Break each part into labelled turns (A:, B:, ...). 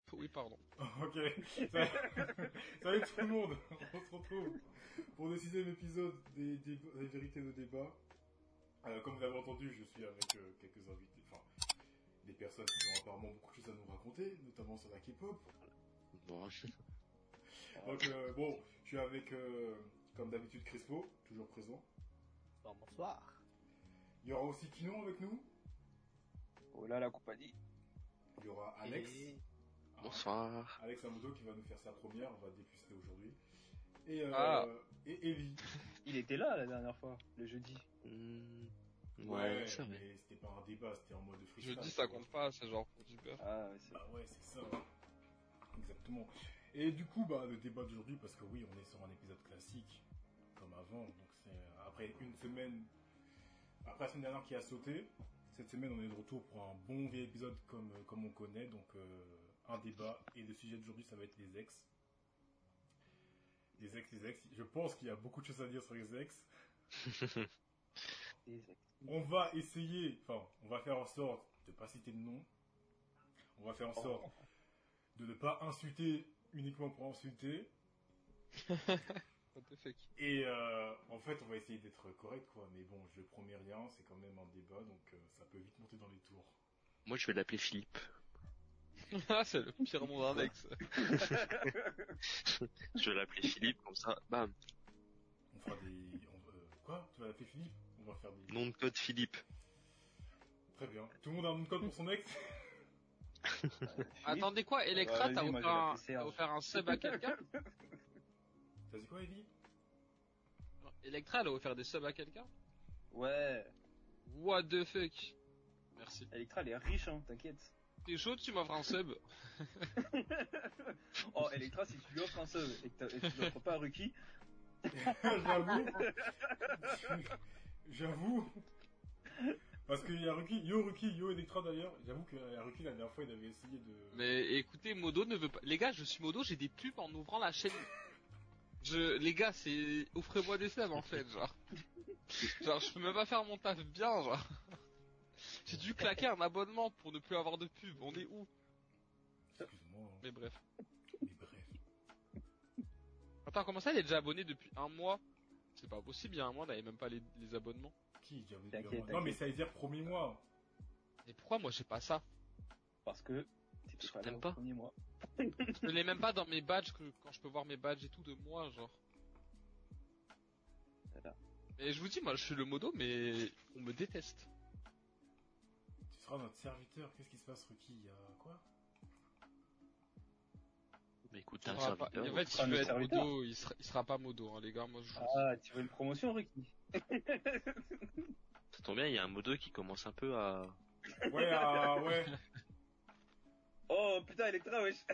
A: oui, pardon.
B: Ok. Salut tout le monde. On se retrouve pour le sixième épisode des, des, des vérités de débat. Euh, comme vous l'avez entendu, je suis avec euh, quelques invités, enfin, des personnes qui ont apparemment beaucoup de choses à nous raconter, notamment sur la K-pop.
C: Bon, je-
A: Ah.
B: Donc, euh, bon, je suis avec, euh, comme d'habitude, Crispo, toujours présent.
D: Bon, bonsoir.
B: Il y aura aussi Kinon avec nous.
E: Oh là la compagnie.
B: Il y aura Alex.
D: Et-
C: bonsoir.
B: Alex Amodo qui va nous faire sa première, on va déguster aujourd'hui. Et, euh,
A: Ah.
B: et Ellie.
E: Il était là Ah, la dernière fois, le jeudi.
C: Hmm, Ouais, c'est vrai.
B: mais c'était pas un débat, c'était en mode
A: Je
B: freestyle.
A: dis ça compte pas, c'est genre pour du beurre.
E: Ah ouais, c'est
B: Bah ouais, c'est ça. Exactement. Et du coup, bah, le débat d'aujourd'hui, parce que oui, on est sur un épisode classique, comme avant. Donc c'est euh, après une semaine, après la semaine dernière qui a sauté. Cette semaine, on est de retour pour un bon vieil épisode comme, euh, comme on connaît. Donc euh, un débat. Et le sujet d'aujourd'hui, ça va être les ex. Les ex, les ex. Je pense qu'il y a beaucoup de choses à dire sur les ex.
E: exact.
B: On va essayer, enfin, on va faire en sorte de pas citer de nom. On va faire en sorte de ne pas insulter uniquement pour insulter.
A: What the fuck.
B: Et euh, en fait, on va essayer d'être correct, quoi. Mais bon, je promets rien, c'est quand même un débat, donc euh, ça peut vite monter dans les tours.
C: Moi, je vais l'appeler Philippe.
A: Ah, c'est le pire nom d'un ex.
C: Je vais l'appeler Philippe, comme ça, bam.
B: On fera des... on- euh, quoi Tu vas l'appeler Philippe On va faire des...
C: Nom de code Philippe.
B: Très bien. Tout le monde a un nom de code pour son ex
A: Attendez quoi, Electra,
E: Bah, vas-y,
A: t'as
E: moi,
A: offert,
E: je vais
A: un-
E: l'appeler Serge.
A: t'as offert un sub à quelqu'un
B: T'as dit quoi, Evie
A: Electra, elle a offert des subs à quelqu'un
E: Ouais,
A: What the fuck Merci.
E: Electra elle est riche hein, t'inquiète.
A: T'es chaud, tu m'offres un sub
E: Oh Electra si tu lui offres un sub et que, t'as- et que tu l'offres pas à Ruki,
B: J'avoue. J'avoue. Parce qu'il y a Ruki, yo Ruki, yo Electra d'ailleurs. J'avoue que euh, Ruki la dernière fois il avait essayé de.
A: Mais écoutez, Modo ne veut pas. Les gars, je suis Modo, j'ai des pubs en ouvrant la chaîne. Je, les gars, c'est offrez-moi des subs en fait, genre. Genre, je peux même pas faire mon taf bien, genre. J'ai dû claquer un abonnement pour ne plus avoir de pub. On est où
B: Excuse-moi. hein.
A: Mais bref.
B: Mais bref.
A: Attends, comment ça, il est déjà abonné depuis un mois C'est pas possible, il y a un mois, on avait même pas les, les abonnements.
B: Qui j'avais
E: T'inquiète,
B: dit avant- Non
E: t'inquiète.
B: mais ça veut dire premier mois.
A: Et pourquoi moi j'ai pas ça
E: parce que t'étais
C: Je
E: pas là
C: t'aime
E: au
C: pas.
E: premier mois.
A: Je l'ai même pas dans mes badges que, quand je peux voir mes badges et tout de moi, genre.
E: Voilà.
A: Et je vous dis, moi je suis le modo, mais on me déteste.
B: Tu seras notre serviteur. Qu'est-ce qui se passe Ruki Il y a quoi
C: Mais écoute,
A: Il
C: t'as un
A: sera pas-
C: serviteur.
A: en fait, si je
E: sera
A: veux
E: notre
A: être
E: serviteur.
A: modo, il sera, il sera pas modo, hein, les gars. Moi, je vous le dis.
E: Ah tu veux une promotion Ruki
C: Ça tombe bien, il y a un modo qui commence un peu à...
B: Ouais, ah, ouais.
E: Oh putain Electra wesh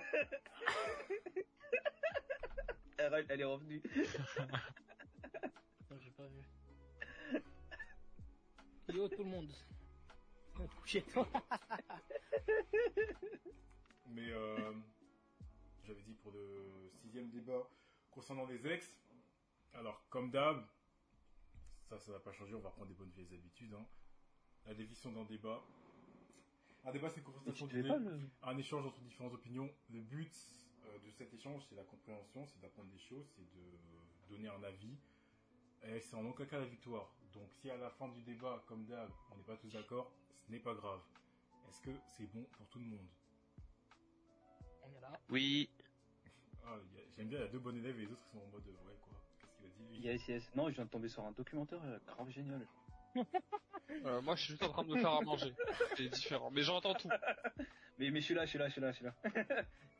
E: elle, re- elle est revenue.
D: Non, j'ai pas vu. Yo tout le monde. Chez toi.
B: Mais euh, j'avais dit pour le sixième débat concernant les ex. Alors, comme d'hab, ça, ça va pas changer. On va reprendre des bonnes vieilles habitudes. Hein. La définition d'un débat. Un débat, c'est une
E: Mais tu
B: confrontation
E: devais
B: d'idées.
E: pas le...
B: un échange entre différentes opinions. Le but euh, de cet échange, c'est la compréhension, c'est d'apprendre des choses, c'est de donner un avis. Et c'est en aucun cas la victoire. Donc si à la fin du débat, comme d'hab, on n'est pas tous d'accord, ce n'est pas grave. Est-ce que c'est bon pour tout le monde
D: On est là.
C: Oui,
B: Ah, il y a- J'aime bien, il y a deux bons élèves et les autres ils sont en mode euh, ouais quoi. Qu'est-ce qu'il a dit lui
E: Yes yes, non je viens de tomber sur un documentaire euh, grave génial.
A: Euh, moi, je suis juste en train de me faire à manger. C'est différent. Mais j'entends tout.
E: Mais, mais je suis là, je suis là, je suis là, je suis là.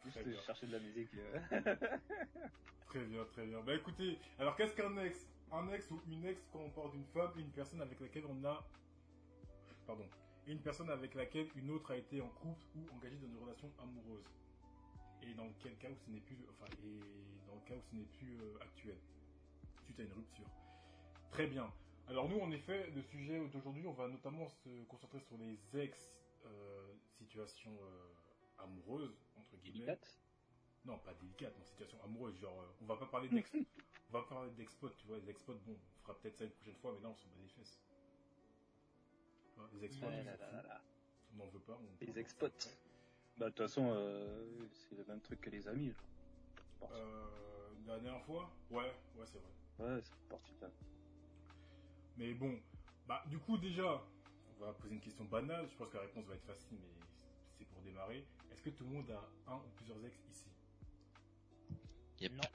E: Juste
B: Très bien.
E: euh, chercher de la musique. euh.
B: Très bien, très bien. Bah écoutez, alors qu'est-ce qu'un ex Un ex ou une ex quand on parle d'une femme et une personne avec laquelle on a. Pardon. Et une personne avec laquelle une autre a été en couple ou engagée dans une relation amoureuse. Et dans quel cas où ce n'est plus. Enfin, et dans le cas où ce n'est plus euh, actuel. Suite à une rupture. Très bien. Alors nous, en effet, le sujet d'aujourd'hui, on va notamment se concentrer sur les ex euh, situations euh, amoureuses, entre guillemets.
E: Délicate.
B: Non, pas délicate, mais en situation amoureuse. Genre, euh, on va pas parler d'ex, on va pas parler d'exploits, tu vois. Les exploits, bon, on fera peut-être ça une prochaine fois, mais là, on s'en bat les fesses. Tu vois, les exploits,
E: Ouais,
B: on
E: là,
B: s'en
E: là,
B: fout.
E: là, là.
B: on n'en veut pas. on-
E: Les ex-potes. Bah de toute façon, euh, c'est la trucs que les amis.
B: Euh, une dernière fois Ouais, ouais, c'est vrai.
E: Ouais, c'est parti de là.
B: Mais bon, bah du coup déjà, on va poser une question banale, je pense que la réponse va être facile, mais c'est pour démarrer. Est-ce que tout le monde a un ou plusieurs ex ici
C: Yep.
D: Non.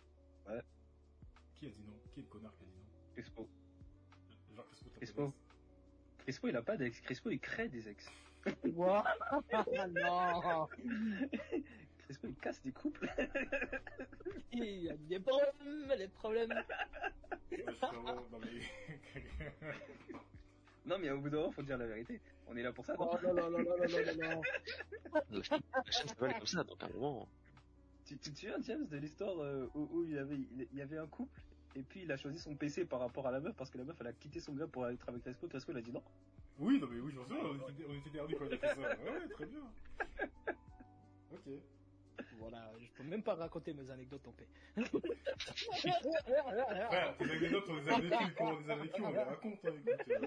B: Qui a dit non Qui est le connard qui a dit non
E: Crespo.
B: Genre Crespo, t'as pas d'ex
E: Crespo. Crespo, il a pas d'ex. Crespo, il crée des ex.
D: Quoi Ah non
E: Crespo, il casse des couples.
D: Il y a des problèmes, les problèmes.
B: Ouais, je suis vraiment dans les-
E: non, mais au bout d'un moment, faut dire la vérité. On est là pour ça, non
D: Oh là là là là là là là là.
C: La chaîne, ça va aller comme ça, donc à un moment.
E: tu, tu te souviens, James, de l'histoire euh, où, où il, avait, il, il y avait un couple et puis il a choisi son PC par rapport à la meuf parce que la meuf elle a quitté son gars pour aller travailler avec Crespo. Crespo il a dit non.
B: Oui, non mais oui, j'en souviens, on était, on était derniers quand j'ai fait ça. Ouais, ouais, très bien. Ok.
D: Voilà, je peux même pas raconter mes anecdotes en paix.
B: Frère, tes anecdotes, on les a vécues, quand on les a vécues, on les raconte, hein, écoute. euh.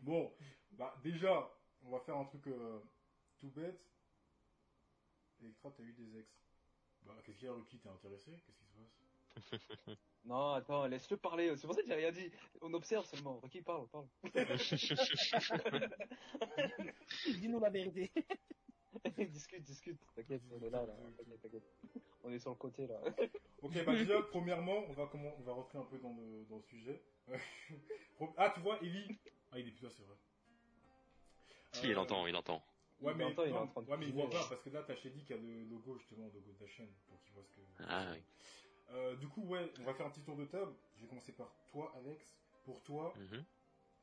B: Bon, bah déjà, on va faire un truc euh, tout bête. Electra, t'as eu des ex. Bah, qu'est-ce qu'il y a, Ruki T'es intéressé Qu'est-ce qui se passe
E: Non, attends, laisse-le parler. C'est pour ça que j'ai rien dit. On observe seulement. Ok, parle, parle.
D: Dis-nous la vérité.
E: discute, discute. T'inquiète, on est là, là. T'inquiète, t'inquiète. On est sur le côté là.
B: Ok, bah déjà, premièrement, on va, comment, on va rentrer un peu dans le, dans le sujet. Pro- ah, tu vois, Ellie Ah, il est plus là, c'est vrai.
C: Si, il
B: Euh,
C: entend, il entend.
B: Ouais, mais,
E: Il entend, il est
B: non,
E: en train de euh,
B: ouais, mais il
E: cuisiner,
B: voit pas
E: là.
B: parce que là, t'as Shady qui a le logo, justement, le logo de la chaîne pour qu'il voit ce que.
C: Ah oui.
B: Euh, du coup, ouais, on va faire un petit tour de table. Je vais commencer par toi, Alex. Pour toi,
C: Mhm.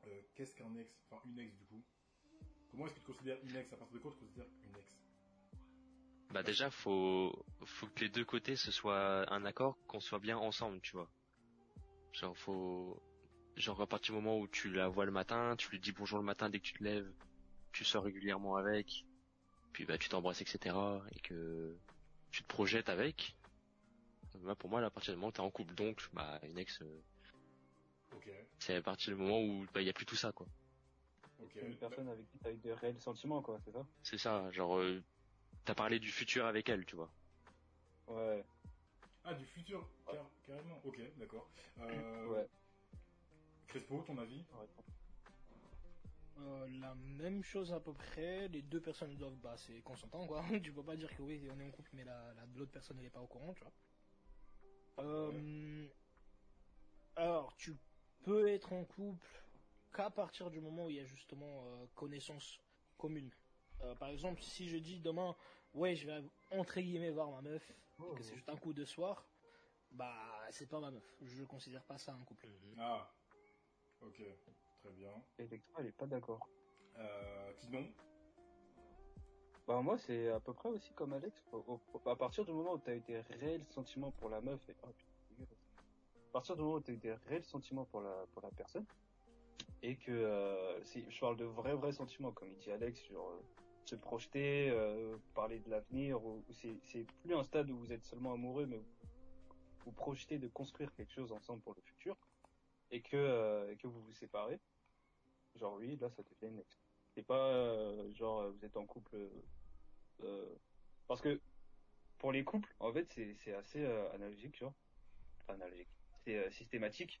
B: euh, qu'est-ce qu'un ex Enfin, une ex, du coup. Comment est-ce que tu considères une ex À partir de quoi tu considères une ex
C: Bah déjà, faut, faut que les deux côtés ce soit un accord, qu'on soit bien ensemble, tu vois. Genre faut, genre à partir du moment où tu la vois le matin, tu lui dis bonjour le matin dès que tu te lèves, tu sors régulièrement avec, puis bah tu t'embrasses etc. et que tu te projettes avec. Bah pour moi, là, à partir du moment où t'es en couple, donc bah une ex, euh,
B: Ok,
C: c'est à partir du moment où bah y a plus tout ça quoi.
B: ok.
E: Une personne avec qui t'as eu de réels sentiments quoi, c'est ça
C: C'est ça, genre euh, t'as parlé du futur avec elle, tu vois.
E: Ouais.
B: Ah, du futur, car- carrément. Ok, d'accord. Euh,
E: Ouais.
B: Crespo, ton avis
D: Euh, la même chose à peu près, les deux personnes doivent, bah c'est consentant quoi, tu peux pas dire que oui on est en couple mais la, la- l'autre personne elle est pas au courant tu vois. Euh, alors tu peux être en couple qu'à partir du moment où il y a justement euh, connaissance commune. Euh, par exemple si je dis demain ouais je vais entre guillemets voir ma meuf et que c'est juste un coup de soir, bah c'est pas ma meuf, je considère pas ça un couple.
B: Ah, ok, très bien.
E: Electra, elle est pas d'accord.
B: Euh, Tinon
E: Bah moi c'est à peu près aussi comme Alex. Au- au- à partir du moment où t'as eu des réels sentiments pour la meuf et oh, putain, c'est dégueulasse. à partir du moment où t'as eu des réels sentiments pour la pour la personne et que euh, si je parle de vrais vrais sentiments comme il dit Alex sur euh, se projeter, euh, parler de l'avenir ou, ou c'est c'est plus un stade où vous êtes seulement amoureux mais vous, vous projetez de construire quelque chose ensemble pour le futur et que euh, et que vous vous séparez. Genre oui là ça devient une ex. C'est pas euh, genre euh, vous êtes en couple euh, euh, parce que pour les couples en fait c'est c'est assez euh, analogique genre enfin analogique c'est euh, systématique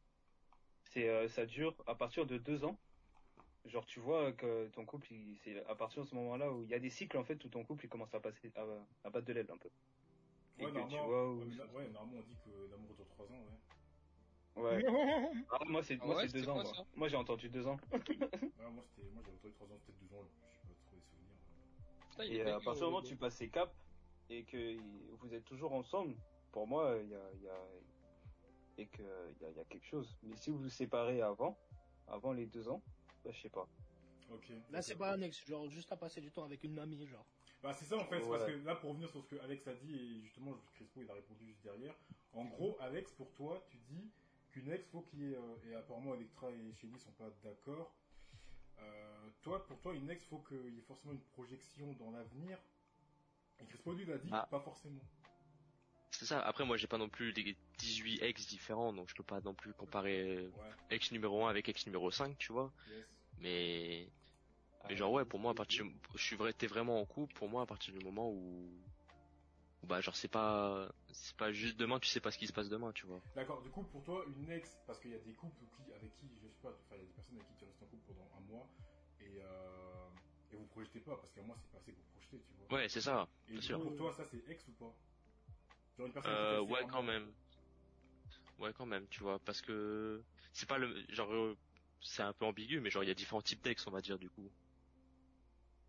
E: c'est euh, ça dure à partir de deux ans genre tu vois que ton couple il- c'est à partir de ce moment là où il y a des cycles en fait où ton couple il commence à passer à, à battre de l'aile un peu et
B: Ouais,
E: que tu
B: normalement,
E: vois
B: ouais,
E: où...
B: mais là- ouais, normalement, on dit que l'amour dure 3 ans, ouais.
E: ouais Ah, moi c'est
A: Ah
E: moi
A: ouais,
E: c'est deux
A: c'est
E: ans
A: quoi,
E: moi,
A: ça
E: moi j'ai entendu deux ans Hum.
B: Ouais, moi, c'était, moi j'avais entendu 3 ans, peut-être 2 ans, je sais pas trop les souvenirs.
A: Putain, il
E: Et
A: est
E: euh, à
A: dingue,
E: partir du
A: euh,
E: moment où tu passes ces caps et que y- vous êtes toujours ensemble, pour moi, il y a, y a- et que il y a, y a quelque chose. Mais si vous vous séparez avant, avant les deux ans, bah, je sais pas.
B: Ok.
D: Là c'est pas un ex, genre juste à passer du temps avec une mamie genre.
B: Bah, c'est ça en fait, c'est
E: Voilà.
B: parce que là pour revenir sur ce que Alex a dit et justement Crespo il a répondu juste derrière. En gros, Alex, pour toi, tu dis qu'une ex faut qu'il y ait, euh, et apparemment Electra et Shelly sont pas d'accord. Euh, toi, pour toi, une ex faut qu'il y ait forcément une projection dans l'avenir. Et Crespo lui il a dit
C: Ah.
B: pas forcément.
C: C'est ça. Après, moi, j'ai pas non plus les 18 ex différents, donc je peux pas non plus comparer euh,
B: Ouais,
C: ex numéro 1 avec ex numéro 5, tu vois.
B: yes.
C: Mais Et genre ouais, pour
E: Euh,
C: moi à partir, je suis vrai, t'es vraiment en couple. Pour moi à partir du moment où, où bah genre c'est pas, c'est pas juste demain, tu sais pas ce qui se passe demain, tu vois.
B: D'accord, du coup, pour toi, une ex, parce qu'il y a des couples qui, avec qui, je sais pas, enfin, il y a des personnes avec qui tu restes en couple pendant un mois, et, euh, et vous projetez pas, parce qu'un mois, c'est pas assez pour projeter, tu vois.
C: Ouais, c'est ça.
B: et du coup,
C: sûr.
B: pour toi, ça, c'est ex ou pas Genre une personne qui
C: Euh,
B: reste
C: ouais
B: un
C: quand
B: mois.
C: même. Ouais quand même, tu vois, parce que c'est pas le genre euh, c'est un peu ambigu, mais genre il y a différents types d'ex, on va dire du coup.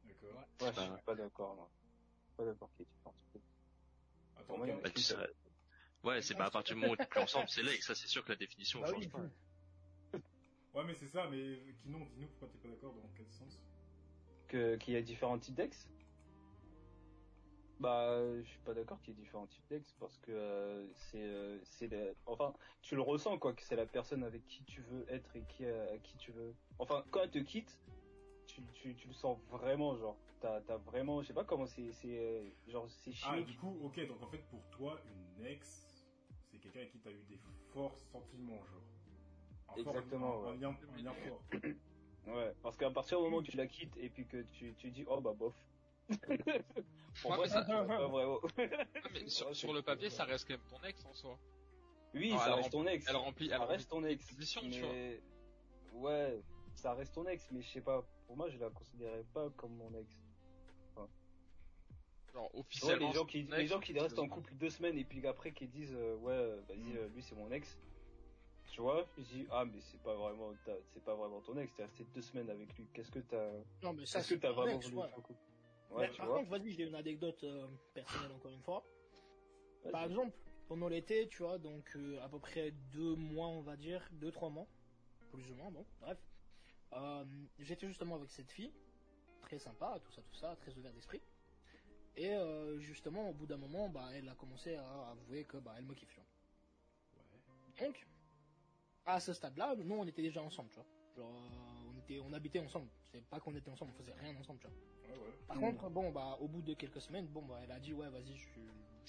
B: D'accord.
E: Ouais,
C: Bah.
E: je suis pas d'accord, moi. Je suis Pas d'accord qu'il y ait différentes équipes.
B: Attends,
E: Pour moi, il y a
B: regarde.
C: Bah, tu sais, Ouais, c'est pas à partir du moment où tu ensemble, c'est l'ex, ça c'est sûr que la définition
D: Bah
C: change
D: oui.
C: pas.
B: Ouais, mais c'est ça, mais Kinon, dis-nous pourquoi t'es pas d'accord, dans quel sens
E: que- qu'il y a différents types d'ex Bah, je suis pas d'accord qu'il y ait différents types d'ex parce que euh, c'est euh, c'est la- enfin tu le ressens quoi que c'est la personne avec qui tu veux être et qui euh, à qui tu veux. Enfin quand elle te quitte, tu, tu, tu le sens vraiment genre t'as as vraiment je sais pas comment c'est c'est euh, genre c'est
B: Ah,
E: chimique.
B: du coup, ok, donc en fait, pour toi, une ex, c'est quelqu'un avec qui t'as eu des forts sentiments, genre. Un fort-
E: Exactement,
B: un- un
E: ouais.
B: lien- un lien fort.
E: Ouais, parce qu'à partir du moment où tu la quittes et puis que tu tu dis oh bah bof. Pour
A: Ouais,
E: moi
A: mais ça-
E: ça, tu vas pas oh. vraiment.
A: Ah, mais
E: Ouais,
A: sur, sur
E: c'est-
A: le papier, ça reste quand même ton ex en soi.
E: oui,
A: Non,
E: ça
A: elle
E: reste ton ex.
A: Elle remplit, elle
E: ça
A: remplit
E: Ah, reste ton ex.
A: tes ambitions, tu
E: mais... Ouais, ça reste ton ex, mais je sais pas, pour moi je la considérais pas comme mon ex.
A: Genre,
E: Tu vois,
A: officiellement.
E: les gens,
A: c'est
E: qui,
A: ton
E: les
A: ex,
E: gens qui
A: c'est-
E: restent en couple deux semaines et puis après qui disent euh, ouais, euh, vas-y,
A: Mm.
E: euh, lui c'est mon ex. Tu vois, je dis ah mais c'est pas vraiment ta- c'est pas vraiment ton ex, t'es resté deux semaines avec lui. Qu'est-ce que t'as
D: Non, mais ça,
E: qu'est-ce que
D: c'est
E: t'as
D: mon
E: vraiment
D: ex,
E: voulu
D: ouais.
E: faire en couple
D: Mais
E: Ouais, tu
D: par
E: vois.
D: contre, vas-y, j'ai une anecdote euh, personnelle encore une fois.
E: Vas-y.
D: Par exemple, pendant l'été, tu vois, donc euh, à peu près deux mois, on va dire, deux, trois mois, plus ou moins, bon, bref. Euh, J'étais justement avec cette fille, très sympa, tout ça, tout ça, très ouvert d'esprit. Et euh, justement, au bout d'un moment, bah, elle a commencé à avouer que bah, elle me kiffe, tu vois. Donc, à ce stade-là, nous, on était déjà ensemble, tu vois. Genre, euh, on, était, on habitait ensemble. C'est pas qu'on était ensemble, on faisait rien ensemble, tu vois.
B: Ouais, ouais.
D: Par
E: Mm.
D: contre, bon, bah, au bout de quelques semaines, bon, bah, elle a dit, ouais, vas-y, je-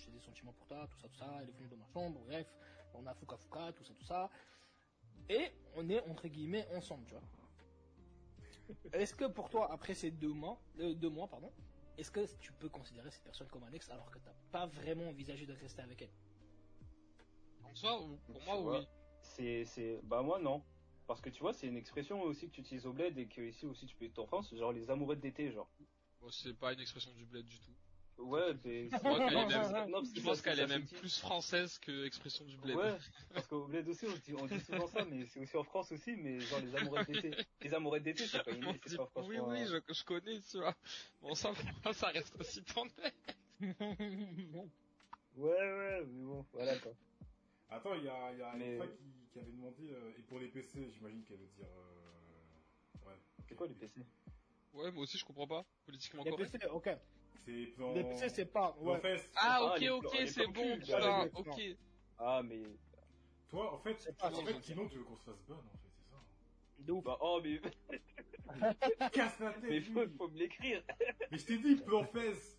D: j'ai des sentiments pour toi, tout ça, tout ça, elle est venue dans ma chambre, bref, on a fouca fouca, tout ça, tout ça. Et on est, entre guillemets, ensemble, tu vois. Est-ce que pour toi, après ces deux mois, euh, deux mois, pardon, est-ce que tu peux considérer cette personne comme un ex alors que t'as pas vraiment envisagé de rester avec elle
A: En soi, ou- pour
E: Tu
A: moi,
E: vois.
A: oui.
E: C'est, c'est, bah moi non. Parce que tu vois, c'est une expression aussi que tu utilises au bled et que ici aussi tu peux en France, genre les amoureux d'été, genre.
A: Bon, c'est pas une expression du bled du tout.
E: Ouais, mais.
A: pense qu'elle est
E: Non,
A: même-
E: c'est- non, parce
A: Je
E: que
A: pense
E: ça-
A: qu'elle
E: ça
A: est même
E: se dit-
A: plus française que expression du bled.
E: Ouais, parce qu'au bled aussi, on dit, on dit souvent ça, mais c'est aussi en France aussi, mais genre les amourettes d'été. Les amourettes d'été, c'est pas
A: On
E: une, c'est
A: dit,
E: pas franchement. euh.
A: oui, oui, je, je connais, tu vois. Bon, ça, pour moi, ça reste aussi ton ex.
D: Non.
E: Ouais, ouais, mais bon, voilà quoi.
B: Attends, il y a, il y a
E: Mais-
B: une fois qui, qui avait demandé, euh, et pour les PC, j'imagine qu'elle veut dire. euh, Ouais.
E: C'est quoi les PC
A: Ouais, moi aussi, je comprends pas. Politiquement
D: Les
A: correct.
D: PC, ok.
B: C'est dans.
D: Les PC, c'est pas.
B: dans
D: Ouais.
B: fesses.
A: Ah,
E: Ah,
A: ok,
E: les-
A: ok,
E: les
A: c'est
E: plans
A: bon,
E: cul,
D: là,
A: putain,
D: les plans.
A: ok.
E: Ah, mais.
B: Toi, en fait,
D: C'est pas
B: en
D: assez
B: fait,
D: gentil.
B: Kinon, tu veux qu'on se fasse bonne, en fait, c'est ça.
D: De ouf.
E: Bah, oh, mais,
B: Casse la
E: mais
B: tête
E: faut,
B: lui.
E: faut me l'écrire.
B: Mais je t'ai dit, plan fesses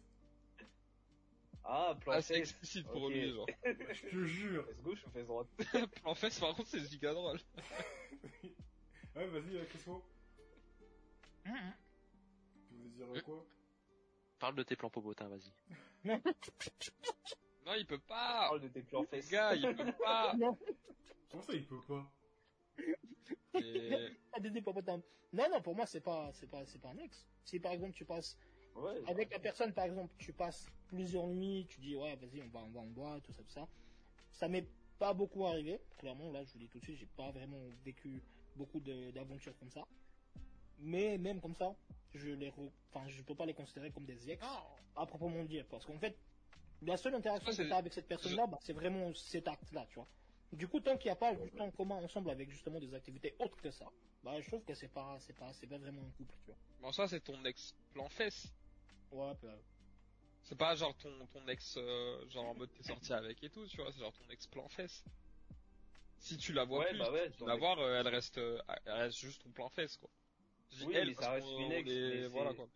E: Ah, plan
A: Ah, c'est
E: fesse.
A: explicite pour
E: Ok.
A: lui, genre.
B: Je te jure
E: Fesse gauche ou fesse droite
A: En fait, par contre, c'est giga drôle.
B: Ouais, vas-y, euh, Crespo,
D: Mhm.
B: tu voulais dire euh, quoi
C: Parle de tes plans pobotins, vas-y.
A: Non, il peut pas.
E: Parle de tes plans
A: Oh, Les
E: fesses.
A: Ah, gars, il peut pas.
B: Comment ça, il peut pas
A: Mais-
D: Ah, des- des papotins. Non, non, pour moi, c'est pas, c'est pas, c'est pas un ex. Si par exemple, tu passes
E: Ouais.
D: Avec la personne, par exemple, tu passes plusieurs nuits, tu dis ouais, vas-y, on va, on va en boîte, tout ça, tout ça. Ça m'est pas beaucoup arrivé, clairement. Là, je vous le dis tout de suite, j'ai pas vraiment vécu beaucoup de- d'aventures comme ça. Mais même comme ça, je les, re- enfin, je peux pas les considérer comme des ex
A: Non.
D: à proprement dire, parce qu'en fait, la seule interaction
A: Ouais,
D: que
A: c'est-
D: t'as avec cette personne-là, bah, c'est vraiment cet acte-là, tu vois. Du coup, tant qu'il n'y a pas du temps commun ensemble avec justement des activités autres que ça, bah, je trouve que c'est pas, c'est pas, c'est pas vraiment un couple, tu
A: Bon, ça, c'est ton ex plan fesse.
D: vois. Ouais, bah,
A: C'est pas genre ton, ton ex, euh, genre en mode t'es sorti avec et tout, tu vois. C'est genre ton ex plan fesse. Si tu la vois
E: Ouais,
A: plus,
E: bah ouais.
A: tu la voir, euh, elle reste, euh, elle reste juste ton plan fesse, quoi. Je dis
E: Oui, mais ça
A: parce
E: reste
A: qu'on-
E: une ex,
A: on est-
E: mais c'est-
A: voilà, quoi.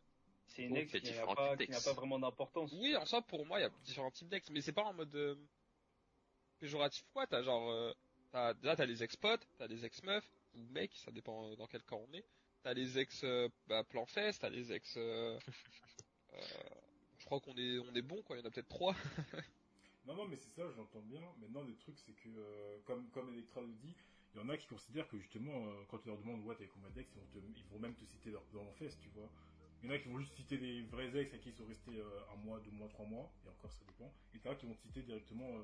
E: C'est une
C: Oh,
E: ex
C: c'est
E: qui n'a
C: différent
E: pas,
C: type
E: qui n'a
C: d'ex.
E: pas vraiment d'importance.
A: Oui, en soi, pour moi, il y a différents types d'ex, mais c'est pas en mode euh, péjoratif quoi. T'as genre, euh, t'as, déjà t'as les ex-potes, t'as les ex-meufs, ou mecs, ça dépend euh, dans quel camp on est. T'as les ex euh, bah, plan fesses, t'as les ex. euh, euh, je crois qu'on est on est bon quoi. Il y en a peut-être trois.
B: Non, non, mais c'est ça, j'entends bien. Maintenant, le truc, c'est que, euh, comme, comme Electra le dit, il y en a qui considèrent que justement, euh, quand tu leur demandes, ouais, t'es combien d'ex, ils, vont te- ils vont même te citer leurs leurs fesses, tu vois. Il y en a qui vont juste citer les vrais ex à qui ils sont restés euh, un mois, deux mois, trois mois, et encore ça dépend. Et t'as qui vont te citer directement euh,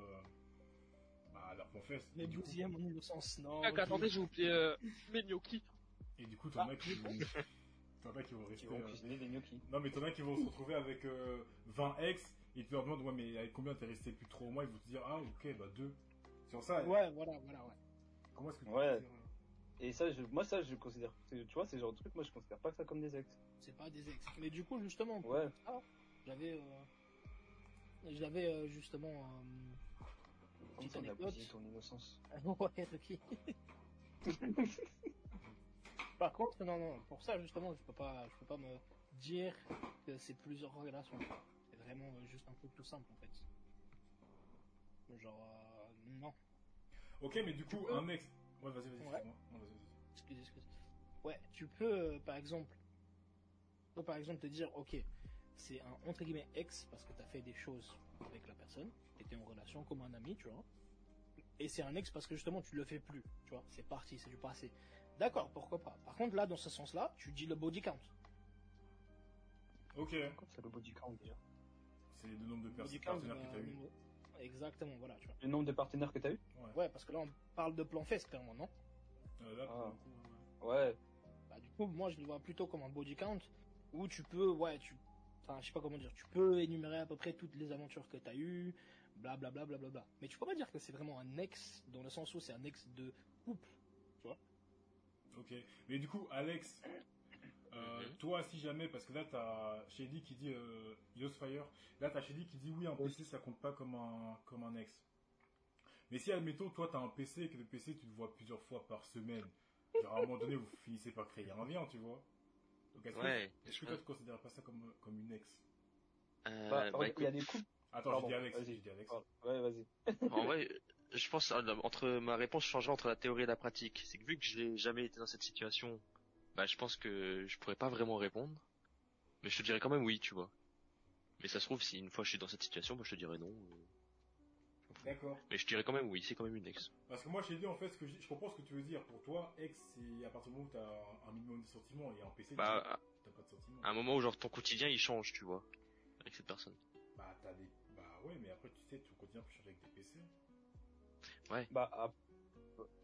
B: bah, leurs plans fesses.
D: Les
B: Et du coup-
D: douzièmes en innocence, non.
A: Ah, attendez, j'ai oublié euh, mes gnocchis.
B: Et du coup, t'en as qui vont. T'en as qui vont
E: Qui
B: rester.
E: vont
B: euh,
E: cuisiner des gnocchis.
B: Non, mais t'en as qui vont se retrouver avec euh, 20 ex, et tu leur demandes, ouais, mais avec combien t'es resté depuis trois mois, ils vont te dire, ah, ok, bah deux. Sur ça,
D: Ouais, voilà, voilà, ouais.
B: comment est-ce que tu
E: Ouais.
B: peux dire, euh,
E: Et ça, je, moi, ça, je considère. c'est- Tu vois, c'est le genre de truc, moi, je considère pas que ça comme des ex.
D: C'est pas des ex. Mais du coup, justement,
E: Ouais.
D: j'avais. euh, J'avais euh, justement. euh,
E: Comment
D: Petite
E: t'en as
D: anecdote.
E: abusé ton innocence
D: ouais, Ruki. Par contre, non, non, pour ça, justement, je peux pas, je peux pas me dire que c'est plusieurs relations. C'est vraiment euh, juste un truc tout simple, en fait. Genre, euh, non.
B: Ok, mais du coup,
D: peux-
B: un ex. Ouais, vas-y, vas-y,
D: Ouais.
B: excuse-moi. Non, vas-y, vas-y.
D: Excuse, excuse. Ouais, tu peux, euh, par exemple, tu peux, par exemple te dire, ok, c'est un entre guillemets ex parce que t'as fait des choses avec la personne, t'étais en relation comme un ami, tu vois. Et c'est un ex parce que justement tu le fais plus, tu vois. C'est parti, c'est du passé. D'accord, pourquoi pas. Par contre là, dans ce sens-là, tu dis le body count.
B: Ok,
E: Quand c'est le body count déjà
B: c'est le nombre de
D: Le
B: personnes
D: body count,
B: partenaires que
D: bah,
B: t'as eu.
D: Exactement, voilà, tu vois.
E: Le nombre de partenaires que t'as eu
B: Ouais.
D: Ouais, parce que là on parle de plan fesse clairement, non
B: Euh, là, pour
E: Ah.
B: le coup, ouais.
E: Ouais.
D: Bah, du coup, moi, je le vois plutôt comme un body count où tu peux, ouais, tu, enfin, je sais pas comment dire, tu peux énumérer à peu près toutes les aventures que t'as eues, blablabla, blablabla. Mais tu peux pas dire que c'est vraiment un ex dans le sens où c'est un ex de couple.
B: Ok, mais du coup, Alex, euh,
C: Mhm.
B: toi, si jamais, parce que là, t'as Shady qui dit euh, Yos Fire, là, t'as Shady qui dit oui, un PC, ça compte pas comme un, comme un ex. Mais si, admettons, toi, t'as un PC et que le PC, tu le vois plusieurs fois par semaine, genre, à un moment donné, vous finissez par créer un lien, tu vois. Donc, est-ce que-
C: Ouais.
B: est-ce que toi, tu considères pas ça comme, comme une ex
C: Euh,
E: Bah,
C: bah,
E: par- il
C: écoute,
E: y a des couples.
B: Attends,
E: Pardon,
B: j'ai dit Alex,
E: vas-y.
B: j'ai dit Alex.
E: Ah, ouais, vas-y.
C: en vrai, je pense euh, entre ma réponse changera entre la théorie et la pratique. C'est que vu que j'ai jamais été dans cette situation, bah je pense que je pourrais pas vraiment répondre. Mais je te dirais quand même oui, tu vois. Mais ça se trouve, si une fois je suis dans cette situation, bah, je te dirais non. euh.
B: D'accord.
C: Mais je dirais quand même oui, c'est quand même une ex.
B: Parce que moi, j'ai dit en fait, ce que je, je comprends ce que tu veux dire. Pour toi, ex, c'est à partir du moment où t'as un, un minimum de sentiments et un PC,
C: Bah,
B: tu-
C: à-
B: t'as pas de sentiments.
C: à un moment où genre ton quotidien il change, tu vois, avec cette personne.
B: Bah, t'as des. Bah, ouais, mais après, tu sais, tu continues à changer avec des PC.
E: Bah, ap-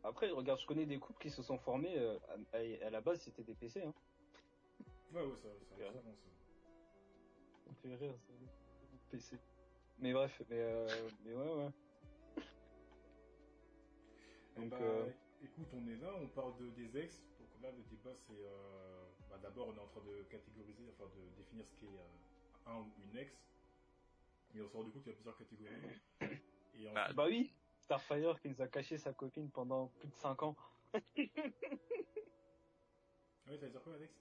E: après, regarde, je connais des couples qui se sont formés. euh, à, à- à la base, c'était des PC. Hein.
B: Ouais, ouais, ça, ça,
E: Ouais.
B: ça avance.
E: Ça me fait rire, ça. PC. Mais bref, mais, euh, mais ouais, ouais.
B: Et
E: Donc,
B: bah,
E: euh,
B: écoute, on est là, on parle de, des ex. Donc là, le débat, c'est. euh, bah, d'abord, on est en train de catégoriser, enfin, de définir ce qu'est euh, un ou une ex. Et on se rend du coup qu'il y a plusieurs catégories. Et ensuite,
C: Bah,
E: Bah oui, Starfire qui nous a caché sa copine pendant plus de 5 ans.
B: ouais, t'allais dire quoi, Alex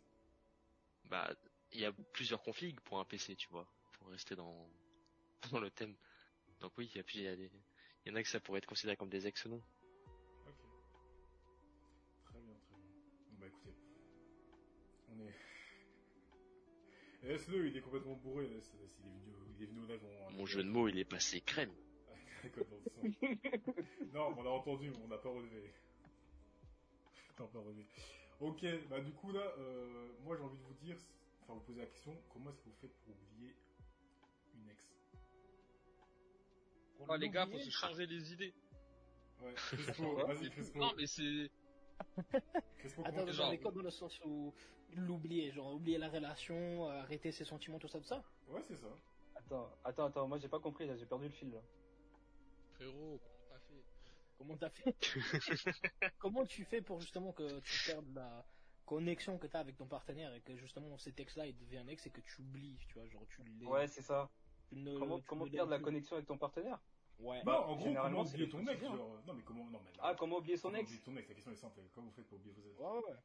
C: Bah, il y a plusieurs configs pour un PC, tu vois, pour rester dans, dans le thème. Donc oui, il y a- puis il y a des- il y en a que ça pourrait être considéré comme des ex, non
B: Ok. Très bien, très bien. Bon bah écoutez, on est. Laisse-le, il est complètement bourré, laisse, laisse, il, est venu, il est venu au live en.
C: Mon jeu de mots, il est passé crème.
B: Comme dans le son. non, on l'a entendu, mais on n'a pas relevé. On n'a pas relevé. Ok, bah du coup là, euh, moi j'ai envie de vous dire, enfin vous poser la question, comment est-ce que vous faites pour oublier une ex
A: Oh, les gars, faut
D: Oublier-
A: se changer les idées.
B: Ouais, Crespo, vas-y Crespo.
A: Non mais c'est
B: Crespo,
D: Attends,
B: comment
D: vous
A: genre-
D: avez comme dans le sens où l'oublier, genre oublier la relation, euh, arrêter ses sentiments, tout ça, tout ça.
B: Ouais, c'est ça.
E: Attends, attends, attends, moi j'ai pas compris là, j'ai perdu le fil là.
A: frérot, comment t'as fait
D: Comment t'as fait Comment tu fais pour justement que tu perdes la connexion que t'as avec ton partenaire et que justement cet ex-là il devient un ex et que tu oublies, tu vois, genre tu l'es.
E: Ouais, c'est ça.
D: tu ne-
E: Comment,
D: tu
E: comment
D: ne
E: perdre la
D: l'aimes plus.
E: connexion avec ton partenaire
D: Ouais.
B: Bah,
E: Bah,
B: en gros,
E: généralement,
B: comment
E: c'est
B: oublier
E: le
B: ton ex
E: quotidien.
B: genre, Non, mais comment. Non, mais là-
E: Ah, comment oublier son
B: Comment
E: ex
B: oublier ton ex, la question est simple. Comment vous faites pour oublier vos ex
D: Ouais, ouais, ouais.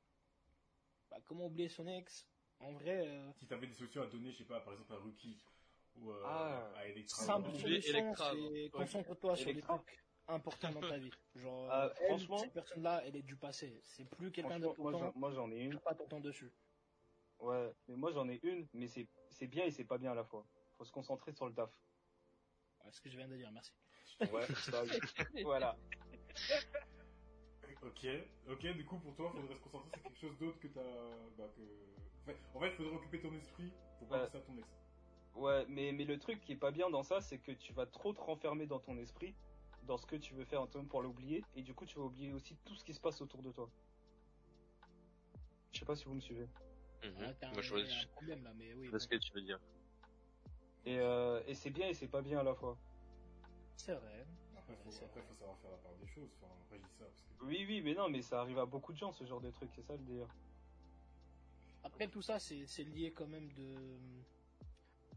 D: Bah, comment oublier son ex En vrai, euh,
B: Si t'avais des solutions à donner, je sais pas, par exemple à Rookie ou euh,
E: Ah.
B: à Electra.
D: simple
A: oublier
D: solution,
A: Electra,
D: c'est concentre-toi sur les
E: Electra.
D: trucs. important dans ta vie. Genre,
E: Ah,
D: euh, elle,
E: franchement-
D: cette personne-là, elle est du passé. C'est plus quelqu'un
E: Franchement, moi,
D: d'important.
E: j'en- moi, j'en ai une.
D: Perds pas ton temps dessus.
E: Ouais, mais moi j'en ai une, mais c'est c'est bien et c'est pas bien à la fois. Faut se concentrer sur le taf.
D: Ouais, ce que je viens de dire, merci.
E: Ouais, ça, oui. voilà.
B: Ok, ok, du coup pour toi, faudrait se concentrer sur quelque chose d'autre que t'as. Bah, que... en fait- En fait, faudrait occuper ton esprit pour pas
D: Euh.
E: Ouais.
B: penser à ton ex.
E: Ouais, mais, mais le truc qui est pas bien dans ça, c'est que tu vas trop te renfermer dans ton esprit, dans ce que tu veux faire en toi-même pour l'oublier, et du coup tu vas oublier aussi tout ce qui se passe autour de toi. Je sais pas si vous me suivez.
C: Mhm.
D: Ah, t'as un,
C: Moi, je vois,
D: ouais, un
C: je
D: problème là, mais oui.
C: vois
D: bon,
C: ce que tu veux dire.
E: Et, euh, et c'est bien et c'est pas bien à la fois.
D: C'est vrai.
B: Après,
D: Ouais,
B: faut,
D: c'est
B: après,
D: vrai.
B: faut savoir faire la part des choses. Enfin, après, je dis ça parce que.
E: Oui, oui, mais non, mais ça arrive à beaucoup de gens ce genre de truc, c'est ça le délire.
D: Après tout ça, c'est c'est lié quand même de.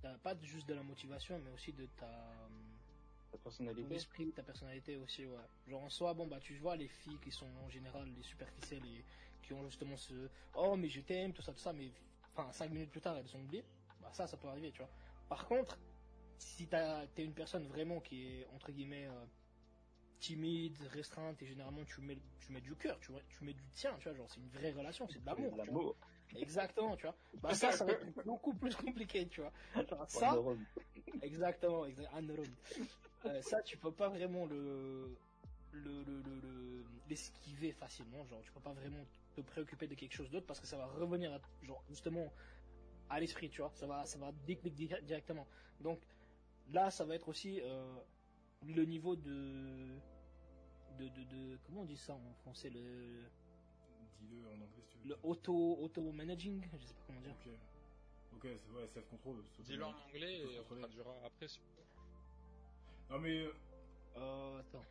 D: t'as Pas de- juste de la motivation, mais aussi de ta.
E: Ta
D: Ton
E: personnalité.
D: esprit, de ta personnalité aussi, ouais. Genre en soi, bon, bah tu vois les filles qui sont en général les superficielles et qui ont justement ce. Oh, mais je t'aime, tout ça, tout ça, mais. Enfin, 5 minutes plus tard, elles ont oublié. Bah ça, ça peut arriver, tu vois. Par contre, si t'as- t'es une personne vraiment qui est, entre guillemets, euh, timide, restreinte, et généralement tu mets, tu mets du cœur, tu vois, tu mets du tien, tu vois, genre c'est une vraie relation, c'est de l'amour. tu vois.
E: L'amour.
D: Exactement, tu vois. Bah ça, ça va être beaucoup plus compliqué, tu vois. Genre, ça,
E: Oh, neurone.
D: exactement, exa- un neurone. Euh, ça, tu peux pas vraiment le le le le- le- l'esquiver facilement. Genre, tu peux pas vraiment te préoccuper de quelque chose d'autre parce que ça va revenir, à- genre justement à l'esprit, tu vois. Ça va ça va déclic di- directement. Donc là, ça va être aussi euh, le niveau de de, de, de- comment on dit ça en français le,
B: Dis-le en anglais si tu veux.
D: le auto auto managing je sais pas comment dire
B: Ok. Ok, c'est ouais, self-control. c'est
A: Dis-le en
B: automatique.
A: anglais et on
B: Contrôler.
A: traduira après. sur-
B: Non mais. euh,
D: Euh, attends.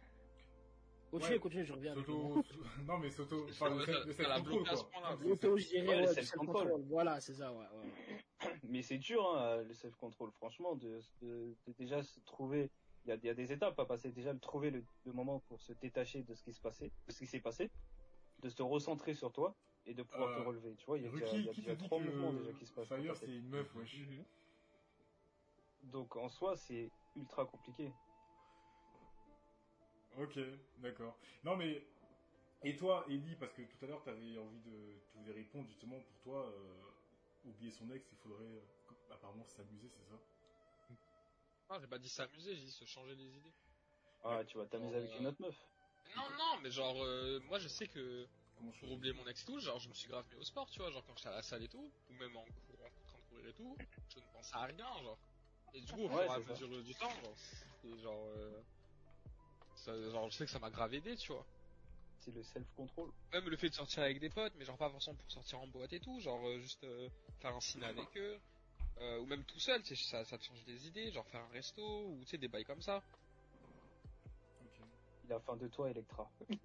D: Continue,
B: Ouais.
D: continue, je reviens. avec le nom.
B: S'auto. non mais s'auto. Enfin, le
A: Ouais,
B: self- le
A: ça la
B: self-control
A: bloque à ce
B: quoi.
A: point-là.
B: Le self-
D: Autogéré,
E: Ouais,
D: ouais,
E: le
D: du
E: self-control.
D: self-control. Voilà, c'est ça, ouais. ouais.
E: Mais c'est dur, hein, le self-control, franchement, de, de- de déjà se trouver. Il y a, il y a des étapes à passer. Déjà, le trouver le, le moment pour se détacher de ce qui se passait, de ce qui s'est passé, de se recentrer sur toi et de pouvoir
B: Euh,
E: te relever. Tu vois, il y a déjà, il
B: Ruki,
E: y a
B: qui te
E: déjà
B: dit
E: trois mouvements déjà
B: que
E: qui se passent. dans
B: Fire
E: ta tête.
B: c'est une meuf, wesh.
D: Mhm.
E: Donc, en soi, c'est ultra compliqué.
B: Ok, d'accord. Non mais et toi, Ellie, parce que tout à l'heure t'avais envie de, tu voulais répondre justement pour toi, euh, oublier son ex, il faudrait euh, co- apparemment s'amuser, c'est ça
A: Non, Ah, j'ai pas dit s'amuser, j'ai dit se changer les idées.
E: Ah, tu vas t'amuser avec une autre meuf.
A: Non, non, mais genre, euh, moi je sais que
B: Comment je
A: pour oublier mon ex tout, genre je me suis grave mis au sport, tu vois, genre quand j'étais à la salle et tout, ou même en cours, en train de courir et tout, je ne pensais à rien, genre. Et du coup, au fur
E: Ouais,
A: et à
E: c'est ça.
A: mesure du temps, genre, c'était genre, euh, ça- genre, je sais que ça m'a grave aidé, tu vois.
E: C'est le self-control.
A: Même le fait de sortir avec des potes, mais genre pas forcément pour sortir en boîte et tout, genre euh, juste euh, faire un ciné avec eux, euh, ou même tout seul, tu sais, ça, ça te change des idées, genre faire un resto, ou tu sais, des bails comme ça.
B: Ok.
E: Il a faim de toi, Electra.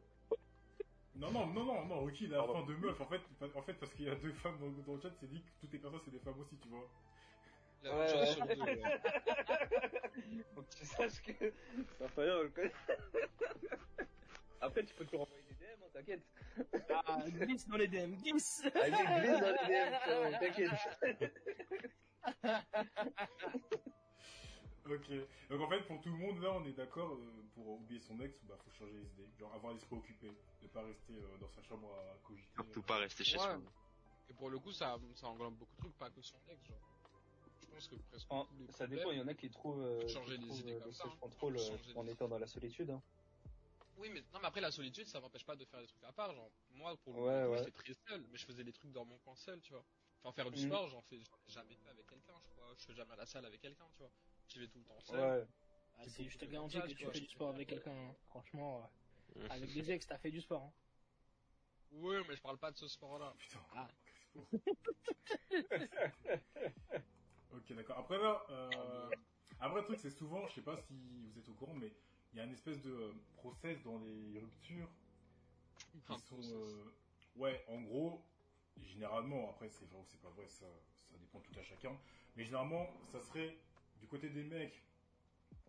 B: Non non non non non, Ruki, il a la
E: Pardon.
B: fin de meuf. En fait, en fait parce qu'il y a deux femmes dans, dans le chat, c'est dit que toutes les personnes c'est des femmes aussi, tu vois.
A: La
E: Ouais,
A: même
E: ouais.
A: chose sur les deux, ouais.
E: Faut que tu saches que Raphaël, on Bah, le connaît. Après, tu peux te renvoyer des DM, hein, t'inquiète.
D: Ah, glisse dans les DM, glisse
E: Avec des glisses dans les DM, frérot, t'inquiète.
B: Ok. Donc en fait, pour tout le monde, là, on est d'accord, euh, pour oublier son ex, bah, faut changer les idées. Genre avoir l'esprit occupé, de pas rester euh, dans sa chambre à cogiter.
C: Surtout pas rester chez
A: Ouais.
C: soi.
A: Et pour le coup, ça, ça englobe beaucoup de trucs, pas que son ex, genre. Je pense que presque
E: En-
A: tous les
E: Ça
A: problèmes-
E: dépend, il y en a qui trouvent, euh, qui
A: Changer les
E: trouvent,
A: idées
E: euh,
A: comme
E: le
A: ça, hein.
E: self-control euh,
A: Changer
E: en
A: les
E: étant dans la solitude. hein.
A: Oui, mais non, mais après la solitude, ça m'empêche pas de faire des trucs à part. Genre, moi, pour le
E: Ouais,
A: coup,
E: ouais.
A: j'étais très seul, mais je faisais des trucs dans mon coin seul, tu vois. Enfin, faire du
E: Mhm.
A: sport, j'en fais, j'en ai jamais fait avec quelqu'un, je crois. Je fais jamais à la salle avec quelqu'un, tu vois. J'y vais tout le temps seul.
E: Ouais.
D: Ah, si, Je te garantis que tu fais du sport avec quelqu'un, hein. franchement. ouais. Avec des ex, t'as fait du sport. hein.
A: Ouais, mais je parle pas de ce sport-là.
B: Putain.
D: Ah.
B: ok, d'accord. Après là, euh, après le truc, c'est souvent, je sais pas si vous êtes au courant, mais il y a une espèce de euh, process dans les ruptures qui
A: Un
B: sont,
A: process.
B: euh, ouais, en gros, généralement, après c'est vrai ou c'est pas vrai, ça, ça dépend tout à chacun, mais généralement, ça serait du côté des mecs,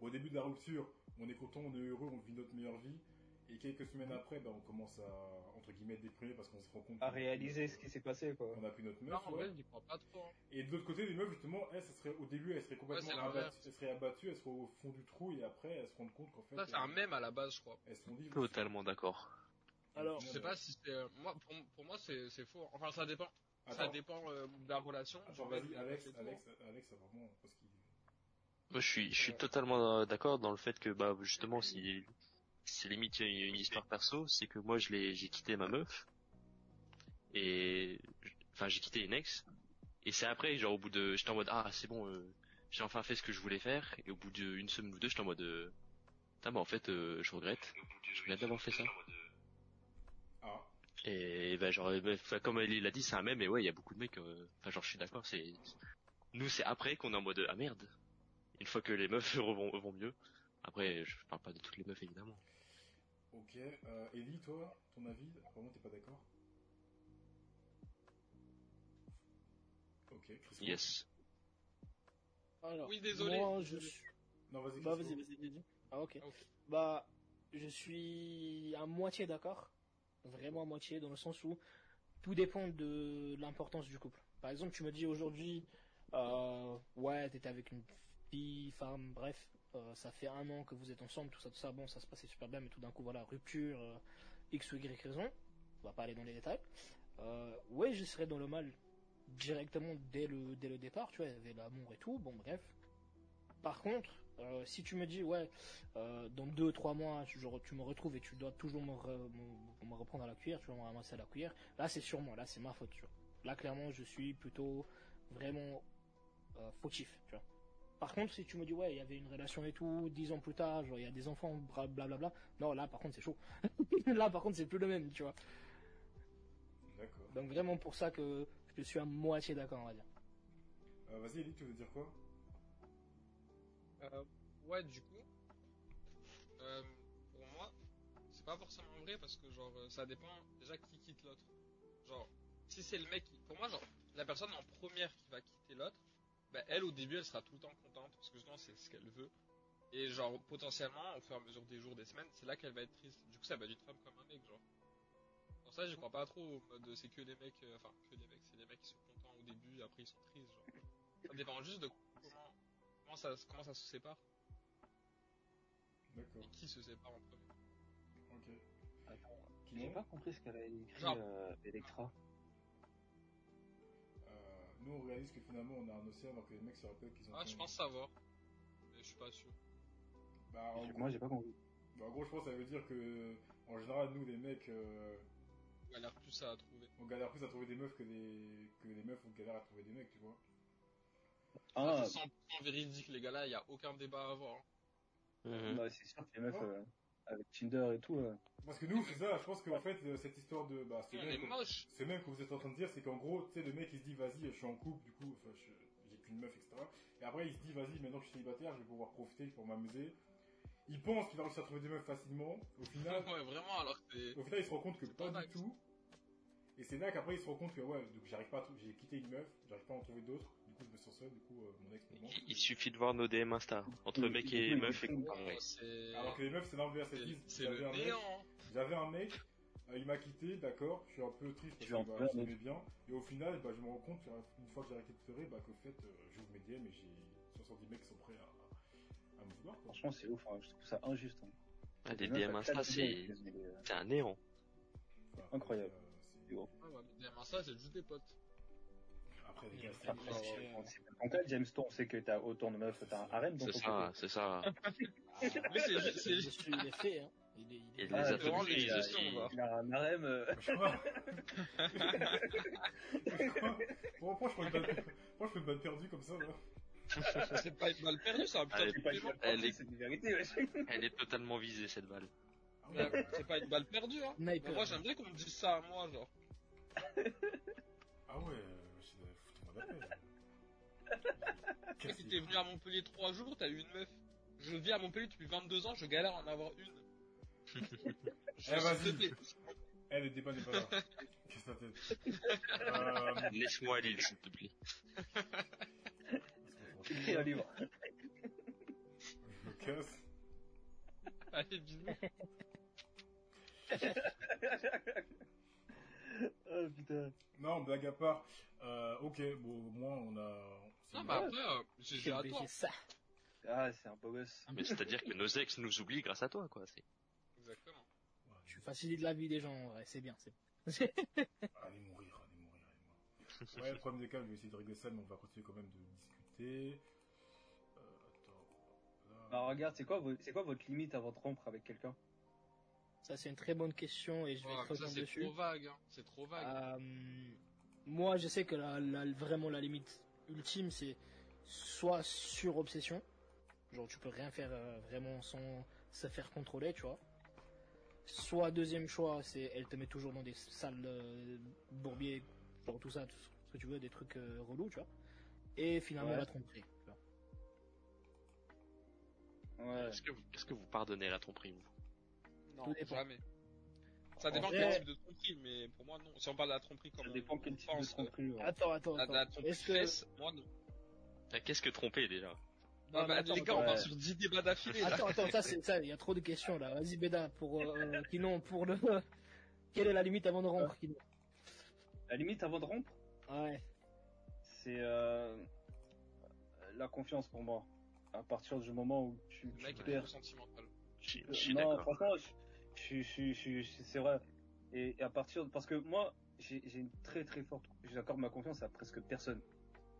B: au début de la rupture, on est content, on est heureux, on vit notre meilleure vie, Et quelques semaines après, bah, on commence à, entre guillemets, déprimer parce qu'on se rend compte
E: à
B: qu'on-
E: réaliser ce qui s'est passé, quoi.
B: qu'on a plus notre
A: Non,
B: meuf.
A: en
B: ouais.
A: vrai, j'y crois pas trop. hein.
B: Et de l'autre côté, les meufs, justement, elles, ça serait, au début, elles seraient complètement
A: c'est l'inverse.
B: abattues, elles seraient abattues, elles seraient au fond du trou, et après, elles se rendent compte qu'en fait,
A: Ça, c'est un
B: elles-
A: mème à la base, je crois.
B: elles se sont dit,
C: Totalement d'accord.
D: Alors,
A: Je sais pas si c'est. euh, Moi, pour, pour moi, c'est c'est faux. Enfin, ça dépend. Ça
B: Attends,
A: dépend euh, de la relation.
B: attends,
A: Bah,
B: vas-y,
A: c'est-
B: Alex,
A: c'est tout,
B: Alex, Alex, ça vraiment, parce qu'il,
C: Moi, je suis, je suis
B: Ouais.
C: totalement euh, d'accord dans le fait que, bah, justement, si, c'est limite une une histoire perso, c'est que moi, je l'ai, j'ai quitté ma meuf. Et, je- enfin, j'ai quitté une ex. Et c'est après, genre, au bout de, j'étais en mode, ah, c'est bon, euh, j'ai enfin fait ce que je voulais faire. Et au bout d'une semaine ou deux, j'étais en mode, euh, putain, bah, en fait, euh, je regrette. Je regrette d'avoir fait ça.
B: ah,
C: Et, bah, genre, euh, bah, enfin, comme Ellie l'a dit, c'est un même, et ouais, il y a beaucoup de mecs, euh, enfin, genre, je suis d'accord, c'est, nous, c'est après qu'on est en mode, ah merde. Une fois que les meufs vont, vont mieux. Après, je parle pas de toutes les meufs, évidemment.
B: ok, euh, Ellie, toi, ton avis, vraiment, t'es pas d'accord? Ok, Christo.
C: Yes.
D: alors,
A: Oui, désolé.
D: Moi, je suis-
B: Non, vas-y,
D: Bah,
B: Christo.
D: vas-y, vas-y, vas-y. Ah, ok.
A: Ok.
D: Bah, je suis à moitié d'accord. Vraiment à moitié, dans le sens où tout dépend de l'importance du couple. Par exemple, tu me dis aujourd'hui, euh, ouais, t'étais avec une fille, femme, bref, euh, ça fait un an que vous êtes ensemble, tout ça, tout ça, bon, ça se passait super bien, mais tout d'un coup, voilà, rupture, euh, X ou Y raison. On va pas aller dans les détails. Euh, ouais, je serais dans le mal directement dès le, dès le départ, tu vois, il y avait l'amour et tout, bon, bref. Par contre, euh, si tu me dis, ouais, euh, dans deux, trois mois, je re- tu me retrouves et tu dois toujours me, re- me- me reprendre à la cuillère, tu vas me ramasser à la cuillère, là c'est sur moi, là c'est ma faute, tu vois. Là clairement, je suis plutôt vraiment euh, fautif, tu vois. Par contre, si tu me dis, ouais, il y avait une relation et tout, dix ans plus tard, genre, il y a des enfants, bla bla bla, bla. non, là par contre c'est chaud. là par contre c'est plus le même, tu vois.
B: D'accord.
D: Donc vraiment pour ça que je suis à moitié d'accord, on va dire.
B: Euh, vas-y, Ellie, tu veux dire quoi?
A: Euh, ouais, du coup, euh, pour moi, c'est pas forcément vrai parce que genre euh, ça dépend déjà qui quitte l'autre. Genre, si c'est le mec, qui- pour moi, genre la personne en première qui va quitter l'autre, bah, elle au début elle sera tout le temps contente parce que justement c'est ce qu'elle veut. Et genre potentiellement au fur et à mesure des jours, des semaines, c'est là qu'elle va être triste. Du coup ça va être une femme comme un mec genre. Pour ça je crois pas trop au mode c'est que les mecs, euh, enfin que les mecs, c'est les mecs qui sont contents au début, après ils sont tristes genre. Ça dépend juste de comment, comment ça, comment ça se sépare.
B: D'accord,
A: Et qui se sépare en premier
B: ok.
E: J'ai
B: Non.
E: pas compris ce qu'elle a écrit,
A: Genre.
E: euh, Electra.
B: Euh, nous, on réalise que finalement, on a un océan alors que les mecs se rappellent qu'ils ont.
A: Ah, je
B: un-
A: pense savoir. Mais je suis pas sûr.
B: Bah,
A: Ah,
B: en, gros,
E: Moi, j'ai pas compris.
B: bah, en gros, je pense que ça veut dire que, en général, nous, les mecs, euh,
A: Il a l'air plus à trouver.
B: on galère plus à trouver des meufs que les, que les meufs, on galère à trouver des mecs, tu vois.
A: Ah,
E: Ah,
A: c'est 100% véridique, les gars. Là, il a aucun débat à avoir. hein.
C: Mhm.
E: bah, c'est sûr que les
A: Oh.
E: meufs, euh, avec Tinder et tout, euh,
B: Parce que nous, c'est ça, je pense qu'en fait, euh, cette histoire de. Bah, ce
A: On est
B: mec,
A: moche.
B: ce mec que vous êtes en train de dire, c'est qu'en gros, tu sais, le mec, il se dit, vas-y, je suis en couple, du coup, enfin, je- j'ai qu'une meuf, etc. Et après, il se dit, vas-y, maintenant que je suis célibataire, je vais pouvoir profiter pour m'amuser. Il pense qu'il va réussir à trouver des meufs facilement. Au final,
A: ouais, vraiment, alors que c'est.
B: Au final, il se rend compte que
A: C'est
B: pas
A: pas
B: du
A: mal.
B: tout. Et c'est là qu'après, il se rend compte que ouais, donc j'arrive pas, à trou- j'ai quitté une meuf, j'arrive pas à en trouver d'autres. Du coup, je me sens seul. Du coup, euh, mon ex me manque.
C: Il, il suffit de voir nos DM Insta. Entre
E: Oui,
C: mecs
E: oui,
C: et
E: oui,
C: meufs et
E: oui.
C: compagnons.
A: Oh, C'est.
B: Ah Alors que les meufs, c'est l'inverse. Elles
A: c'est-
B: disent,
A: C'est
B: J'avais
A: le
B: un mec,
A: néant. hein.
B: j'avais un mec, euh, il m'a quitté, d'accord. Je suis un peu triste parce
E: Tu es en
B: que bah,
E: pleurs,
B: je
E: mec.
B: l'aimais bien. Et au final, bah, je me rends compte euh, une fois que j'ai arrêté de pleurer, bah, qu'au fait, euh, j'ouvre mes DM et j'ai 70 mecs qui sont prêts à, à me vouloir. quoi.
E: franchement, c'est ouf, hein, je trouve ça injuste. hein.
C: Ah, les
E: Les meufs,
C: DM
E: elles
C: Insta,
E: tapent
C: c'est,
E: dedans, mais, euh,
C: c'est un néant.
B: Enfin,
E: Incroyable.
B: euh,
E: c'est ouf.
A: Ouais, ouais, mais derrière ça, c'est juste des potes.
B: c'est- Après, les
D: Il
B: gars,
D: a
B: c'est-
D: fait
E: Après,
D: Parce
E: euh,
D: que-
E: on sait pas. quand t'as James Tour, on sait que t'as autant de meufs, t'as un harem dans
C: C'est
E: ton
C: ça,
E: couple.
C: c'est ça.
A: Mais
E: Ah,
A: c'est juste.
D: Je
A: c'est-
D: suis- il est fait, hein. Il est- il est-
C: Et les
E: Ah,
C: appels
A: vraiment,
C: prises
A: les
C: aussi.
A: questions,
E: Il a un harem, euh,
B: Je crois. Pourquoi je prends une balle- pourquoi je fais une balle perdue comme ça là
A: C'est pas une balle perdue, c'est un putain
C: Allez,
A: de
E: c'est pas une
A: compliment.
C: Elle est-
E: c'est une vérité, ouais.
C: Elle est totalement visée, cette balle.
B: Ah
A: Ouais, C'est pas une balle perdue, hein.
D: Sniper.
A: Moi, j'aime bien qu'on me dise ça à moi, genre.
B: Ah ouais, euh, je suis foutu-moi de la paix, là.
A: Tu sais, si t'es venu à Montpellier 3 jours, t'as eu une meuf. Je vis à Montpellier depuis 22 ans, je galère à en avoir une. Je
B: Eh, vas-y.
A: suis sauté.
B: Eh, le débat n'est pas là. Qu'est-ce que t'as tête euh...
C: Laisse-moi à Lille, s'il te plaît.
B: Euh,
E: Écris un livre.
B: Je me casse.
A: Allez, bisous.
E: Ah putain.
B: Non, blague à part. Euh, ok, bon, au moins on a. c'est
A: Non, mais
B: bien.
E: bah.
A: après, euh, j'ai j'ai à
D: J'ai
A: toi.
D: baisé ça.
E: Ah, c'est un beau gosse.
C: Mais c'est-à-dire que nos ex nous oublient grâce à toi, quoi. C'est-
A: Exactement.
D: Tu facilites la vie des gens, ouais, c'est bien. c'est-
B: Allez mourir, allez mourir, allez mourir. Ouais, le problème des câbles, je vais essayer de régler ça, mais on va continuer quand même de discuter. Euh, attends.
E: Alors
B: Là.
E: Bah, regarde, c'est quoi, vo- c'est quoi votre limite avant de rompre avec quelqu'un
D: Ça, c'est une très bonne question et je vais
A: Voilà,
D: te
A: Oh, ça,
D: répondre
A: c'est
D: dessus.
A: trop vague. hein. C'est trop vague.
D: Euh, moi, je sais que la, la- vraiment la limite ultime, c'est soit sur obsession, genre tu peux rien faire euh, vraiment sans se faire contrôler, tu vois. Soit deuxième choix, c'est elle te met toujours dans des salles euh, bourbiers, genre tout ça, tout ce que tu veux, des trucs euh, relous, tu vois. Et finalement
E: Ouais.
D: la tromperie. tu vois.
E: Ouais.
C: Est-ce que, vous- est-ce que vous pardonnez la tromperie, vous
A: Non,
D: Tout dépend.
A: jamais. Ça
E: En
A: dépend
D: vrai-
A: quel type de tromperie, mais pour moi, non. Si on parle de la tromperie comme
E: Ça
A: on
E: dépend quel type de hein.
A: pense, euh,
E: tromperie. ouais.
D: Attends, attends,
A: la, la
D: attends.
A: tromperie
D: Est-ce que
A: fesse, moi, non.
C: Ah, Qu'est-ce que tromper déjà
D: Non,
A: Ah bah,
D: mais attends,
A: les gars,
D: attends.
A: on part
E: ouais.
A: sur 10 débats d'affilée. là.
D: Attends, attends, ça, c'est ça, il y a trop de questions là. Vas-y, Béda, pour. Euh, Kinon, pour le. Quelle est la limite avant de rompre, Kinon
E: La limite avant de rompre,
D: Ouais.
E: c'est euh, la confiance pour moi. À partir du moment où tu,
A: Le
E: tu
A: mec est
E: perds
A: trop sentimental.
C: Je suis-
E: Euh,
C: je suis
E: non,
C: d'accord.
E: franchement, je, je, je, je- je- c'est vrai. Et, et à partir, parce que moi, j'ai j'ai une très très forte, j'accorde ma confiance à presque personne.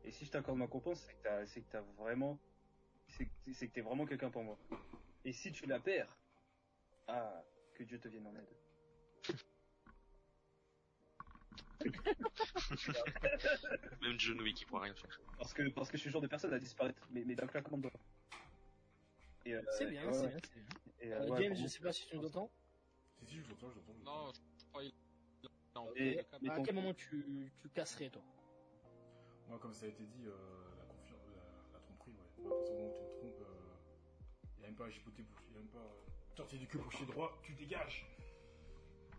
E: Et si je t'accorde ma confiance, c'est que t'as- c'est que t'as vraiment, c'est que c'est que t'es vraiment quelqu'un pour moi. Et si tu la perds, ah, que Dieu te vienne en aide.
C: Même John Wick, il pourra rien faire.
E: Parce que, parce que je suis le genre de personne à disparaître, mais, mais d'un claquement de doigts. Et, euh,
D: C'est
E: et
D: bien,
E: ouais,
D: c'est bien, c'est bien.
E: et,
D: Euh,
E: euh, ouais,
D: James,
E: pour
D: je
E: moi.
D: sais pas si tu nous entends.
B: Si, si, je l'entends, je l'entends. je l'entends.
A: Non, je crois qu'il est en
E: Et- mais
D: à
E: ton-
D: quel moment tu, tu casserais, toi
B: Moi, comme ça a été dit, euh, la, confiance, la, la tromperie, ouais. Moi, à partir du moment où tu me trompes, il a même pas à chipoter pour y a même pas à sortir du cul pour chier droit, tu dégages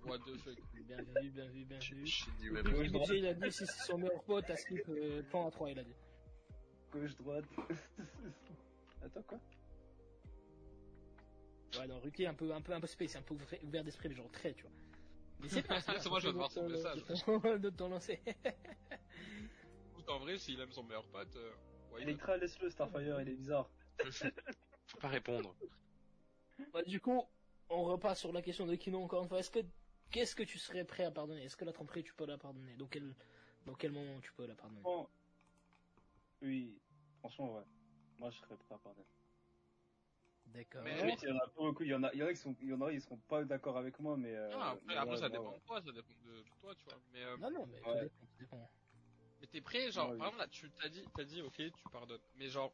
A: What the fuck.
D: Bien vu, bien vu, bien vu.
C: dit
D: Et puis, DJ, il a dit si c'est son meilleur pote, à skip euh, plan à 3, il a dit.
E: Gauche, droite. Attends, quoi?
D: Ouais, non, Ruki, un peu, un peu, un peu space, un peu ouvert, ouvert d'esprit, mais genre très, tu vois. Mais c'est bien, bien,
A: C'est moi, je vais
D: de
A: devoir son
D: t'en-
A: message.
D: De t'en lancer.
A: Écoute, en vrai, s'il aime son meilleur pote, euh, why not
E: Electra, laisse-le, Starfire, il est bizarre.
C: Faut pas répondre.
D: Bah, du coup, on repasse sur la question de Kino encore une fois. Est-ce que, qu'est-ce que tu serais prêt à pardonner Est-ce que la tromperie, tu peux la pardonner Dans quel, dans quel moment tu peux la pardonner
E: Franchement, oui, franchement, ouais. Moi, je serais prêt à pardonner.
D: D'accord.
A: Mais-
E: Après, il y en a pas beaucoup, il y en a, il y en a qui sont, il y en a, ils seront pas d'accord avec moi, mais euh,
A: Non, après,
E: mais
A: après,
E: ouais,
A: ça
E: ouais,
A: dépend
E: ouais.
A: de toi, ça dépend de, de toi, tu vois. Mais, euh,
D: Non, non, mais tout
E: Ouais.
D: dépend, tout dépend.
A: mais t'es prêt, genre,
E: Ouais, oui.
A: par exemple, là, tu t'as dit, t'as dit, ok, tu pardonnes. Mais genre,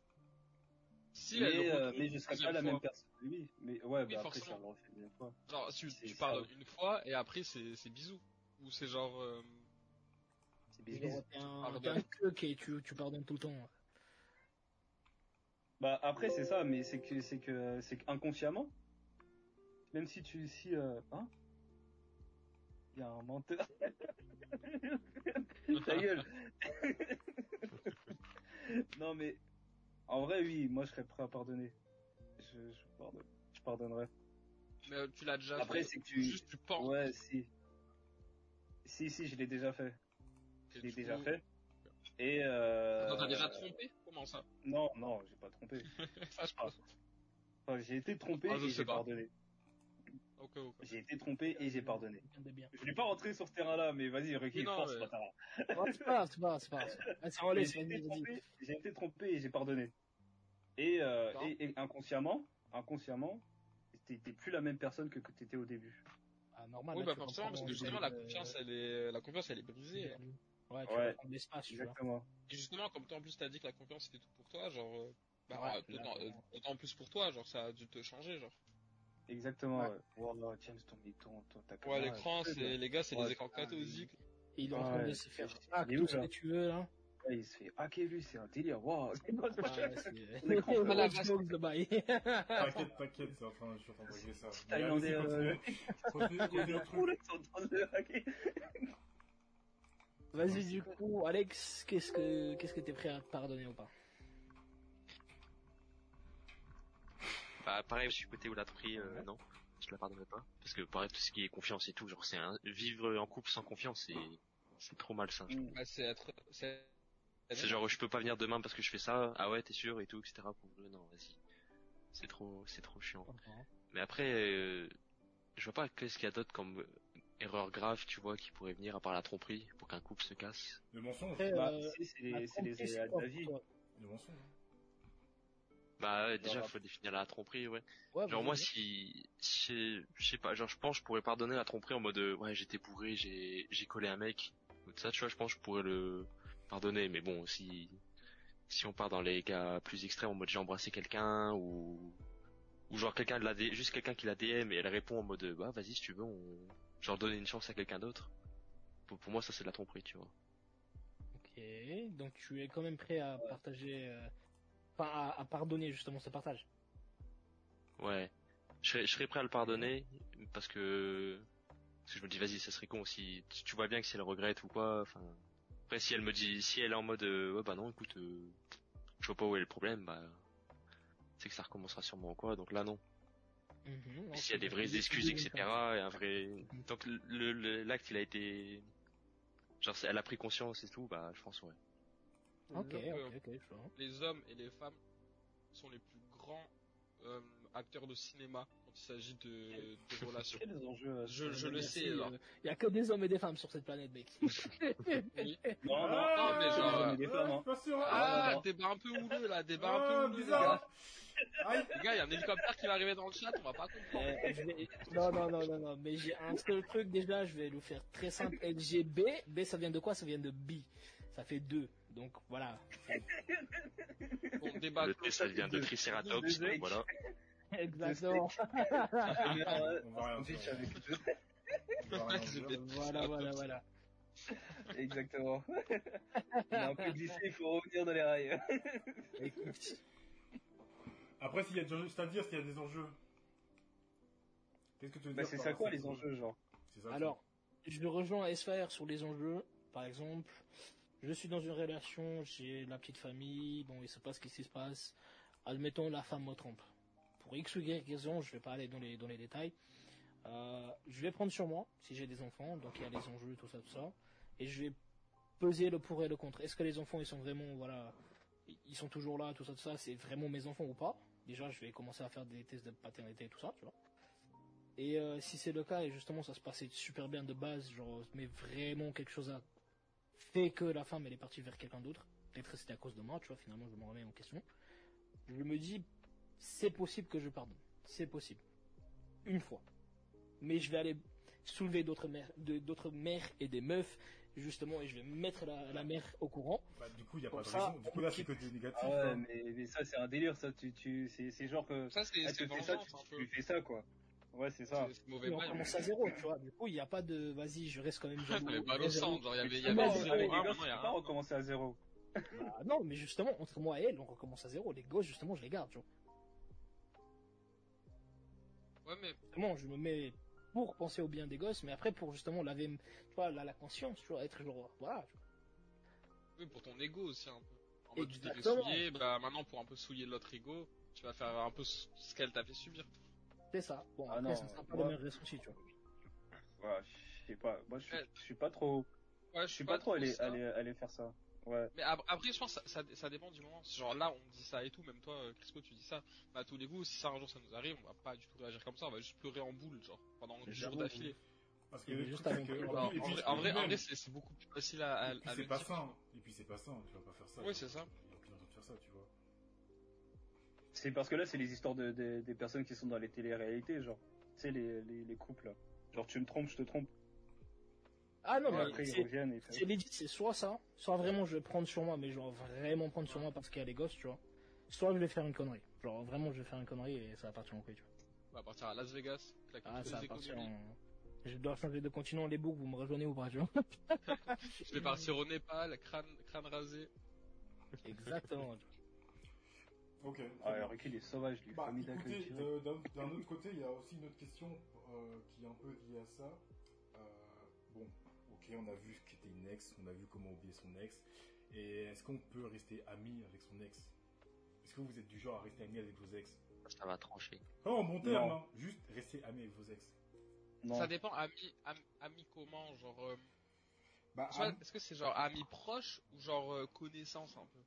A: si elle
E: Mais,
A: le
E: euh,
A: retrouve
E: mais je serais
A: une
E: pas la
A: deuxième
E: même personne que lui. Mais ouais,
A: Oui,
E: bah après,
A: forcément.
E: ça le refait une deuxième fois.
A: fois, Genre, si
E: C'est
A: tu
E: ça.
A: pardonnes une fois, et après, c'est c'est bisous. Ou c'est genre, euh,
E: C'est
D: Genre,
E: business.
D: t'es un,
A: pardonnes.
D: t'es un cuck et tu, tu pardonnes tout le temps.
E: Bah après, c'est ça, mais c'est que, c'est que, c'est qu'inconsciemment, même si tu, si, euh, hein, il y a un menteur. Ta gueule. non mais en vrai oui, moi je serais prêt à pardonner. Je, je, pardonne- je pardonnerais.
A: mais euh, tu l'as déjà
E: Après
A: fait.
E: c'est que tu
A: Ah, Juste, tu penses.
E: ouais si si si je l'ai déjà fait,
A: Et
E: je l'ai
A: du
E: déjà
A: coup-
E: fait. Et euh...
A: Attends, t'as déjà trompé Comment ça
E: non non j'ai pas trompé.
A: Ça, je pense.
E: Enfin, j'ai été trompé
A: Ah, je
E: et
A: sais
E: j'ai
A: pas.
E: pardonné.
A: Ok, ok.
E: J'ai été trompé et j'ai pardonné.
D: Rien Euh, de bien.
E: Je vais pas rentrer sur ce terrain là, mais vas-y Requis,
A: Non,
E: force
A: mais-
E: bâtard.
D: Oh, c'est pas grave, c'est pas grave, c'est pas grave. Vas-y, on
E: Mais
D: laisse,
E: J'ai
D: Ah, vas-y,
E: été
D: vas-y.
E: trompé- j'ai été trompé et j'ai pardonné. Et, euh,
A: D'accord.
E: et, et inconsciemment, inconsciemment, t'es t'es plus la même personne que, que t'étais au début.
D: Ah, normal.
A: Oui,
D: là,
A: bah
D: tu
A: forcément,
D: reprends,
A: parce que
D: euh,
A: justement, la
D: euh,
A: confiance, elle est, la confiance, elle est brisée.
D: Ouais, tu vas
E: Ouais.
D: prendre l'espace, tu vois.
E: Exactement.
A: Et justement, comme toi en plus t'as dit que la confiance c'était tout pour toi, genre, euh, bah,
D: Ouais,
A: euh, d'autant euh, d'autant plus pour toi, genre, ça a dû te changer, genre.
E: Exactement.
D: Ouais.
E: Ouais. Voilà, James, ton ton, ton ta
A: Ouais,
E: caméra,
A: l'écran,
E: elle-
A: c'est, les gars, c'est
E: Ouais,
A: des écrans
E: putain,
A: cathodiques.
D: Et il est en train
E: Ouais.
D: de se faire
E: Il est
D: hack,
E: où,
D: tout ce
E: là
D: que tu veux, hein. là.
E: Ouais, il se fait hacker lui, c'est un délire. Waouh.
D: Ouais, c'est-
E: écran,
D: Orange
A: à la vache.
D: Smoke, le bail.
B: T'inquiète, t'inquiète, c'est en train, je suis en train de régler ça. Mais
E: Thaïlandais,
B: allez,
E: euh,
B: Continue, continue, continue le truc.
E: Oula, ils sont en train de le hacker.
D: Vas-y, du coup, Alex, qu'est-ce que qu'est-ce que t'es prêt à te pardonner ou pas
C: Bah, pareil, je suis côté où la tromperie, euh, non. je la pardonnerai pas. Parce que pareil, tout ce qui est confiance et tout, genre c'est un... vivre en couple sans confiance, c'est c'est trop malsain.
E: Ah
C: je trouve.
D: Euh,
A: Bah, c'est être. C'est
C: C'est genre je peux pas venir demain parce que je fais ça. Ah ouais, t'es sûr et tout, etc. Pour- Non, vas-y. C'est trop, c'est trop chiant. Mais après, euh, je vois pas qu'est-ce qu'il y a d'autre comme euh, erreur grave, tu vois, qui pourrait venir à part la tromperie pour qu'un couple se casse.
B: Le mensonge.
D: Après,
E: Bah,
D: euh,
E: si, c'est
D: la
E: les, c'est les
D: tromperie,
E: aléas de la
D: quoi,
E: vie.
D: pour
B: Le mensonge. hein.
C: Bah ouais, déjà
E: Voilà.
C: faut définir la tromperie, ouais.
D: toi. Ouais,
C: Genre
D: bah,
C: moi
D: ouais.
C: si, si- je sais pas, genre je pense que je pourrais pardonner la tromperie en mode euh, ouais j'étais bourré, j'ai j'ai collé un mec ou de ça, tu vois, je pense que je pourrais le pardonner. Mais bon si si on part dans les cas plus extrêmes en mode j'ai embrassé quelqu'un ou ou genre quelqu'un de la D- juste quelqu'un qui la DM et elle répond en mode euh, bah vas-y si tu veux on genre donner une chance à quelqu'un d'autre. Pour, pour moi ça c'est de la tromperie, tu vois.
D: Ok, donc tu es quand même prêt à partager, euh, enfin à, à pardonner justement ce partage.
C: Ouais. Je serais, je serais prêt à le pardonner parce que parce que je me dis vas-y, ça serait con aussi. Tu, tu vois bien que si elle regrette ou quoi, enfin après si elle me dit si elle est en mode euh, ouais bah non, écoute euh, je vois pas où est le problème, bah c'est que ça recommencera sûrement ou quoi. Donc là non.
D: Mhm,
C: Mais
D: non,
C: s'il y a
D: c'est
C: des
D: bien.
C: vraies
D: C'est
C: excuses
D: bien,
C: etc. et
D: ça.
C: un vrai tant que le- le- l'acte il a été genre c'est- elle a pris conscience et tout, bah je pense ouais.
D: Ok,
A: Euh,
D: ok, ok, je vois.
A: les hommes et les femmes sont les plus grands euh, acteurs de cinéma quand il s'agit de, de relations.
E: Quels enjeux à-
A: Je, je
D: Euh,
A: le
D: merci,
A: sais, genre.
D: euh, Il y a que des hommes et des femmes sur cette planète, mec.
A: Oui.
E: Non, non,
A: non, mais genre,
B: Ah,
E: euh, des
B: ah,
E: flammes,
B: je
E: hein.
B: suis pas sûr.
A: Ah,
E: non.
A: débat un peu houleux là, débat un peu
B: Ah,
A: houleux. les gars.
B: bizarre. Aïe.
A: Les gars, il y a un hélicoptère qui va arriver dans le chat, on va pas comprendre.
D: Euh, je vais- non, non, non, non, non, mais j'ai un seul truc déjà, je vais le faire très simple. LGB, B ça vient de quoi Ça vient de bi. Ça fait deux. Donc voilà.
A: Bon, débat
C: le T ça vient de Triceratops,
E: Deux
C: donc voilà.
D: Exactement.
A: euh,
B: On va rien
E: Bitch
B: dire.
E: avec deux.
B: On va rien dire.
D: voilà, voilà, voilà.
E: Exactement. On a un peu glissé, il faut revenir dans les rails.
D: Écoute,
B: Après, s'il y a des enjeux- c'est-à-dire s'il y a des enjeux. Qu'est-ce que tu veux
E: Bah,
B: dire
E: c'est
B: par
E: ça quoi
B: ces
E: les enjeux, genre
B: C'est ça,
D: Alors, je le rejoins à SFR sur les enjeux. Par exemple, je suis dans une relation, j'ai la petite famille, bon, il se passe ce qui se passe. Admettons, la femme me trompe. Pour X ou Y raison, je vais pas aller dans les, dans les détails. Euh, je vais prendre sur moi, si j'ai des enfants, donc il y a les enjeux, tout ça, tout ça. Et je vais peser le pour et le contre. Est-ce que les enfants, ils sont vraiment, voilà, ils sont toujours là, tout ça, tout ça, c'est vraiment mes enfants ou pas Déjà, je vais commencer à faire des tests de paternité et tout ça, tu vois. Et euh, si c'est le cas, et justement ça se passait super bien de base, genre, mais vraiment quelque chose a fait que la femme elle est partie vers quelqu'un d'autre, peut-être que c'était à cause de moi, tu vois, finalement je me remets en question, je me dis, c'est possible que je pardonne, c'est possible, une fois. Mais je vais aller soulever d'autres mères, de- d'autres mères et des meufs, justement, et je vais mettre la, la mère au courant.
B: Bah, du coup, il n'y a pas
D: Comme
B: de
D: ça, Euh,
B: raison. Du coup, là, c'est que du négatif.
E: Ah ouais,
B: hein.
E: mais, mais ça c'est un délire, ça. Tu, tu, c'est, c'est genre que.
A: Ça, c'est
E: Ah,
A: c'est
E: tu fais ça,
A: vengeance,
E: tu,
A: un
E: tu
A: peu.
E: lui fais ça quoi. Ouais, c'est ça.
A: C'est c'est mauvais
D: Et on
A: bail.
D: commence à zéro, tu vois. Du coup, il n'y a pas de, vas-y, je reste quand même jaloux.
A: Mais pas
D: très jaloux.
A: innocent, genre, il y avait, il y
E: Ah, mais
A: avait
D: Avec-
E: avec les
A: 0, 1,
E: gars,
A: maintenant il y
E: tu peux
A: a
E: pas
A: 1.
E: recommencer à zéro.
D: Bah, non, mais justement, entre moi et elle, on recommence à zéro. Les gauches, justement, je les garde. tu vois.
A: Ouais, mais
D: Justement, je me mets pour penser au bien des gosses, mais après pour justement laver, tu vois, la, la conscience, tu vois, être genre, voilà. tu vois.
A: oui, pour ton ego aussi, un peu. En mode, tu t'es fait
D: Exactement.
A: souiller, bah maintenant pour un peu souiller l'autre ego, tu vas faire un peu ce ce qu'elle t'a fait subir.
D: C'est ça. Bon,
E: Ah
D: après,
E: non,
D: ça ne sera pas
E: moi-
D: le même ressenti, tu vois.
E: Ouais, je sais pas. Moi, je suis,
A: Ouais.
E: je suis pas trop.
A: Ouais,
E: Je suis pas trop allé,
A: ça.
E: allé, allé faire ça. Ouais.
A: Mais ap- après, je pense que ça, ça, ça dépend du moment. Genre là, on dit ça et tout, même toi, euh, Crisco, tu dis ça. Mais à tous les coups, si ça un jour ça nous arrive, on va pas du tout réagir comme ça, on va juste pleurer en boule, genre, pendant 10
D: Mais
A: jours
D: j'avoue,
A: d'affilée.
B: Parce que
D: Il est
B: le truc,
D: juste
B: c'est
D: avant
B: que-
D: de-
B: et
A: Alors,
B: puis- et
A: Bah, en
B: puis-
A: vrai, en vrai, en
B: même,
A: vrai, c'est c'est beaucoup plus facile à, à,
B: et puis,
A: à
B: c'est
A: le
B: pas
A: dire.
B: sain. Et puis, c'est pas sain. Tu vas pas faire ça.
A: Ouais,
B: quoi.
A: c'est ça.
B: Il y a aucune raison de faire ça, tu vois.
E: C'est parce que là, c'est les histoires de, de- des personnes qui sont dans les télé-réalités, genre. Tu sais, les, les, les couples. là. Genre, tu me trompes, je te trompe.
D: Ah non,
E: Et
A: Ouais,
D: mais
E: après, ils
D: c'est-
E: reviennent. Et... ils font-
D: c'est legit, c'est soit ça, soit vraiment je vais prendre sur moi, mais genre vraiment prendre sur moi parce qu'il y a les gosses, tu vois. Soit je vais faire une connerie. Genre vraiment, je vais faire une connerie et ça va partir en couille, tu vois.
A: On va partir à Las Vegas, claquer
D: Ah,
A: tous
D: ça
A: les
D: va
A: économies.
D: partir
E: hein.
D: en... Je dois changer de continent, les boucs, vous me rejoignez ou pas, tu vois
A: Je vais partir au Népal, crâne, crâne rasé.
D: Exactement.
B: Ok. très
E: Ah,
B: bien.
E: alors, qu'il est sauvage, lui.
B: Bah,
E: Famille d'accueil,
B: écoutez,
E: tu vois.
B: de- d'un d'un autre côté, il y a aussi une autre question euh, qui est un peu liée à ça. Euh, bon, ok, on a vu ce qu'était une ex, on a vu comment oublier son ex. Et est-ce qu'on peut rester ami avec son ex Est-ce Est-ce que vous êtes du genre à rester ami avec vos ex
C: Ça va trancher.
B: Pas en bon terme,
E: Non.
B: hein. Juste rester ami avec vos ex.
E: Non.
A: Ça dépend, ami, ami, ami comment, genre. euh,
B: Bah,
A: tu vois,
B: ami-
A: Est-ce que c'est genre ami proche ou genre euh, connaissance un peu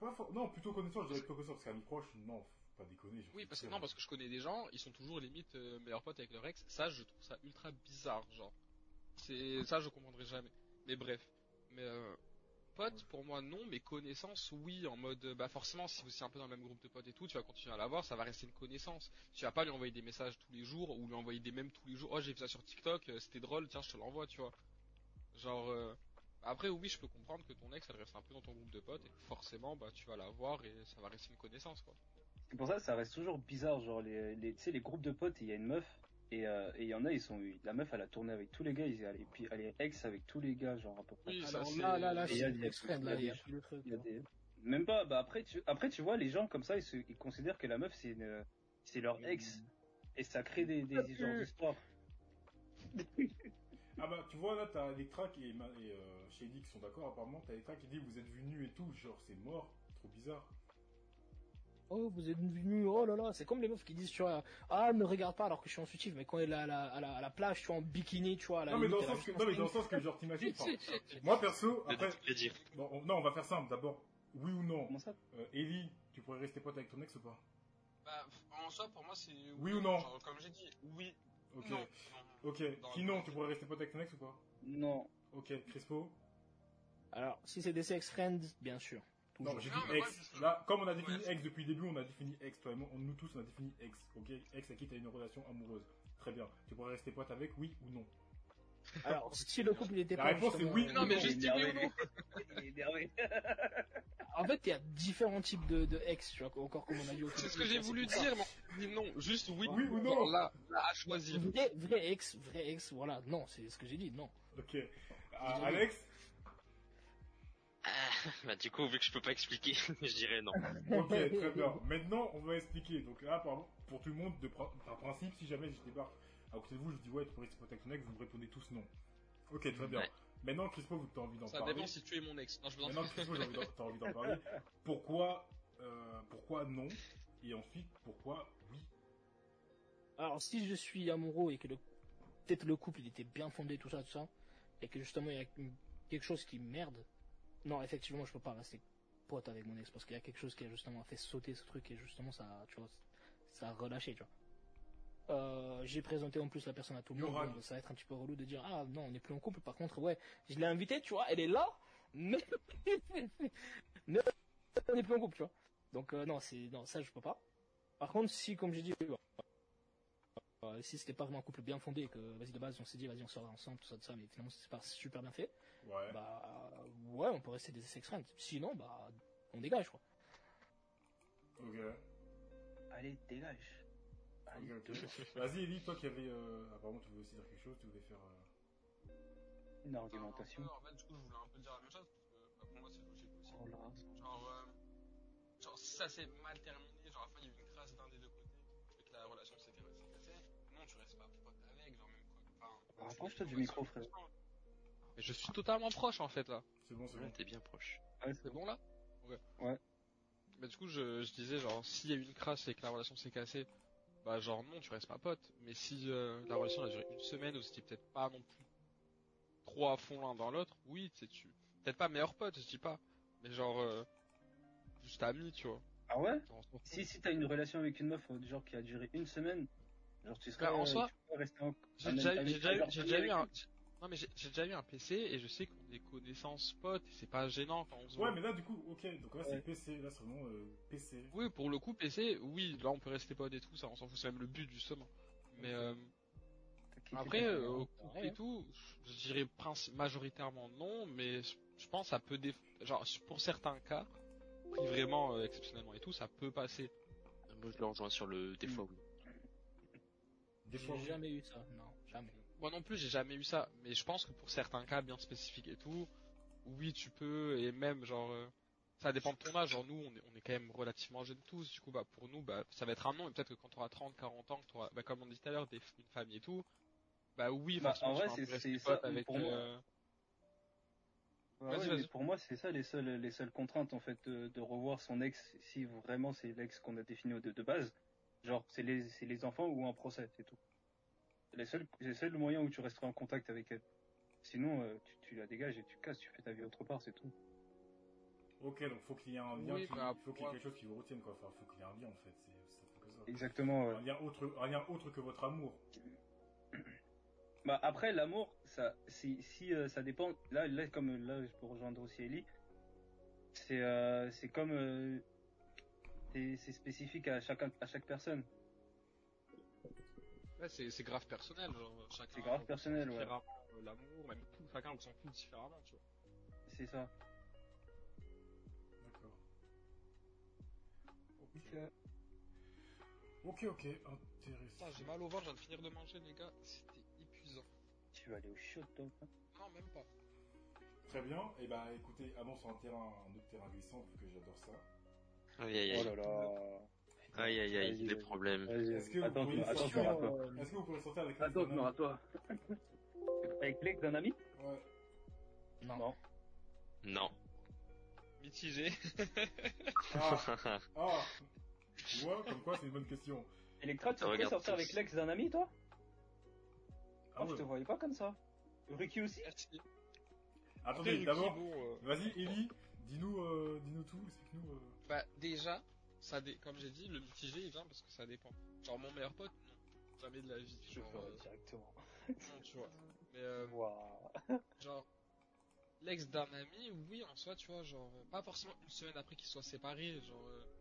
B: pas for- non, plutôt connaissance, je dirais plutôt connaissance, parce qu'ami proche, non, faut pas déconner. je
A: Oui, parce que
B: sais
A: non,
B: pas.
A: parce que je connais des gens, ils sont toujours limite euh, meilleurs potes avec leur ex. Ça, je trouve ça ultra bizarre, genre. C'est ça, je comprendrai jamais. Mais bref, mais euh, potes pour moi non, mais connaissance oui, en mode euh, bah forcément si vous êtes un peu dans le même groupe de potes et tout, tu vas continuer à l'avoir, ça va rester une connaissance. Tu vas pas lui envoyer des messages tous les jours ou lui envoyer des mèmes tous les jours. Oh j'ai vu ça sur TikTok, euh, c'était drôle, tiens je te l'envoie, tu vois. Genre euh, après oui, je peux comprendre que ton ex elle reste un peu dans ton groupe de potes et forcément bah tu vas la voir et ça va rester une connaissance quoi.
E: C'est pour ça que ça reste toujours bizarre, genre les, les, tu sais, les groupes de potes, il y a une meuf, et euh, et il y en a, ils sont, la meuf, elle a tourné avec tous les gars, ils- elle- et puis elle est ex avec tous les gars, genre à peu près.
A: Oui, ça,
D: Alors
A: c'est-
D: là, là, là,
E: Et il y a
D: c'est
E: des-
D: extrême,
E: il y a
D: là, il y a
E: des-
D: plus de truc.
E: Il y a
D: quoi.
E: des- Même pas, bah après tu, après tu vois, les gens comme ça, ils, se- ils considèrent que la meuf, c'est une... c'est leur ex, et ça crée des, des, des genres d'histoires.
B: Ah bah, tu vois, là, t'as Electra qui est ma- et euh, Shady qui sont d'accord, apparemment. T'as Electra qui dit, vous êtes venus et tout, genre, c'est mort. Trop bizarre.
D: Oh, vous êtes venus, oh là là, c'est comme les meufs qui disent, tu vois, ah, elle me regarde pas alors que je suis en soutif, mais quand elle est à la, à la, à la plage, tu vois, en bikini, tu vois, à la
B: Non, mais dans le
D: limite, elle
B: sens que, non,
D: a juste
B: mais
D: un
B: dans le
D: string.
B: sens que, genre, t'imagines, enfin, moi, perso, après,
C: Je vais dire.
B: bon, on- non, on va faire simple, d'abord. Oui ou non,
E: Comment ça
B: euh, Ellie, tu pourrais rester pote avec ton ex ou pas
A: Bah, en soi, pour moi, c'est.
B: Oui ou non
A: Genre, Comme j'ai dit, oui.
B: Ok.
A: Non. non.
B: Ok.
A: Dans-
B: Sinon, tu pourrais rester pote avec ton ex ou pas
E: Non.
B: Ok, Crispo.
D: Alors, si c'est des sex friends, bien sûr.
B: Non,
D: Toujours.
B: j'ai
A: Non,
B: dit
A: mais moi,
B: ex.
A: je-
B: Là, comme on a défini
A: Ouais.
B: ex depuis le début, on a défini ex. Toi et moi, on- nous tous, on a défini ex. Ok, ex à qui t'as une relation amoureuse. Très bien. Tu pourrais rester pote avec, oui ou non
D: Alors, si le couple il était
B: La
D: pas.
B: réponse est
D: justement,
B: oui.
D: euh,
A: Non, mais
E: Il est
A: juste dis oui ou
E: énervé.
A: non.
E: Il est énervé.
D: En fait, il y a différents types de, de ex, tu vois, encore comme on a dit au
A: C'est ce
D: début,
A: que j'ai
D: ça,
A: voulu
D: c'est pour ça.
A: dire, mais non, juste oui,
B: Oui ou non
A: Genre, Là, là, à choisir.
D: Vrai, vrai ex, vrai ex, voilà, non, c'est ce que j'ai dit, non.
B: Ok. Ah, Alex
C: Bah, du coup, vu que je peux pas expliquer, je dirais non.
B: Ok, très bien. Maintenant, on va expliquer. Donc là, par, pour tout le monde, de prin- par principe, si jamais je débarque à côté de vous, je dis ouais, tu pourrais rester pote avec ton ex, vous me répondez tous non. Ok, très bien.
C: Ouais.
B: Maintenant, Crispo, vu que t'as envie d'en
A: Ça
B: parler.
A: dépend si tu es mon ex. Non, je me
B: Maintenant, Crispo, j'ai envie d'en- t'as envie d'en parler. Pourquoi, euh, pourquoi non Et ensuite, pourquoi oui
D: Alors, si je suis amoureux et que le, peut-être le couple il était bien fondé, tout ça, tout ça, et que justement il y a quelque chose qui merde, non, effectivement, je peux pas rester pote avec mon ex parce qu'il y a quelque chose qui a justement fait sauter ce truc et justement ça, tu vois, ça a relâché, tu vois. Euh, j'ai présenté en plus la personne à tout le monde,
B: Yoran.
D: donc ça va être un petit peu relou de dire ah non, on n'est plus en couple, par contre, ouais, je l'ai invitée, tu vois, elle est là, mais, mais on n'est plus en couple, tu vois. Donc, euh, non, c'est, non, ça je peux pas. Par contre, si, comme j'ai dit, euh, si c'était pas vraiment un couple bien fondé et que vas-y de base on s'est dit vas-y on sort ensemble tout ça tout ça mais finalement c'est pas super bien fait
B: Ouais.
D: bah ouais on peut rester des sex friends sinon bah on dégage quoi
B: Ok.
E: Allez, dégage. Allez,
B: Ok, ok.
E: dégage.
B: Vas-y, Ellie, toi qui avais. euh, apparemment, tu voulais aussi dire quelque chose, tu voulais faire. euh,
E: Une argumentation.
A: En fait, du coup, je voulais un peu dire la même chose, parce que bah, pour moi, c'est logique aussi.
E: Oh là.
A: Genre, euh, genre, si ça s'est mal terminé, genre, à la fin, il y a eu une crasse d'un des deux côtés, et que la relation s'est s'est cassée, non, tu restes pas pote avec, genre, même quoi.
B: Bah,
A: Enfin,
E: Rapproche-toi du micro, frère.
A: Mais je suis totalement proche, en fait, là.
B: C'est bon, c'est
C: Ouais,
B: bon.
C: T'es bien proche.
E: Ouais,
A: C'est bon là Ouais.
E: Ouais.
A: Bah du coup je, je disais genre s'il y a eu une crasse et que la relation s'est cassée, bah genre non tu restes ma pote. Mais si euh, la relation a duré une semaine ou c'était peut-être pas non plus trop à fond l'un dans l'autre, oui tu sais, tu peut-être pas meilleur pote je dis pas, mais genre euh, juste ami tu vois.
E: Ah ouais
A: Genre, on s'en fout.
E: Si, si t'as une relation avec une meuf, euh, genre qui a duré une semaine, genre tu serais.
A: Bah, en
E: euh,
A: soi,
E: tu pourrais rester en.
A: J'ai
E: un-
A: déjà,
E: un-
A: j'ai déjà eu,
E: un-
A: j'ai déjà eu un. j'ai- Non mais j'ai j'ai déjà eu un PC et je sais qu'on est connaissances potes et c'est pas gênant quand on se voit.
B: Ouais, mais là, du coup, ok. Donc là, c'est
E: Ouais.
B: PC. Là, c'est vraiment euh, PC.
A: Oui, pour le coup, PC, oui, là on peut rester potes et tout, ça on s'en fout, c'est même le but justement. Mais euh,
E: T'as quitté
A: après,
E: ta
A: euh,
E: femme.
A: au couple et tout, je je dirais princi- majoritairement non, mais je- je pense que ça peut. dé- Genre, pour certains cas, pris vraiment euh, exceptionnellement et tout, ça peut passer.
C: Ah, Moi, je le rejoins sur le des fois oui.
B: Des fois,
D: j'ai
B: oui.
D: jamais eu ça non jamais
A: Moi non plus, j'ai jamais eu ça, mais je pense que pour certains cas bien spécifiques et tout, oui, tu peux, et même genre. euh, ça dépend de ton âge, genre nous on est, on est quand même relativement jeunes tous, du coup bah pour nous bah ça va être un non, et peut-être que quand t'auras 30, 40 ans, que t'auras, bah comme on dit tout à l'heure, des, une famille et tout, bah oui,
E: Bah,
A: forcément
E: en vrai,
A: tu vas
E: c'est-
A: rester
E: c'est ça,
A: pote avec
E: pour moi.
A: euh,
E: Ouais,
A: Vas-y,
E: ouais, mais
A: vas-y.
E: pour moi, c'est ça les seules, les seules contraintes en fait de, de revoir son ex si vraiment c'est l'ex qu'on a défini au- de, de base. Genre, c'est les, c'est les enfants ou un procès, c'est tout. C'est Les seuls, c'est le seul moyen où tu resteras en contact avec elle. Sinon, euh, tu, tu la dégages et tu casses, tu fais ta vie autre part, c'est tout.
B: Ok, donc faut qu'il y ait un lien,
A: Oui,
B: qui-
A: mais à
B: il faut qu'il y ait
A: point.
B: quelque chose qui vous retienne, quoi. Enfin, faut qu'il y ait un lien, en fait. C'est c'est simple que ça.
E: Exactement. ouais.
B: Un lien autre, ah, un lien autre que votre amour.
E: Bah après l'amour, ça, si, si euh, ça dépend. Là, là comme là, je peux rejoindre aussi Ellie. C'est, euh, c'est comme, euh, c'est c'est spécifique à chacun, à chaque personne.
A: Ouais, c'est c'est grave personnel, genre, chacun.
E: C'est grave personnel, ouais.
A: différemment, euh, L'amour, même tout, chacun le s'en fout différemment, tu vois.
E: C'est ça.
B: D'accord. Ok. Ok, ok, intéressant.
A: Putain, Ah, j'ai mal au ventre, je viens de finir de manger, les gars, c'était épuisant.
E: Tu vas aller au shot, toi. hein.
A: Non, même pas.
B: Très bien. Et bah, écoutez, allons sur un terrain, un autre terrain glissant, vu que j'adore ça.
C: Aïe aïe
E: Oh
C: aïe.
E: là là.
C: Aïe aïe aïe,
E: Vas-y,
C: des
E: vas-y.
C: problèmes.
B: Est-ce que vous
E: Attends,
B: pouvez
E: je me- attends, je me
B: sortir,
E: rappelle.
B: Est-ce que vous pouvez sortir avec
E: Attends, je me
B: Alexandre
E: rappelle.
B: euh,
E: Avec l'ex d'un ami
B: Ouais.
D: Non.
E: Non.
C: Non.
A: Mitigé.
B: Ah, ah. Tu vois, comme quoi, c'est une bonne question.
E: Electra, tu
C: Attends,
E: pourrais
C: regarde
E: sortir
C: tous.
E: avec l'ex d'un ami, toi
B: Ah
E: Oh, je
B: ouais.
E: te voyais pas comme ça. Ricky aussi
A: Merci. Après,
B: Attendez,
A: Ruki,
B: d'abord,
A: bon, euh,
B: vas-y, Ellie, dis-nous, euh, dis-nous tout, explique-nous. euh.
A: Bah déjà, ça dé... comme j'ai dit, le mitigé il vient parce que ça dépend. Genre mon meilleur pote, non, jamais de la vie.
E: Je
A: Genre,
E: ferai
A: euh,
E: directement.
A: non, tu vois. Mais euh,
E: Waouh.
A: genre l'ex d'un ami, oui en soi, tu vois, genre euh, pas forcément une semaine après qu'ils soient séparés, genre. Euh...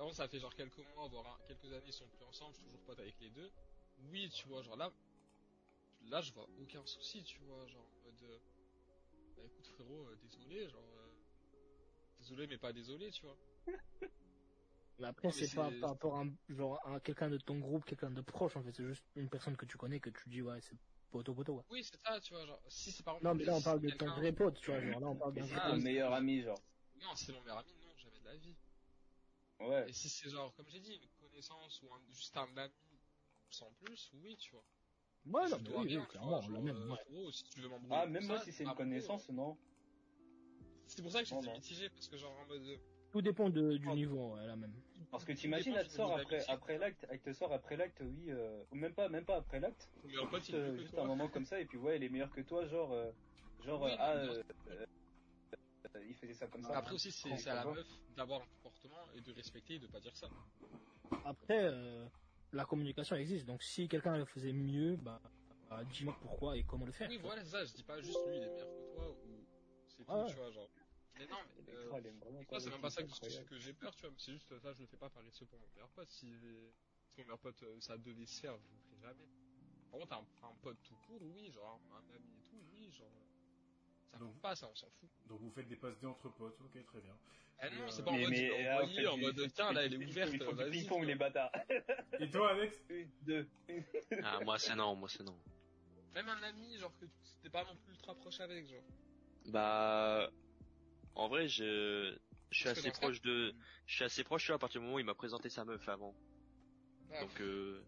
A: Avant ça fait genre quelques mois, voire un- quelques années, ils sont plus ensemble, je suis toujours pote avec les deux. Oui, tu vois, genre là, là je vois aucun souci, tu vois, genre en mode. euh, Bah écoute frérot, euh, désolé, genre. euh, Désolé mais pas désolé, tu vois.
D: Mais après,
A: Mais
D: c'est pas
A: c'est-
D: par rapport à, un- genre, à quelqu'un de ton groupe, quelqu'un de proche, en fait. C'est juste une personne que tu connais que tu dis, ouais, c'est poteau poteau, ouais.
A: Oui, c'est ça, tu vois, genre, si c'est par exemple...
D: Non, mais là, on
A: si
D: parle de
A: quelqu'un-
D: ton vrai pote, tu vois. Genre, là, on parle
E: Mais
D: d'un
E: c'est
D: vrai
A: Ah,
E: ton
A: c'est-
D: pote.
E: meilleur ami, genre.
A: Non, si c'est mon meilleur ami, non, jamais de la vie.
E: Ouais.
A: Et si c'est genre, comme j'ai dit, une connaissance ou un- juste un ami sans plus, oui, tu vois.
D: Ouais,
A: Je
D: Ah, non,
A: te
D: mais
A: dois
D: oui,
A: rien,
D: oui,
A: tu
D: clairement,
A: vois,
D: la
A: genre,
D: même,
A: euh,
D: ouais.
A: gros, si tu veux m'embrouiller
E: Ah,
A: pour
E: même
A: ça,
E: moi, si c'est une
A: m'embrouille,
E: connaissance, non.
A: hein. C'est pour ça que je
E: Non,
A: suis
E: non.
A: mitigé, parce que genre, en mode... euh,
D: Tout dépend de- du
A: Oh.
D: niveau, ouais, la même.
E: Parce que t'imagines, elle te sort après, après l'acte, elle te sort après l'acte, oui, euh, ou même pas, même pas après l'acte.
A: Mais en fait,
E: Juste,
A: il est
E: euh,
A: plus que
E: juste
A: toi.
E: un moment comme ça, et puis ouais, elle est meilleure que toi, genre, euh, genre,
A: Oui,
E: euh, ah,
A: non.
E: euh, euh, euh, il faisait ça comme ça.
A: Après aussi, c'est
E: Prends,
A: c'est à la
E: prends.
A: meuf d'avoir un comportement et de respecter et de pas dire ça.
D: Après, euh, la communication existe, donc si quelqu'un le faisait mieux, bah, bah, dis-moi pourquoi et comment le faire.
A: Oui,
D: tu vois.
A: voilà, c'est ça, je dis pas juste lui, il est meilleur que toi, ou... C'est
D: Ouais,
A: tout,
D: Ah ouais. Eh ben,
A: tu vois, genre... Mais non, mais... euh,
E: Electra, elle aime vraiment
A: Et Toi,
E: pas
A: c'est
E: les
A: même pas ça
E: filles,
A: que,
E: c'est incroyable.
A: que j'ai peur, tu vois. mais C'est juste ça, je le fais pas paresseux pour mon meilleur pote. Si, si mon meilleur pote, euh, ça devait se faire, je le ferais jamais. Par contre, un, un pote tout court, oui, genre un ami et tout, oui, genre. euh, Ça
B: Donc-
A: compte pas, ça, on s'en fout.
B: Donc vous faites des passes dés entre potes, ok, très bien.
A: Eh non,
B: euh,
A: c'est pas en
E: Mais-
A: mode,
E: mais,
A: je
E: euh,
A: l'ai
E: là,
A: envoyé,
E: fait,
A: en
E: tu-
A: mode,
E: tu-
A: tiens,
E: tu-
A: là, elle
E: tu-
A: est
E: tu-
A: ouverte,
E: Ils font du
A: vas-y.
E: ping-pong,
A: tu
E: les
A: vois.
E: bâtards.
B: Et toi, Alex
E: Une, deux.
C: Ah moi c'est non, moi c'est non.
A: Même un ami, genre, que t'es pas non plus ultra proche avec, genre.
C: Bah en vrai je je suis
A: Parce que
C: assez
A: dans
C: proche de je suis assez proche tu vois, à partir du moment où il m'a présenté sa meuf avant.
A: Ah,
C: Donc euh...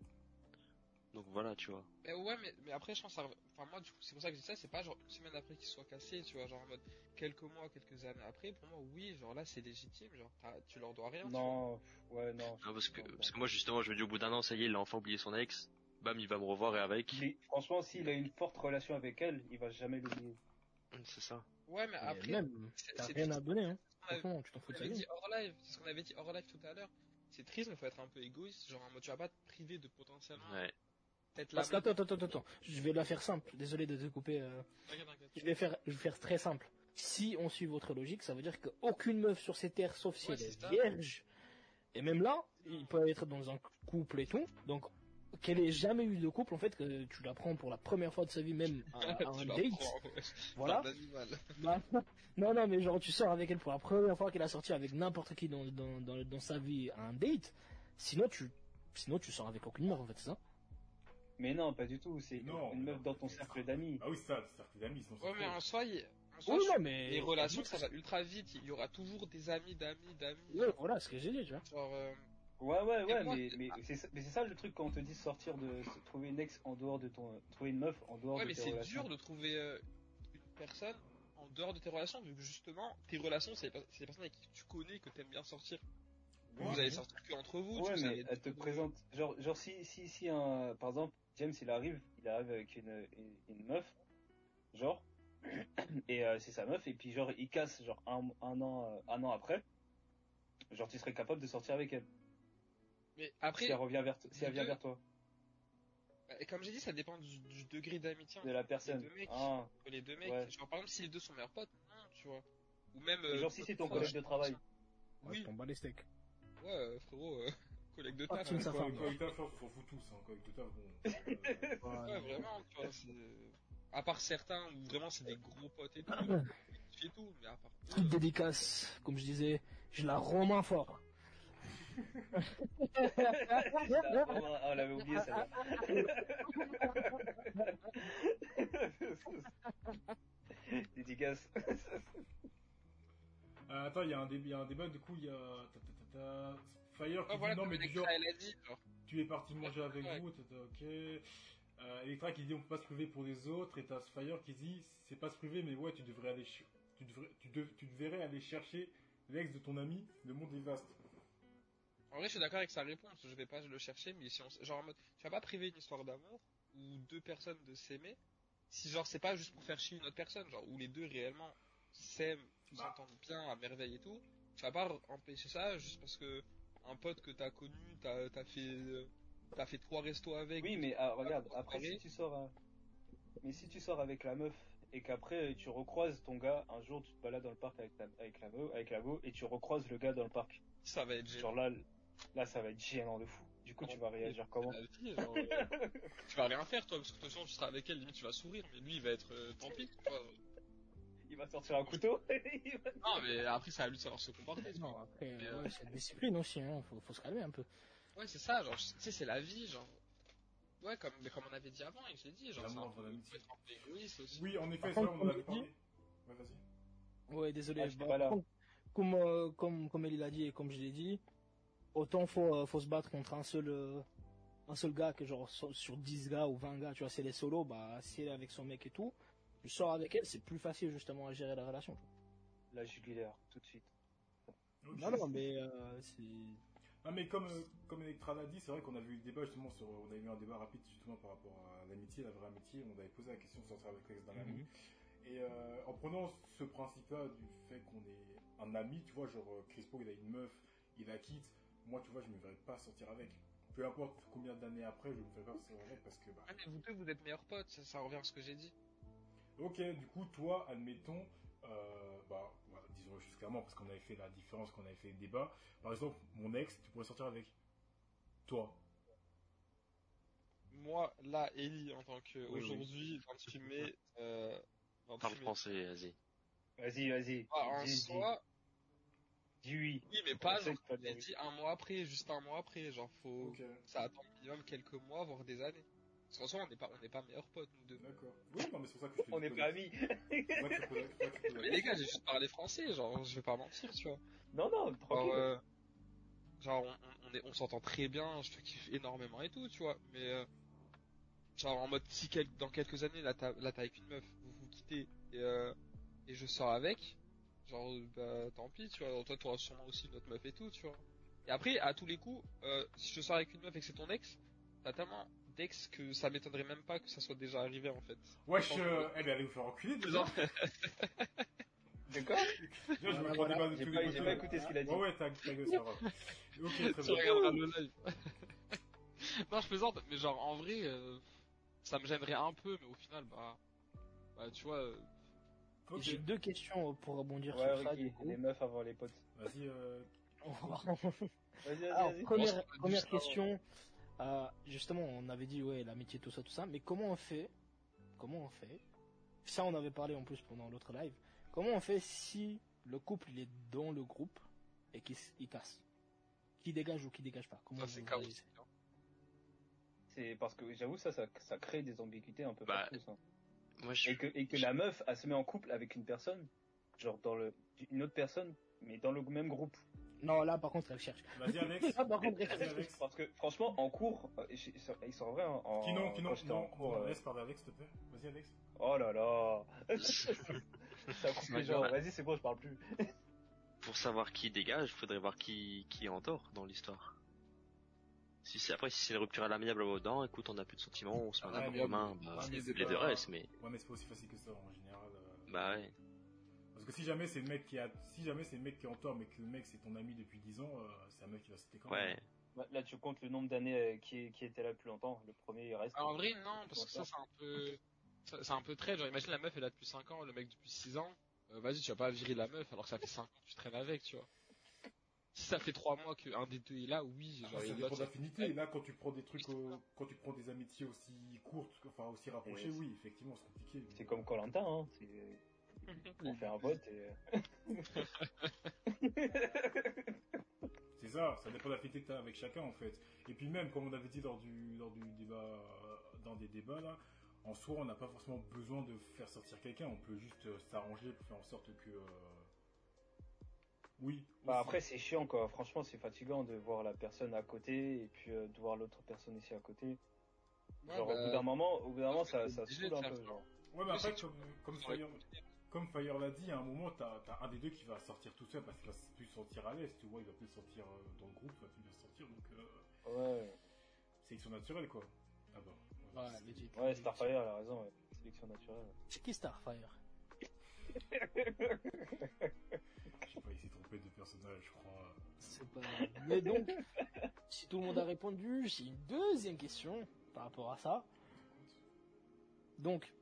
C: donc voilà, tu vois.
A: Mais ouais, mais, mais après, je pense, que ça rev- enfin, moi, du coup, c'est pour ça que je dis ça, c'est pas genre une semaine après qu'il soit cassé, tu vois, genre en mode quelques mois, quelques années après, pour moi, oui, genre là, c'est légitime, genre, t'as- tu leur dois rien, tu vois.
E: Non, pff, ouais, non.
A: Ah,
C: Non, parce que
E: Non,
C: parce
E: non.
C: que moi justement, je me dis au bout d'un an, ça y est, il a enfin oublié son ex. Bam, il va me revoir et avec.
E: Il est- Franchement, s'il a une forte relation avec elle, il va jamais l'oublier.
C: C'est ça.
A: Ouais, mais
D: Et
A: après,
D: même,
A: c'est-
D: t'as
A: c'est
D: rien
A: triste.
D: à donner, hein.
A: On avait-
D: Franchement, tu t'en fous
A: on
D: de sa
A: avait
D: gueule.
A: dit hors live, c'est ce qu'on avait dit hors live tout à l'heure. C'est triste, mais faut être un peu égoïste, genre en mode tu vas pas te priver de potentiellement
C: Ouais.
A: peut-être la
D: Parce que, attends, attends, attends, attends, je vais la faire simple, désolé de te couper, euh,
A: T'inquiète, t'inquiète.
D: je vais faire, je vais faire très simple. Si on suit votre logique, ça veut dire qu'aucune meuf sur ces terres, sauf si
A: Ouais,
D: elle
A: c'est
D: est
A: ça.
D: vierge, et même là, il peut être dans un couple et tout, donc qu'elle ait jamais eu de couple, en fait, que tu la prends pour la première fois de sa vie, même à, à
A: Tu
D: un
A: leur
D: date,
A: prends, ouais.
D: voilà.
A: Bande d'animal.
D: Bah, non, non, mais genre, tu sors avec elle pour la première fois qu'elle a sorti avec n'importe qui dans, dans, dans, dans sa vie à un date. Sinon, tu, sinon, tu sors avec aucune meuf, en fait, c'est ça?
E: Mais non, pas du tout. C'est
B: Non,
E: une
B: mais
E: meuf
B: non.
E: dans ton cercle d'amis.
B: Ah oui, ça, c'est cercle d'amis, sinon c'est
A: Ouais, mais
B: trop.
A: en soi, il- en soi,
D: Oui,
A: je-
D: non, mais.
A: les relations, ça va ultra vite. Il y aura toujours des amis, d'amis, d'amis.
D: Ouais, voilà ce que j'ai dit, tu vois.
A: Genre, euh,
E: Ouais, ouais,
A: Et
E: ouais,
A: moi,
E: mais,
A: c'est-
E: mais c'est ça- mais c'est ça le truc quand on te dit sortir de. se- trouver une ex en dehors de ton. trouver une meuf en dehors
A: ouais,
E: de
A: mais
E: tes
A: c'est
E: relations.
A: dur de trouver euh, une personne en dehors de tes relations, vu que justement, tes relations, c'est les, per- c'est les personnes avec qui tu connais, que t'aimes bien sortir.
B: Ouais,
A: vous allez sortir que entre vous.
E: Ouais,
A: tu sais,
E: mais
A: vous allez-
E: elle te présente. Genre, genre si, si, si un, par exemple, James il arrive, il arrive avec une, une, une meuf, genre, et euh, c'est sa meuf, et puis genre il casse, genre un, un an, euh, un an après, genre tu serais capable de sortir avec elle.
A: Mais
E: si
A: après,
E: elle revient vers, t- si elle vient
A: deux-
E: vers toi,
A: bah, comme j'ai dit, ça dépend du, du degré d'amitié
E: de la personne.
A: deux mecs.
E: Ah,
A: entre les deux mecs.
E: Ouais.
A: Genre, par exemple, si les deux sont meilleurs potes, non, tu vois. Ou même.
E: Et
A: euh,
E: genre si c'est ton
A: euh,
E: collègue de travail.
A: Oui,
D: on bat les steaks.
A: ouais, euh, frérot, euh, collègue de
B: Oh,
D: Ah,
A: taf.
D: tu me
A: ouais,
D: sa
B: Quoi,
D: femme.
B: quoi, Octave, je pense qu'on s'en fout tous, hein. Quoi, Octave, bon. euh,
D: Voilà.
A: vraiment, tu vois. c'est- À part certains où vraiment c'est des gros potes et tout. tu fais tout, mais à part.
D: Petite dédicace, comme je disais, je la romain fort.
E: Ah, vraiment, ah, on l'avait oublié ça. Dédicace.
B: Ah, attends, il y, a un dé- il y a un débat, du coup, il y a. ta, ta, ta, ta, Fire qui
A: Ah, voilà,
B: dit non,
A: comme
B: mais du genre,
A: Electra, elle a dit, genre.
B: tu es parti manger avec
A: Ouais.
B: vous, ta, ta, ok. Euh, Electra qui dit on peut pas se priver pour les autres, et t'as Fire qui dit c'est pas se priver, mais ouais, tu devrais aller. ch- Tu, devrais, tu, dev- tu devrais aller chercher l'ex de ton ami, le monde est vaste.
A: En vrai, je suis d'accord avec sa réponse. Je vais pas le chercher, mais si on, s- genre en mode, tu vas pas priver une histoire d'amour ou deux personnes de s'aimer si genre c'est pas juste pour faire chier une autre personne, genre où les deux réellement s'aiment,
B: Bah.
A: s'entendent bien à merveille et tout. Tu vas pas empêcher ça juste parce que un pote que t'as connu, t'as as fait, euh, t'as fait trois restos avec.
E: Oui, mais ah, regarde,
A: Pas
E: après si
A: comparer.
E: tu sors, hein, mais si tu sors avec la meuf et qu'après euh, tu recroises ton gars, un jour tu te balades dans le parc avec, ta- avec la meuf, avec la go, et tu recroises le gars dans le parc.
A: ça va être gênant.
E: Genre là, là ça va être gênant de fou. Du coup tu vas réagir comment
A: La vie, genre, euh, tu vas rien faire toi parce que de toute façon tu seras avec elle, limite tu vas sourire, mais lui il va être euh, tant pis. tu vois.
E: Il va sortir un couteau. Il va-
A: Non mais après ça à lui de savoir se comporter. tu vois.
D: Non, après,
A: Mais, euh,
D: ouais, c'est la discipline aussi, hein, faut, faut se calmer un peu.
A: Ouais, c'est ça, genre, tu sais, c'est la vie, genre. Ouais, comme, mais comme on avait dit avant, et j'ai dit, genre, c'est
B: L'amour
A: un
B: entre
A: peu,
B: l'amitié.
A: faut être un peu égoïste aussi.
B: Oui, en effet,
D: Par
B: ça,
D: contre,
B: on en
D: comme
B: avait
D: je
B: parlé.
D: dis-
B: Ouais, vas-y.
D: Ouais, désolé.
E: Ah, j'étais
D: bah,
E: pas là.
D: comme, comme, euh, comme, comme Ellie l'a dit et comme je l'ai dit, autant faut, euh, faut se battre contre un seul, euh, un seul gars que genre sur, sur 10 gars ou 20 gars, tu vois, c'est les solos, bah si elle est avec son mec et tout, tu sors avec elle, c'est plus facile justement à gérer la relation.
E: La jugulaire, tout de suite.
B: Ok.
D: Non, non, mais euh, c'est.
B: Ah mais comme euh, comme Electra l'a dit, c'est vrai qu'on avait eu le débat justement sur, euh, on avait eu un débat rapide justement par rapport à l'amitié, la vraie amitié. On avait posé la question de sortir avec l'ex d'un
A: Mhm.
B: ami. Et euh, en prenant ce principe-là du fait qu'on est un ami, tu vois, genre euh, Crispo, il a une meuf, il la quitte. Moi, tu vois, je me verrais pas sortir avec. Peu importe combien d'années après, je me ferais pas sortir avec parce que bah.
A: Ah, mais vous deux, vous êtes meilleurs potes, ça, ça revient à ce que j'ai dit.
B: Ok, du coup, toi, admettons, euh, bah, voilà, disons juste clairement parce qu'on avait fait la différence, qu'on avait fait le débat. Par exemple, mon ex, tu pourrais sortir avec. Toi.
A: Moi, là, Ellie, en tant que,
B: oui.
A: aujourd'hui, 28 mai, euh, 28
C: Parle
A: mai.
C: français, vas-y.
E: Vas-y, vas-y.
A: Ah, en
E: Dis- dis-
A: soi,
E: dis oui.
A: oui, mais pas,
E: On sait
A: genre,
E: que t'as
A: j'ai
E: dit
A: dit un mois après, juste un mois après, genre, faut,
B: Ok.
A: ça attend minimum quelques mois, voire des années. Parce qu'en soi, on n'est pas, on n'est pas meilleurs potes, nous deux.
B: D'accord. Oui, non, mais c'est pour ça que je te
E: On
B: dis
E: n'est
B: que-
E: pas amis.
B: c'est pour ça que je te pose la- c'est pour ça que je te pose la
A: Mais les gars, j'ai juste parlé français, genre, je vais pas mentir, tu vois.
E: Non, non,
A: Genre,
E: tranquille.
A: euh, genre, on, on- on est- on s'entend très bien, je te kiffe énormément et tout, tu vois. Mais euh, genre en mode si quel- dans quelques années là t'as là, t'as avec une meuf, vous vous quittez et, euh, et je sors avec, genre euh, bah tant pis, tu vois. Alors, toi t'auras sûrement aussi une autre meuf et tout, tu vois. Et après à tous les coups, euh, si je sors avec une meuf et que c'est ton ex, t'as tellement d'ex que ça m'étonnerait même pas que ça soit déjà arrivé en fait.
B: Wesh, euh, eh ben allez vous faire enculer déjà.
A: Genre,
E: De quoi
B: Déjà, je me prends
D: Voilà,
B: des balles de
E: J'ai
B: tous
E: pas,
B: les
E: j'ai
B: côtés.
E: pas écouté ce qu'il a dit.
B: Ouais, ouais, ta, ta gueule, ça va. Ok, très
A: tu
B: bien.
A: regarderas le live. non, je plaisante, mais genre en vrai, euh, ça me gênerait un peu, mais au final, bah, bah tu vois, euh,
B: Ok.
D: J'ai deux questions pour rebondir
E: Ouais,
D: sur ça.
E: Ricky,
D: du coup.
E: les meufs avant les potes.
B: Vas-y, euh,
E: Vas-y, vas-y,
D: Alors,
E: vas-y.
A: Je pense
D: première,
A: qu'on a
D: première
A: dit ça,
D: question. Euh, justement, on avait dit, ouais, l'amitié, tout ça, tout ça. Mais comment on fait Comment on fait Ça, on avait parlé en plus pendant l'autre live. Comment on fait si le couple, il est dans le groupe et qu'il s- il casse Qui dégage ou qui dégage pas Comment
A: ça
D: vous
A: c'est chaos.
D: réagissez
E: C'est parce que j'avoue ça, ça, ça crée des ambiguïtés un peu
C: Bah,
E: partout. ça.
C: Moi, je,
E: Et que, et que la meuf, elle se met en couple avec une personne, genre dans le, une autre personne, mais dans le même groupe.
D: Non, là, par contre, elle cherche.
B: vas-y, Alex.
E: Ah, bah,
D: Là, par contre, elle
B: Vas-y,
D: cherche.
B: Alex.
E: Parce que franchement, en cours, euh, j'ai- ils sont- ils sont vrais hein, en. en- euh,
B: Kinon,
E: quand
B: Kinon,
E: j'étais en
B: non,
E: cours,
B: non,
E: euh,
B: laisse parler Alex, s'il te plaît. Vas-y, Alex.
E: Oh là là. Ça coupe les gens. Vas-y, c'est bon, je parle plus.
C: Pour savoir qui dégage, faudrait voir qui, qui est en tort dans l'histoire. Si c'est, après, si c'est une rupture à l'amiable, oh, non, écoute, on n'a plus de sentiments, on se met
B: Ah,
C: en
B: l'amiable,
C: commun,
B: bah,
C: bah,
B: si,
C: les
B: c'est
C: deux
B: pas-
C: restent, mais,
B: Ouais, mais c'est pas aussi facile que ça en général. euh.
C: bah ouais.
B: Parce que si jamais c'est le mec qui a, si jamais c'est le mec qui est en tort, mais que le mec c'est ton ami depuis 10 ans, euh, c'est un mec qui va sauter quand même.
C: Ouais.
E: Bah, Là, tu comptes le nombre d'années euh, qui, qui était là plus longtemps. Le premier, il reste.
A: Alors, Ah, en vrai, non, parce que ça, c'est un peu. ça- C'est un peu très. Genre, imagine la meuf, elle est là depuis 5 ans, le mec depuis 6 ans. Euh, Vas-y, tu vas pas virer la meuf alors que ça fait 5 ans que tu traînes avec, tu vois. Si ça fait 3 mois qu'un des deux est là, oui, genre,
B: Après, Ah, ça
A: il
B: dépend
A: l'autre,
B: de
A: ça-
B: l'affinité. Là, quand tu prends des trucs,
A: Oui, c'est
B: au-
A: ça.
B: quand tu prends des amitiés aussi courtes, enfin aussi rapprochées,
E: Oui.
B: oui, effectivement, c'est compliqué. mais-
E: C'est comme Colantin, hein. c'est- On fait un vote et. euh,
B: C'est ça, ça dépend de l'affinité que t'as avec chacun en fait. Et puis même, comme on avait dit lors du, lors du débat, euh, dans des débats là, en soi, on n'a pas forcément besoin de faire sortir quelqu'un. On peut juste euh, s'arranger pour faire en sorte que. euh, Oui.
E: Bah,
B: aussi.
E: après, c'est chiant, quoi. Franchement, c'est fatigant de voir la personne à côté et puis euh, de voir l'autre personne ici à côté.
A: Ouais,
E: genre,
A: bah,
E: au bout d'un moment, au bout d'un moment,
A: parce que
E: ça,
A: t'es
E: ça
A: obligé
E: saoule un
A: de
E: peu.
A: faire
B: Ouais,
E: genre.
B: mais
A: Mais
B: après,
A: si
B: comme, comme
A: Ouais.
B: Fire, comme Fire l'a dit, à un moment, t'as as un des deux qui va sortir tout seul parce qu'il va plus se sentir à l'aise, tu vois, il va plus se sentir euh, dans le groupe, il va plus bien se sentir, donc euh,
A: hein.
E: Ouais,
B: sélection naturelle, quoi. Ah bah. voilà.
D: Ouais, legit.
E: ouais, Starfire, elle a raison, ouais. Sélection naturelle.
D: C'est qui Starfire
B: Je sais pas, il s'est trompé de personnage, je crois.
D: C'est pas... Mais donc, si tout le monde a répondu, j'ai une deuxième question par rapport à ça. Donc,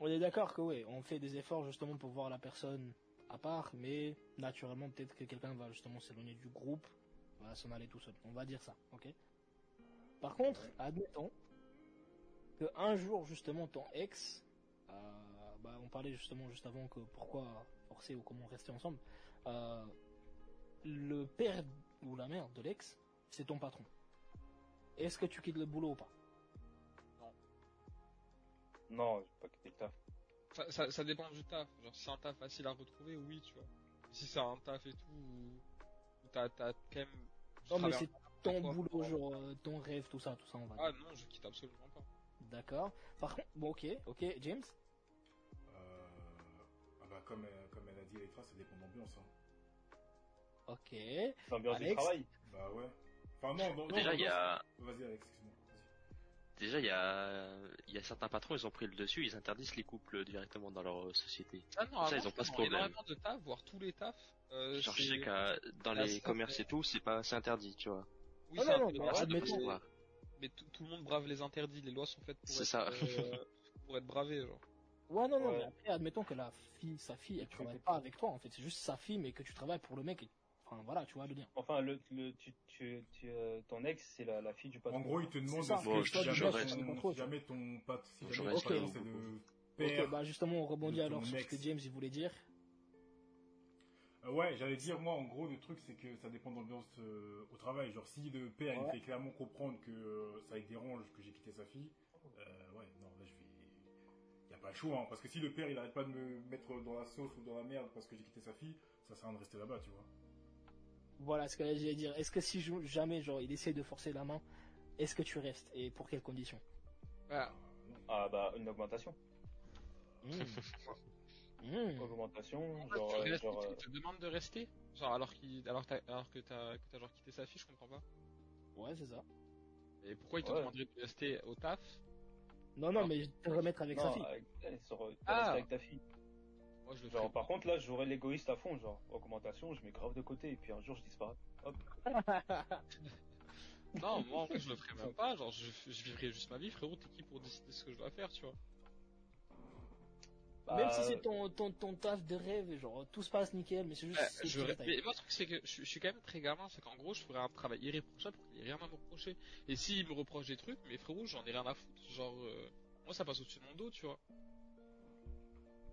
D: on est d'accord que oui, on fait des efforts justement pour voir la personne à part, mais naturellement peut-être que quelqu'un va justement s'éloigner du groupe, va s'en aller tout seul. On va dire ça, ok Par contre, admettons que un jour justement ton ex, euh, bah, on parlait justement juste avant que pourquoi forcer ou comment rester ensemble, euh, le père ou la mère de l'ex, c'est ton patron. Est-ce que tu quittes le boulot ou pas
E: Non, j'ai pas quitté le taf.
A: ça, ça- ça dépend du taf. Genre, si c'est un taf facile à retrouver, oui, tu vois. Si c'est un taf et tout, où où t'as t'as quand même. du
D: Non, mais
A: travail
D: c'est
A: à
D: ton
A: faire,
D: boulot,
A: quoi.
D: genre euh, ton rêve, tout ça, tout ça, on va dire.
A: Ah non, je quitte absolument pas.
D: D'accord. Par contre, bon, ok, ok, James.
B: Euh, ah bah, comme, euh, comme elle a dit, Electra, ça dépend de l'ambiance, hein.
D: Ok.
E: L'ambiance du
D: Alex
E: travail.
B: Bah ouais. Enfin, non, non, non,
C: Déjà,
B: non,
C: il y a,
B: non. Vas-y, Alex, excuse-moi. vas-y.
C: déjà, il y a, il y a certains patrons, ils ont pris le dessus, ils interdisent les couples directement dans leur euh, société.
A: Ah non,
C: Ça,
A: avant,
C: ils ont pas ce
A: dans
C: problème.
A: énormément de taf, voire tous les tafs. euh,
C: Genre,
A: c'est-
C: je sais qu'à, dans
A: Ah,
C: les
A: c'est-
C: commerces et tout, c'est pas, c'est interdit, tu vois.
A: Oui,
D: Ah
A: c'est
D: non,
A: un
D: non,
A: peu
D: mais
A: dommage,
C: Je peux
D: admettons-
A: bah, mais-
C: savoir.
A: Mais tout, tout le monde brave les interdits, les lois sont faites pour
C: C'est
A: être,
C: ça.
A: euh, pour être bravé, genre.
D: Ouais, non, non,
E: Ouais.
D: mais après, admettons que la fille, sa fille, elle
B: Tu
D: travaille
B: étais-
D: pas avec toi, en fait. C'est juste sa fille, mais que tu travailles pour le mec. et- Enfin, voilà, tu vois le lien.
E: Enfin, le, le, tu, tu, tu, euh, ton ex, c'est la, la fille du patron.
B: En gros, il te demande
D: C'est ça.
B: parce que
C: Bon,
B: si
C: je- je
B: jamais
C: reste.
B: ton- si jamais ton pat- si
C: Je
B: jamais
D: reste.
B: ton patron,
D: Ok.
B: c'est le
D: Ok,
B: père
D: bah justement, on rebondit
B: de ton
D: alors sur ce que
B: ex.
D: James, il voulait dire.
B: Euh, ouais, j'allais dire, moi, en gros, le truc, c'est que ça dépend de l'ambiance euh, au travail. Genre, si le père,
D: Ouais.
B: il fait clairement comprendre que euh, ça lui dérange, que j'ai quitté sa fille, euh, ouais, non, là, je vais... Y a pas le choix, hein, parce que si le père, il arrête pas de me mettre dans la sauce ou dans la merde parce que j'ai quitté sa fille, ça sert à rien de rester là-bas, tu vois.
D: Voilà ce que j'allais dire. Est-ce que si je- jamais, genre, il essaie de forcer la main, est-ce que tu restes et pour quelles conditions
A: Bah,
B: Non.
E: Ah, bah, une augmentation.
D: Hmm. Mmh. Mmh.
E: Augmentation,
A: Hmm. Ah, tu
E: genre, euh,
A: restes,
E: genre,
A: tu-
E: euh,
A: tu te demandes de rester Genre, alors, qu'il- alors, t'as- alors que t'as que t'as genre quitté sa fille, je comprends pas.
D: Ouais, c'est ça.
A: Et pourquoi il te
E: Ouais.
A: demanderait de rester au taf
D: Non, non,
A: Alors-
D: mais te remettre avec sa
E: euh, non,
D: fille.
E: avec- elle sera- elle
A: Ah.
E: reste avec ta fille.
A: Moi, je le ferais.
E: Genre, par contre, là, je jouerais l'égoïste à fond, genre, augmentation, je mets grave de côté, et puis un jour, je disparais.
A: Non, moi, en fait, je le ferais même pas. Genre, je, je vivrais juste ma vie, frérot. T'es qui pour décider ce que je dois faire, tu vois
E: Bah,
A: euh,
D: Même
A: bah,
D: si
E: euh,
D: c'est ton, ton, ton taf de rêve, et genre tout se passe nickel, mais c'est juste.
A: Bah,
D: ce
A: je
D: petit
A: ré-
D: détail.
A: Mais moi, le truc, c'est que je, je suis quand même très gamin. C'est qu'en gros, je ferais un travail irréprochable pour qu'il n'y ait rien à me reprocher. Et s'il me reproche des trucs, mais frérot, j'en ai rien à foutre. Genre, euh, moi, ça passe au-dessus de mon dos, tu vois.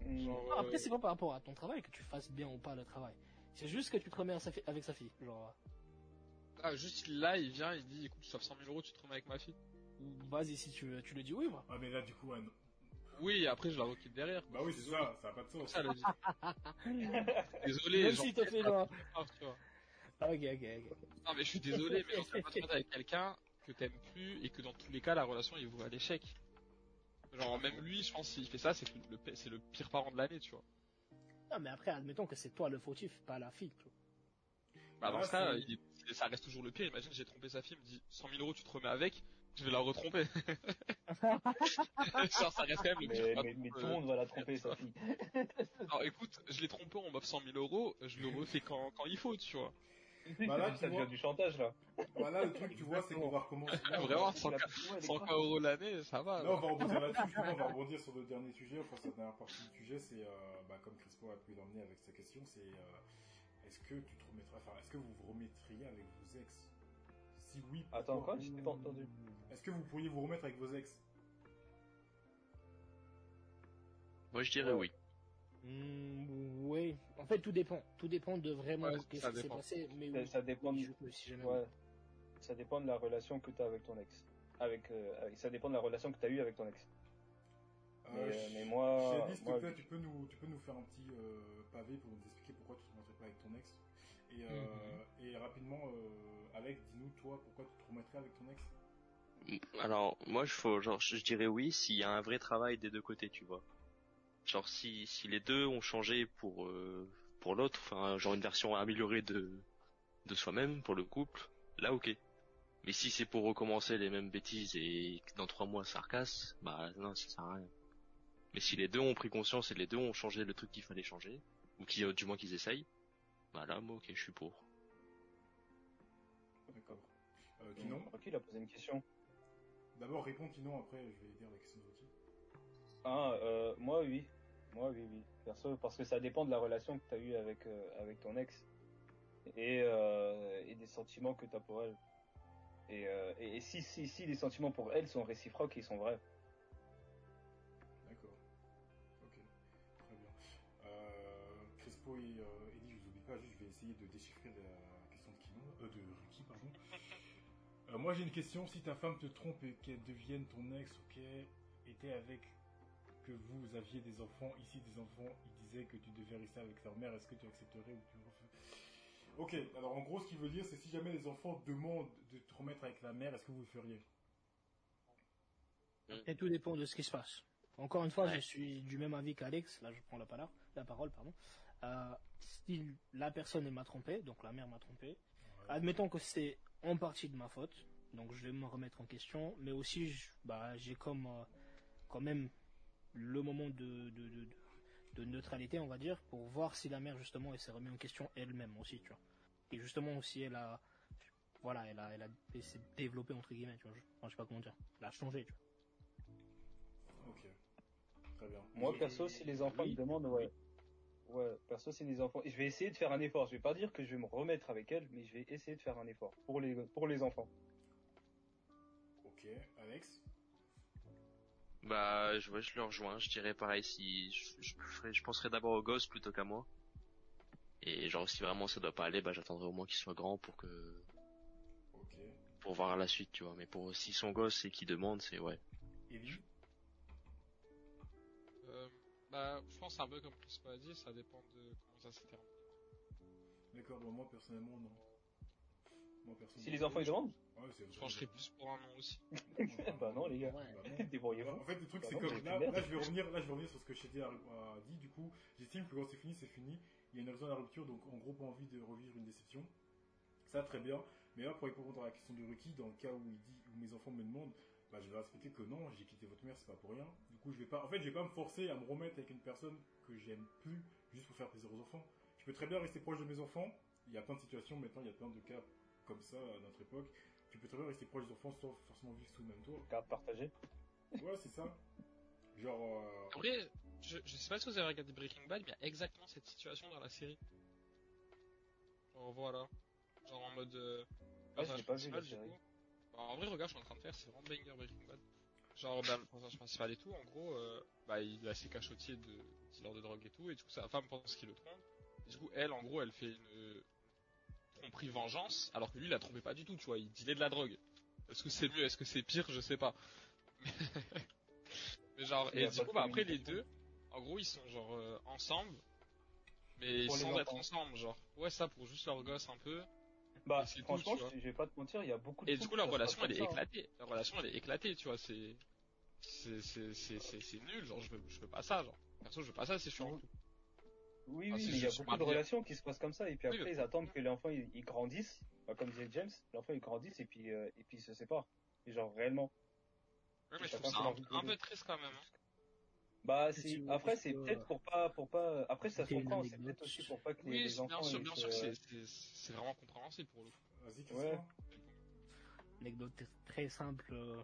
E: hmm,
A: Genre,
D: Non, après,
A: euh,
D: c'est pas par rapport à ton travail que tu fasses bien ou pas le travail. C'est juste que tu te remets à sa fi- avec sa fille. Genre,
A: ah, juste là, il vient, il dit écoute, je t'offre 100 000 euros, tu te remets avec ma fille.
D: vas-y, si tu, veux, tu le dis, oui, moi.
B: Ah, mais là, du coup, ouais, non.
A: Oui, et après, je la requitte derrière.
B: bah oui, c'est ça, ça a pas de
A: Comme
B: sens.
A: ça, la vie. Désolé,
D: Même
A: genre,
D: si t'as fait genre. Ah,
A: ah, tu vois.
D: Ok, ok, ok.
A: Non mais je suis désolé, mais genre t'as pas de contact avec quelqu'un que t'aimes plus et que dans tous les cas la relation est vouée à l'échec. Genre même lui, je pense s'il fait ça, c'est que le, p- c'est le pire parent de l'année, tu vois.
D: Non, mais après, admettons que c'est toi le fautif, pas la fille. tu vois.
A: Bah, dans
B: Ouais,
A: ce cas,
B: c'est-
A: il est- ça reste toujours le pire. Imagine, j'ai trompé sa fille, il me dit 100 000 euros, tu te remets avec, je vais la retromper. Genre, ça reste quand même le pire.
E: Mais,
A: Ah,
E: mais- mais tout
A: euh,
E: le monde va la tromper, sa fille.
A: Alors écoute, je l'ai trompé, on m'offre 100 000 euros, je le refais quand, quand il faut, tu vois.
B: Bah là, tu
E: ça
B: vois-
E: devient du chantage, là.
B: Voilà, Bah le truc, tu vois, c'est qu'on va recommencer.
A: Ah, vraiment,
E: La-
A: 100
E: ouais,
A: euros l'année, ça
E: Ah,
A: va.
B: Là, on va rebondir là-dessus, justement, on va rebondir sur le dernier sujet, enfin, sur la dernière partie du sujet, c'est, euh, bah, comme Crispo a pu l'emmener avec sa question, c'est, euh, est-ce que tu te remettrais, enfin, est-ce que vous vous remettriez avec vos ex? Si oui, pourquoi
E: Attends, quoi? Je t'ai pas entendu.
B: Est-ce que vous pourriez vous remettre avec vos ex?
C: Moi, je dirais
E: Ouais.
C: oui.
D: Mm, oui. En fait, tout dépend. Tout dépend de vraiment
A: Ouais,
D: qu'est-ce
A: ça
D: qui s'est
A: dépend.
D: passé. Mais
E: Ça-
D: oui,
E: Euh, Ça dépend
D: oui,
E: du
D: je peux, si jamais.
E: Ouais. Ça dépend de la relation que tu as avec ton ex. Avec, euh, avec- ça dépend de la relation que tu as eue avec ton ex. Mais,
B: Euh,
E: euh, mais moi,
B: Shadi, s'il te
E: moi-
B: plaît, tu peux nous, tu peux nous faire un petit euh, pavé pour nous expliquer pourquoi tu te remettrais pas avec ton ex. Et, euh,
E: Mm-hmm.
B: et rapidement, euh, Alex, dis-nous, toi, pourquoi tu te remettrais avec ton ex
C: Alors, moi, je, faut, genre, je je dirais oui s'il y a un vrai travail des deux côtés, tu vois. Genre, si, si les deux ont changé pour, euh, pour l'autre, enfin, genre une version améliorée de, de soi-même, pour le couple, là, ok. Mais si c'est pour recommencer les mêmes bêtises et que dans trois mois ça recasse, bah non, ça sert à rien. Mais si les deux ont pris conscience et les deux ont changé le truc qu'il fallait changer, ou qui, du moins qu'ils essayent, bah là, moi, ok, je suis pour.
B: D'accord. Euh, Kinon
E: Ok, il a posé une question.
B: D'abord, réponds Kinon, après, je vais dire la question de Gauthier.
E: Ah, euh, moi, oui. Moi, oui, oui. Perso, parce que ça dépend de la relation que tu as eue avec, euh, avec ton ex. Et, euh, et des sentiments que tu as pour elle. Et, euh, et, et si, si, si les sentiments pour elle sont réciproques, ils sont vrais.
B: D'accord. Ok. Très bien. Euh, Crespo et euh, Eddie, je vous oublie pas, juste, je vais essayer de déchiffrer la question de Kinon, euh, de Ricky, pardon. Euh, moi, j'ai une question. Si ta femme te trompe et qu'elle devienne ton ex ou qu'elle était avec, que vous aviez des enfants, ici des enfants, il disait que tu devais rester avec leur mère, est-ce que tu accepterais ou tu refuses Ok, alors en gros, ce qu'il veut dire, c'est si jamais les enfants demandent de te remettre avec la mère, est-ce que vous le feriez
D: Et tout dépend de ce qui se passe. Encore une fois,
C: Ouais.
D: je suis du même avis qu'Alex. Là, je prends la parole. La parole, pardon. Euh, si la personne elle m'a trompé, donc la mère m'a trompé, admettons que c'est en partie de ma faute, donc je vais me remettre en question, mais aussi je- bah, j'ai comme euh, quand même le moment de, de, de- de neutralité, on va dire, pour voir si la mère justement elle s'est remise en question elle-même aussi, tu vois. Et justement aussi elle a, voilà, elle a, elle a, elle s'est développée entre guillemets, tu vois. Je, enfin, je sais pas comment dire, elle a changé, tu vois.
B: Ok. Très bien.
E: Moi,
D: Et-
E: perso, si les enfants
D: oui.
E: me demandent, ouais. Ouais, perso, si les enfants. Je vais essayer de faire un effort. Je vais pas dire que je vais me remettre avec elle, mais je vais essayer de faire un effort pour les, pour les enfants.
B: Ok, Alex
C: Bah, je, ouais, je le rejoins. Je dirais pareil si je, je, ferais- je penserais d'abord au gosse plutôt qu'à moi. Et genre si vraiment ça doit pas aller, bah j'attendrai au moins qu'il soit grand pour que
B: Ok.
C: pour voir la suite, tu vois. Mais pour si son gosse et qu'il demande, c'est ouais.
B: Ellie
A: Euh, bah, je pense un peu comme Chris m'a dit, ça dépend de comment ça s'est terminé.
B: D'accord, bon, moi personnellement, non. Moi personnellement.
E: Si les enfants ils demandent,
B: Ouais, c'est
A: Je penserais plus pour un an aussi.
E: bah non, les gars.
D: Ouais.
B: Bah non. Alors,
E: Débrouillez-vous.
B: En fait, le truc,
E: Bah
B: c'est
E: non,
B: comme.
E: j'ai plus
B: Là,
E: d'air.
B: là, je vais revenir, là, je vais revenir sur ce que Shady a, a dit. Du coup, j'estime que quand c'est fini, c'est fini. Il y a une raison à la rupture, donc en gros, pas envie de revivre une déception. Ça, très bien. Mais là, pour répondre à la question de Ricky, dans le cas où il dit, où mes enfants me demandent, bah, je vais leur expliquer que non, j'ai quitté votre mère, c'est pas pour rien. Du coup, je vais pas, en fait, je vais pas me forcer à me remettre avec une personne que j'aime plus, juste pour faire plaisir aux enfants. Je peux très bien rester proche de mes enfants. Il y a plein de situations maintenant, il y a plein de cas comme ça à notre époque. Tu peux très bien rester proche des enfants sans forcément vivre sous le même toit.
E: Garde partagée.
B: Ouais, c'est ça. Genre.
A: En
B: euh,
A: vrai, je, je sais pas si vous avez regardé Breaking Bad, mais il y a exactement cette situation dans la série. Genre, voilà. Genre en mode. euh,
E: Ah, je l'ai
A: personnage
E: pas vu, la
A: principal, du
E: série.
A: coup. Bah, en vrai, regarde, je suis en train de faire, c'est vraiment banger Breaking Bad. Genre, bah, le personnage principal et tout, en gros, euh, bah, il a ses cachotiers de dealer de drogue et tout, et du coup, sa femme pense qu'il le trompe. Et du coup, elle, en gros, elle fait une euh, tromperie vengeance, alors que lui, il la trompait pas du tout, tu vois, il dealait de la drogue. Est-ce que c'est mieux, est-ce que c'est pire, je sais pas. Mais genre,
E: Il y
A: et
E: a
A: du
E: pas
A: coup,
E: de
A: bah, après, les
E: communication.
A: deux, en gros, ils sont genre euh, ensemble, mais
E: Pour les
A: sans être
E: enfants.
A: ensemble, genre. Ouais, ça, pour juste leur gosse un peu.
E: Bah,
A: Et c'est tout,
E: franchement,
A: tu vois.
E: je, je vais pas te mentir, il y a beaucoup de
A: Et du
E: trucs
A: coup, leur
E: qui se passent
A: relation, elle est
E: comme ça, hein.
A: éclatée. Leur relation, elle est éclatée, tu vois, c'est... C'est, c'est, c'est, c'est, c'est nul, genre, je veux, je veux pas ça, genre. Perso, je veux pas ça si je suis en couple.
E: Oui,
A: Ah,
E: oui,
A: si,
E: mais il
A: je
E: y a
A: suis
E: beaucoup de
A: marié.
E: relations qui se passent comme ça, et puis
A: Oui,
E: après, ils attendent que l'enfant il, il grandisse, Enfin, comme disait James, l'enfant il grandisse, et puis, euh, et puis ils se séparent. Et genre, réellement.
A: Ouais, mais je
E: Chacun
A: trouve ça
E: son
A: un,
E: envie de
A: un
E: baiser.
A: peu triste quand même. hein.
E: Bah,
D: Si,
E: c'est,
D: si,
E: après,
D: parce
E: c'est
D: que,
E: peut-être
D: euh,
E: pour pas, pour pas, après, ça se
D: c'était une
E: comprend, c'est
D: anecdote.
E: peut-être aussi pour pas que les,
A: Oui,
E: les enfants. euh,
A: bien sûr,
E: ils
A: bien
E: se-
A: sûr que c'est- c'est c'est vraiment compréhensible pour le coup.
B: Vas-y,
E: Ouais.
B: Christian.
D: Anecdote très simple. euh,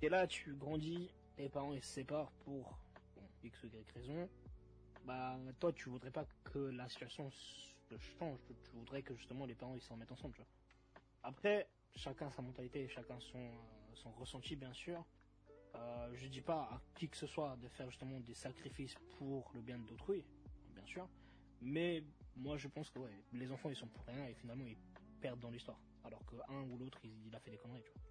D: T'es là, tu grandis, tes parents ils se séparent pour bon, x ou y raison. Bah, toi, tu voudrais pas que la situation se change. Tu tu voudrais que justement les parents ils s'en mettent ensemble, tu vois. Après, chacun sa mentalité, chacun son, euh, son ressenti, bien sûr. Euh, je dis pas à qui que ce soit de faire justement des sacrifices pour le bien d'autrui, bien sûr. Mais moi, je pense que ouais, les enfants ils sont pour rien et finalement ils perdent dans l'histoire. Alors que un ou l'autre, il, il a fait des conneries, tu vois.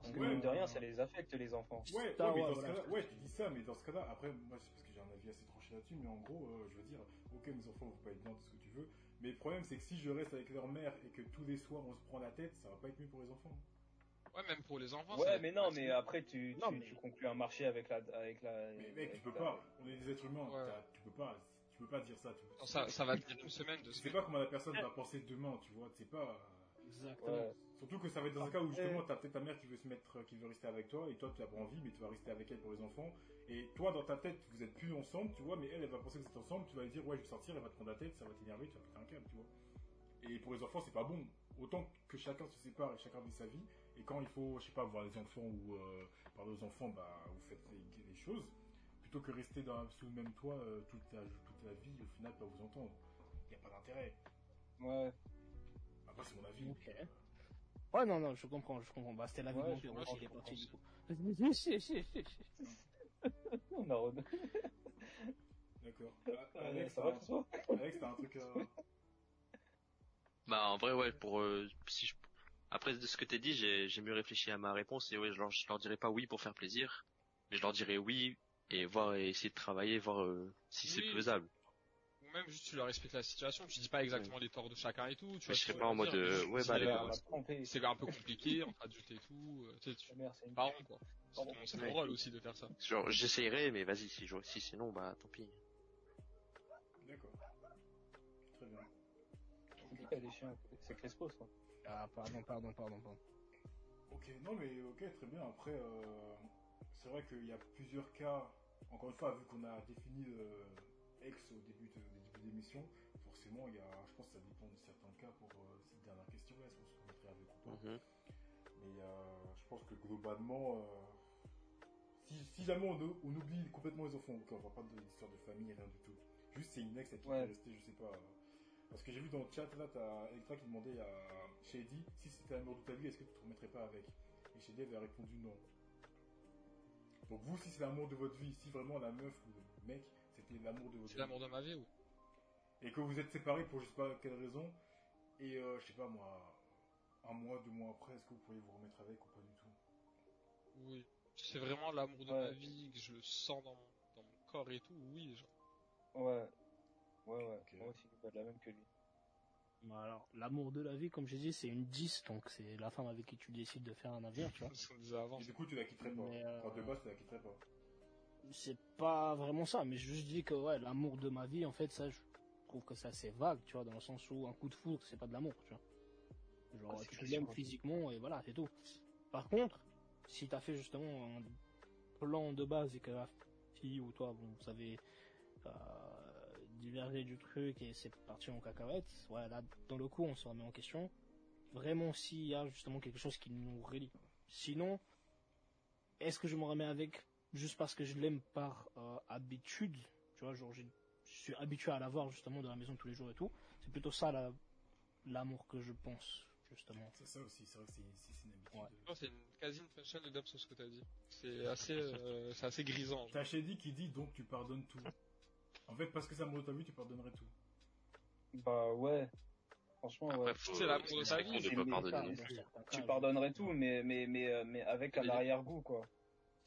E: Parce que
B: Ouais.
E: mine de rien, ça les affecte, les enfants.
B: Ouais, ouais,
D: Ah
B: mais
D: ouais,
B: dans ce
D: voilà.
B: cas-là, ouais, tu dis ça, mais dans ce cas-là, après, moi, c'est parce que j'ai un avis assez tranché là-dessus, mais en gros, euh, je veux dire, ok, mes enfants vont pas être bien, tout ce que tu veux, mais le problème, c'est que si je reste avec leur mère et que tous les soirs on se prend la tête, ça va pas être mieux pour les enfants.
A: Ouais, même pour les enfants. ça va
E: Ouais,
A: être
E: mais euh, non,
A: facile.
E: mais après, tu, tu,
D: Non, mais-
E: tu conclus un marché avec la, avec la.
B: Mais mec, tu
E: avec
B: peux
E: la-
B: pas, on est des êtres humains,
A: Ouais.
B: t'as- tu peux pas, tu peux pas dire ça. Tu,
A: Non, Ça, ça va durer une semaine, deux
B: tu sais
A: semaines.
B: pas comment la personne va penser demain, tu vois, tu sais pas.
D: Exactement.
E: Ouais.
B: Surtout que ça va être dans un cas où justement t'as peut-être ta mère qui veut se mettre, qui veut rester avec toi, et toi tu as pas envie, mais tu vas rester avec elle pour les enfants. Et toi dans ta tête, vous êtes plus ensemble, tu vois, mais elle, elle va penser que vous êtes ensemble, tu vas lui dire ouais je vais sortir, elle va te prendre la tête, ça va t'énerver, tu vas péter un câble, tu vois. Et pour les enfants c'est pas bon. Autant que chacun se sépare et chacun vit sa vie, et quand il faut, je sais pas, voir les enfants ou euh, parler aux enfants, bah vous faites les, les choses, plutôt que rester dans, sous le même toit euh, toute, la, toute la vie, au final pas vous entendre. Y a pas d'intérêt.
E: Ouais.
B: Après c'est mon avis.
D: Ok. Ouais, non, non, je comprends, je comprends. Bah, c'était la vie
E: Ouais,
D: de mon
E: je
D: père
A: comprends,
D: aussi, il est
A: je
D: parti, du coup.
E: On a re-
B: D'accord. Ah,
E: Euh,
B: Alex,
E: Ça va,
B: t'as-
E: François
B: Alex, t'as un truc euh, à...
C: Bah en vrai ouais pour euh, si je... après de ce que t'as dit j'ai j'ai mieux réfléchi à ma réponse et ouais je leur je leur dirais pas oui pour faire plaisir mais je leur dirais oui et voir et essayer de travailler voir euh, si c'est
A: Oui.
C: faisable.
A: Ou même juste tu leur expliques la situation, tu dis pas exactement les torts de chacun et tout. Tu
C: Mais
A: vois,
C: je
A: tu
C: serais
A: peux
C: pas en
A: leur
C: mode
A: dire,
C: euh,
A: mais
C: ouais
A: c'est
C: bah les
A: la-
E: Elle
C: gars,
E: m'a trompé.
A: C'est un peu compliqué entre adultes et tout. euh, Tu sais, tu
E: Ta mère, c'est une-
A: parents quoi. C'est
E: Pardon.
A: ton, c'est ton rôle aussi de faire ça.
C: genre j'essayerai mais vas-y si je... si c'est non bah tant pis.
B: D'accord. Très bien.
E: C'est qui qui a des chiens C'est Crespo, ça.
D: Ah, pardon, pardon, pardon, pardon.
B: Ok, non mais ok, très bien. Après, euh, c'est vrai qu'il y a plusieurs cas. Encore une fois, vu qu'on a défini euh, ex au début de, des débuts d'émission, forcément, il y a, je pense que ça dépend de certains cas pour euh, cette dernière question. Est-ce qu'on se remettrait avec ou pas
C: Mhm.
B: Mais euh, je pense que globalement, euh, si, si jamais on, on oublie complètement les enfants, ok, on va pas de l'histoire de famille, rien du tout. Juste c'est une ex avec qui
E: Ouais.
B: est restée, je sais pas. euh, Parce que j'ai vu dans le chat, là, t'as Electra qui demandait à Shady si c'était l'amour de ta vie, est-ce que tu te remettrais pas avec Et Shady avait répondu non. Donc vous, si c'est l'amour de votre vie, si vraiment la meuf ou le mec, c'était l'amour de votre
A: C'est
B: vie
A: l'amour de ma vie ou
B: et que vous êtes séparés pour je sais pas quelle raison, et euh, je sais pas moi, un mois, deux mois après, est-ce que vous pourriez vous remettre avec ou pas du tout
A: Oui. Si c'est vraiment l'amour de
E: Ouais.
A: ma vie, que je le sens dans mon, dans mon corps et tout, oui. Genre.
E: Ouais. Ouais, ouais.
B: Ok.
E: Moi aussi, pas de la même que lui.
D: Bon, Bah, alors, l'amour de la vie, comme j'ai dit, c'est une 10, donc c'est la femme avec qui tu décides de faire un avenir, tu vois.
A: Ce qu'on disait avant.
B: Et du coup, tu la quitterais pas.
D: Mais, euh,
B: Enfin, de base, tu la quitterais pas.
D: C'est pas vraiment ça, mais je juste dis que, ouais, l'amour de ma vie, en fait, ça, je trouve que ça, c'est vague, tu vois, dans le sens où un coup de foudre, c'est pas de l'amour, tu vois. Genre,
E: Ah, c'est
D: tu
E: classique,
D: l'aimes
E: hein.
D: physiquement, et voilà, c'est tout. Par contre, si t'as fait justement un plan de base et que la fille ou toi, bon, vous avez euh, divergé du truc et c'est parti en cacahuète, ouais, là, dans le coup, on se remet en question. Vraiment, s'il y a justement quelque chose qui nous relie. Sinon, est-ce que je me remets avec juste parce que je l'aime par euh, habitude Tu vois, genre, j'ai- je suis habitué à l'avoir justement dans la maison tous les jours et tout. C'est plutôt ça la- l'amour que je pense, justement.
B: C'est ça aussi, c'est vrai que c'est c'est une habitude.
D: Ouais.
A: Non, c'est une, quasi une fashion de Dubs ce que t'as dit. C'est assez, euh, c'est assez grisant. genre.
B: T'as Shady qui dit donc tu pardonnes tout. En fait, parce que ça me ta vie, tu pardonnerais tout.
E: Bah, ouais. Franchement, ouais.
C: Après faut
A: C'est l'amour de
C: c'est
A: ta
C: qu'on
A: vie,
C: ne
E: c'est
C: peut
E: mes
C: pardonner.
E: parents.
D: Tu
E: tu pardonnerais tout, mais, mais, mais, euh, mais avec un
A: Mais-
E: arrière-goût, quoi.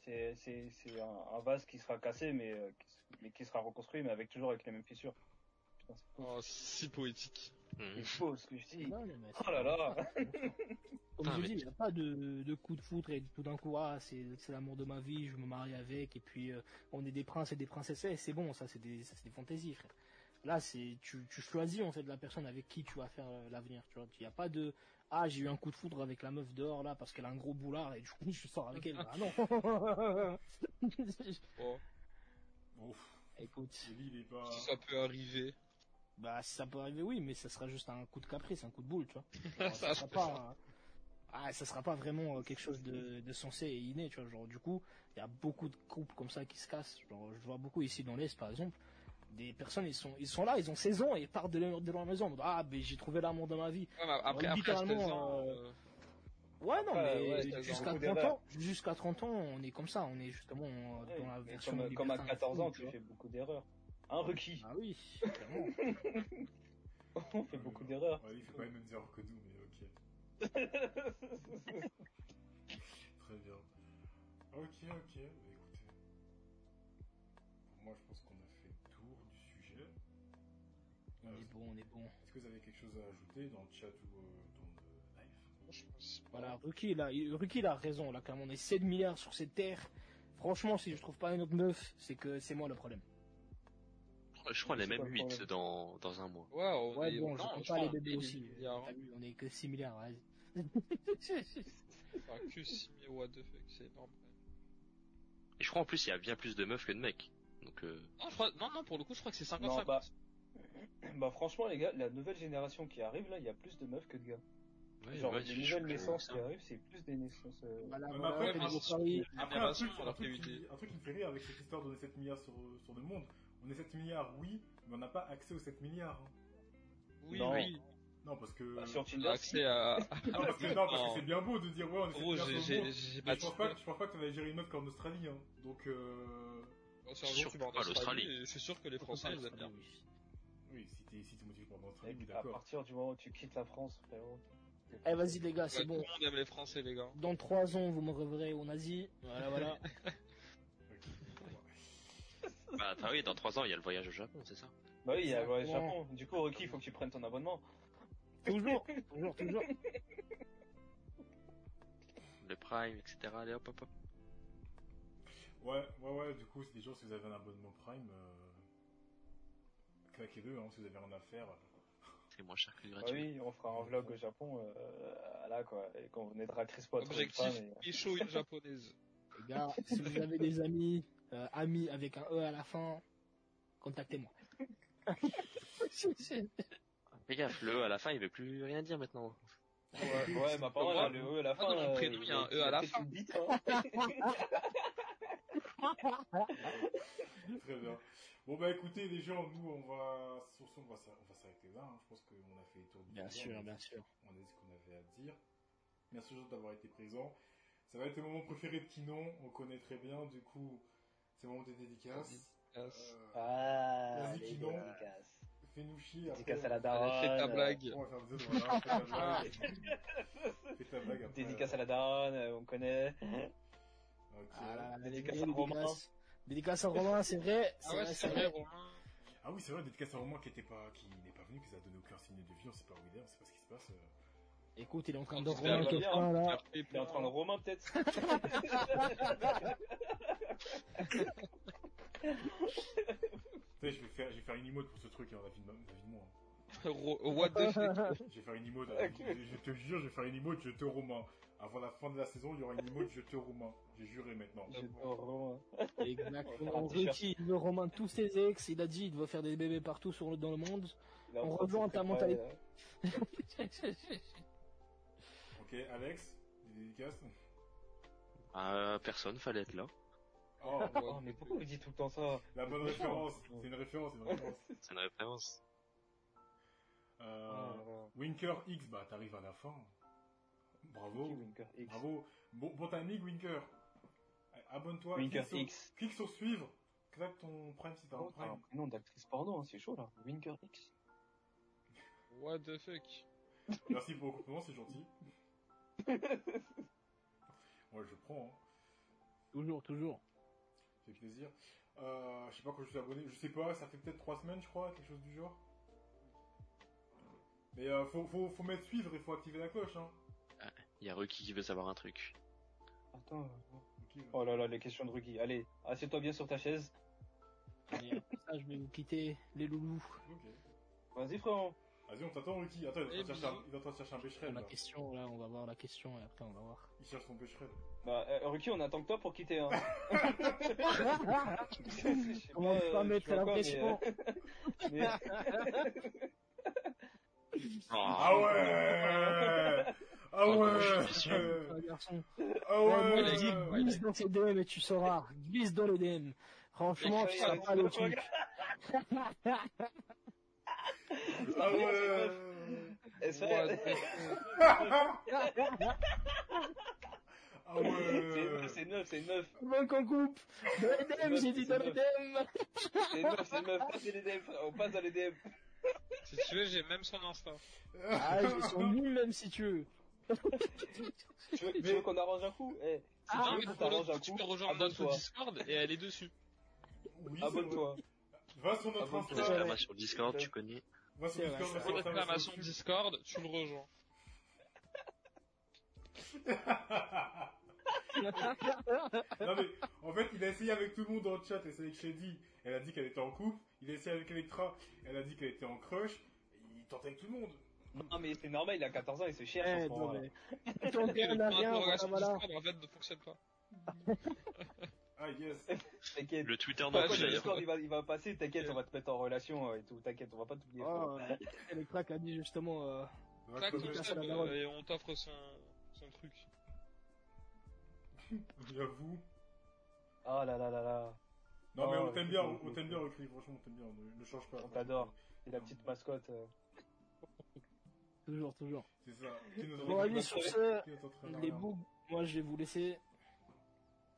E: C'est, c'est, c'est un, un vase qui sera cassé, mais, euh, qui, s- mais qui sera reconstruit, mais avec toujours avec les mêmes fissures. Putain, c'est faux.
A: Oh, si poétique.
E: C'est
C: Mhm.
E: faux, ce que je dis.
D: Non, mais mec,
E: Oh là là.
D: Comme
C: Ah,
D: je
C: mais-
D: dis, il n'y a pas de, de coup de foudre et tout d'un coup, ah, c'est c'est l'amour de ma Eh, vie, je me marie avec, et puis euh, on est des princes et des princesses, et c'est bon, ça c'est des, ça, c'est des fantaisies, frère. Là, c'est tu, tu choisis en fait la personne avec qui tu vas faire euh, l'avenir. Tu vois, il n'y a pas de ah j'ai eu un coup de foudre avec la meuf dehors là parce qu'elle a un gros boulard et du coup je sors avec elle. Ah non.
A: Bon,
B: Ouf,
D: Écoute,
B: Eli, il est pas.
A: Oh, si ça peut arriver.
D: bah ça peut arriver oui, mais ça sera juste un coup de caprice, un coup de boule, tu vois. Alors,
A: Ça,
D: ça sera
A: je
D: pas. un- Ah, ça sera pas vraiment euh, quelque chose de, de sensé et inné, tu vois. Genre, du coup, il y a beaucoup de couples comme ça qui se cassent. Genre, je vois beaucoup ici dans l'Est, par exemple, des personnes, ils sont, ils sont là, ils ont 16 ans et ils partent de leur, de leur maison. en mode, Ah, mais j'ai trouvé l'amour dans ma vie.
A: Ouais, mais après, après,
D: Alors,
A: à 16
D: littéralement,
A: ans,
D: euh,
A: euh,
D: Ouais, non,
E: Ouais,
D: mais
E: ouais, c'est
D: jusqu'à
E: beaucoup
D: 30
E: d'erreurs.
D: ans, jusqu'à 30 ans, on est comme ça. On est justement euh,
E: Ouais,
D: dans la
E: mais
D: version.
E: comme, comme à
D: libertin,
E: 14 ans,
D: tu
E: tu
D: vois.
E: fais beaucoup d'erreurs. Un requis,
D: Ah oui, clairement.
E: on fait beaucoup d'erreurs.
B: Ouais, il fait pas les mêmes erreurs que nous, mais ok. Très bien. Ok, ok. Bah, écoutez, pour moi, je pense qu'on a fait le tour du sujet. Euh,
D: on est bon, on est bon.
B: Est-ce que vous avez quelque chose à ajouter dans le chat ou euh, dans le live
A: je pense pas.
D: Voilà, Euh, Ruki, là, il- Ruki, il a raison, là, clairement, on est 7 milliards sur cette terre. Franchement, si je trouve pas une autre meuf, c'est que c'est moi le problème.
C: Je crois les
E: C'est pas
C: mêmes
E: le
C: 8
E: problème.
C: dans, dans un mois.
A: Ouais, on
D: Ouais,
A: est-
D: bon, je
A: non,
D: compte
A: crois
D: pas les
A: qu'on est
D: bébés
A: des
D: aussi.
A: milliards,
D: T'as
A: hein.
D: vu, on est que 6 milliards, vas-y.
A: Enfin, que 6 000, what the fuck, c'est énorme.
C: Et je crois en plus il y a bien plus de meufs que de mecs. Donc euh,
A: Non, Ah, je crois- non, non, pour le coup, je crois que c'est 55.
E: Non, bah, bah franchement les gars, la nouvelle génération qui arrive là, il y a plus de meufs que de gars.
C: ouais,
E: Genre
C: ouais, je-
E: les
C: je-
E: nouvelles
C: je-
E: naissances qui arrivent, c'est plus des naissances. euh,
D: Voilà,
B: Ouais, mais
D: voilà,
B: après,
D: faites
A: moi,
D: vos
A: c'est-
D: paris.
B: Après, un truc,
A: alors
B: un
A: qu'il y a
B: truc
A: eu des-
B: qui, un truc qui me fait rire avec cette histoire de 7 milliards sur, sur le monde. On est 7 milliards, oui, mais on n'a pas accès aux 7 milliards. hein.
A: Oui,
E: Non.
A: oui.
B: Non, parce que.
E: bah, sur
A: On
E: Tinder,
A: a accès à.
B: Non, parce que, non, parce que c'est bien beau de dire, ouais, on est 7
A: Gros,
B: milliards
A: Oh, j'ai-
B: sur
A: j'ai
B: le monde.
A: j'ai
B: Mais
A: pas
B: je pense pas, que- je pense pas que t'avais géré une meuf qu'en Australie, hein. Donc, euh...
A: C'est un
C: Surtout
A: jour, tu vas en
C: pas l'Australie.
A: Australie, et C'est sûr que les Français, ils aiment bien.
B: Oui, si t'es si t'es motivé par l'Australie,
E: mec,
B: oui,
E: à
B: d'accord.
E: partir du moment où tu quittes la France, frérot.
D: Eh, vas-y, les gars,
A: Ouais,
D: c'est bon.
A: Tout le monde aime les Français, les gars.
D: Dans 3 ans, vous me reverrez au nazi. Voilà, voilà.
B: Ok.
C: Bah attends, oui, dans 3 ans il y a le voyage au Japon, c'est ça
E: Bah oui, il y a
D: Exactement.
E: ouais, Japon. Du coup, Rocky, il faut que tu prennes ton abonnement.
D: toujours, toujours, toujours.
C: Le Prime, etc. Allez hop hop hop.
B: Ouais, ouais, ouais, du coup, c'est des jours, si vous avez un abonnement Prime, euh... claquez-le, hein, si vous avez rien à faire.
C: C'est moins cher que le
E: Bah
C: gratuit.
E: oui, on fera un vlog au Japon, euh, là quoi, et qu'on venait Crispo à trouver une
A: Objectif,
E: femme et-
A: pécho une japonaise.
D: Les gars, si vous avez des amis, euh, amis avec un E à la fin, contactez-moi.
C: Fais gaffe, le E à la fin il veut plus rien dire maintenant.
E: Ouais, ouais, ma parole,
A: Moi,
E: là, le E à la fin.
A: dans mon
E: euh,
A: prénom, il y a un E à la
E: peut-être
A: fin.
E: une bite, hein.
B: Très bien. Bon, bah, écoutez, les gens, nous, on va, sur ce, on va s'ar- on va s'arrêter là, hein. Je pense qu'on a fait le tour du
D: Bien
B: sujet,
D: sûr,
B: on a
D: bien
B: dit-
D: sûr.
B: On a dit ce qu'on avait à dire. Merci, Jean, d'avoir été présent. Ça va être le moment préféré de Kinon, on connaît très bien, du coup, c'est le moment des dédicaces.
A: Casse.
B: Euh,
E: Ah,
B: Vas-y,
E: les
B: Kinon.
E: dédicace.
B: Fais-nous chier. après,
E: Dédicace à la daronne.
D: Ah
A: Allez, fais ta blague.
B: On va faire des autres, voilà, fais ta blague. Fais ta blague après.
E: Ah. Dédicace à la daronne, euh, on connaît.
B: Ok.
D: Ah, là, là, les
E: Dédicace
D: gars,
E: à Romain.
D: dédicace. Dédicace à Romain, c'est vrai.
A: Ah ouais, c'est vrai, Romain.
B: Ah oui, c'est vrai, dédicace à Romain qui était pas, qui n'est pas venu, qui nous a donné aucun signe de vie, on sait pas où il est, on sait pas ce qui se passe. euh.
D: Écoute, il est en train de
A: J'espère
D: Romain
E: qu'il va
D: quelqu'un là.
E: Il est en train de Romain, peut-être.
B: Tu sais, je vais faire, je vais faire une emote pour ce truc, hein, la vie de, ma- la vie de moi. hein.
A: Ro- What the fuck
B: Je vais faire une emote, hein, je, je te jure, je vais faire une emote, je te Romain. Avant la fin de la saison, il y aura une emote, je te Romain. J'ai juré maintenant.
E: Je- oh, Romain.
D: Exactement.
E: On va faire un t-shirt.
D: Ruki, il veut Romain tous ses ex. Il a dit il veut faire des bébés partout sur le- dans le monde.
E: Il est en
D: On
E: train de se
D: rejoint ta
E: préparer,
D: mentalité.
E: là.
B: Ok, Alex, des dédicaces.
C: Euh, personne, fallait être là.
B: Oh,
E: Oh, mais pourquoi vous dites tout le temps ça
B: la bonne référence, c'est une référence, c'est une référence.
C: C'est une référence.
B: Euh,
E: Ah, là, là.
B: Winker X, bah t'arrives à la fin. Bravo.
E: Qui, Winker X
B: Bravo. Bon, bon timing, Winker. Abonne-toi.
E: Winker
B: clique sur-
E: X.
B: Clique sur suivre. Claque ton prime si t'as un
E: Oh, t'as un
B: prime.
E: prénom d'actrice porno, hein, c'est chaud là. Winker X.
A: What the fuck
B: Merci pour le compliment, c'est gentil. Ouais, je prends. hein.
D: Toujours, toujours.
B: Ça fait plaisir. Euh, je sais pas quand je suis abonné. Je sais pas, ça fait peut-être 3 semaines, je crois, quelque chose du genre. Mais euh, faut, faut, faut mettre suivre et faut activer la cloche. Hein.
C: Il y a Ruki qui veut savoir un truc.
E: Attends.
B: Ok, bah.
E: Oh là là, les questions de Ruki. Allez, assieds-toi bien sur ta chaise.
D: Allez, ça, je vais vous quitter, les loulous.
B: Ok.
E: Vas-y, frérot.
B: Vas-y, on t'attend, Ricky. Attends, il est en
A: Eh
B: train de chercher
A: bien.
B: un- il est en train de chercher un bécherel.
D: La
B: là.
D: question, là, on va voir la question et après on va voir.
B: Il cherche son bécherel.
E: Bah, euh, Ruki, on attend que toi pour quitter. Hein. Je sais
D: Comment
E: euh,
D: pas
E: tu
D: mettre
E: vois
D: la
E: quoi, mais,
D: pression
E: euh, mais-
B: Ah ouais Ah
C: Oh,
B: ouais
C: comment je suis
D: Ah,
B: Euh,
D: garçon.
B: Ah
D: Ouais,
B: ouais
D: vas-y, glisse dans tes DM et tu sauras. Glisse dans les DM. Franchement, tu
E: Ouais,
D: sauras
E: ouais,
D: pas
E: ouais,
D: le
E: ouais,
D: truc.
B: Ah ouais
E: Eh, ça,
A: Ouais,
E: c'est-
B: Ah ouais
E: C'est neuf, c'est neuf,
D: Bon qu'on coupe. Dans les DM, j'ai dit dans les DM.
E: c'est neuf, c'est neuf. Passe les DM, frère, on passe dans les DM.
A: Si tu veux, j'ai même son instant.
D: Ah, j'ai son nul même si tu veux.
E: Tu veux, tu
B: Mais-
E: veux qu'on arrange un coup Eh,
D: Ah,
A: Non,
E: oui,
A: mais
E: ça
A: pour le
E: t'arrange
A: coup,
E: un
A: tu
E: coup,
A: peux rejoindre notre
E: abonne-toi.
A: Discord et elle est dessus.
B: Oui, c'est vrai.
E: Abonne-toi.
B: Va sur notre
E: Abonne-toi.
B: Insta.
C: Réclamation Discord, tu connais.
B: Va sur
D: C'est
B: Discord,
D: vrai,
B: va
A: Pour
B: sur
A: réclamation
B: Insta.
A: Discord, tu le rejoins.
B: Non mais, en fait, il a essayé avec tout le monde dans le chat, il a essayé avec Shady, elle a dit qu'elle était en couple, il a essayé avec Electra, elle a dit qu'elle était en crush, il tentait avec tout le monde.
E: Non, mais c'est normal, il a 14 ans, il se cherche.
D: Eh,
E: en ce
D: non,
E: moment, là.
D: mais. Ton père n'a rien, voilà,
A: L'interrogation
D: voilà.
A: Discord, en fait, ne fonctionne pas.
B: Ah yes
E: T'inquiète.
C: Le Twitter
E: Bah,
A: Ouais,
E: quand
C: d'Ange
A: j'ai-
E: le
C: d'ailleurs.
E: Discord il va, il va passer, t'inquiète, on va te mettre en relation euh, et tout, t'inquiète, on va pas t'oublier.
D: Oh, Electra qui a dit justement, euh,
B: Va
A: Claque
B: crever.
A: ton
D: Merci
A: sub,
D: la parole.
A: euh, et on t'offre son, son truc.
B: J'avoue.
E: Ah là là là là,
B: Non mais
E: Ah,
B: on
E: ouais,
B: t'aime bien,
E: c'est
B: on
E: cool.
B: t'aime bien Recri, franchement on t'aime bien, on ne- ne change pas.
E: On t'adore. et la petite mascotte. euh.
D: toujours, toujours.
B: C'est ça. Qui nous
D: Bon,
B: entraîne-
D: allez, sur ce,
B: qui nous entraîne
D: les
B: rien.
D: bougs, moi je vais vous laisser.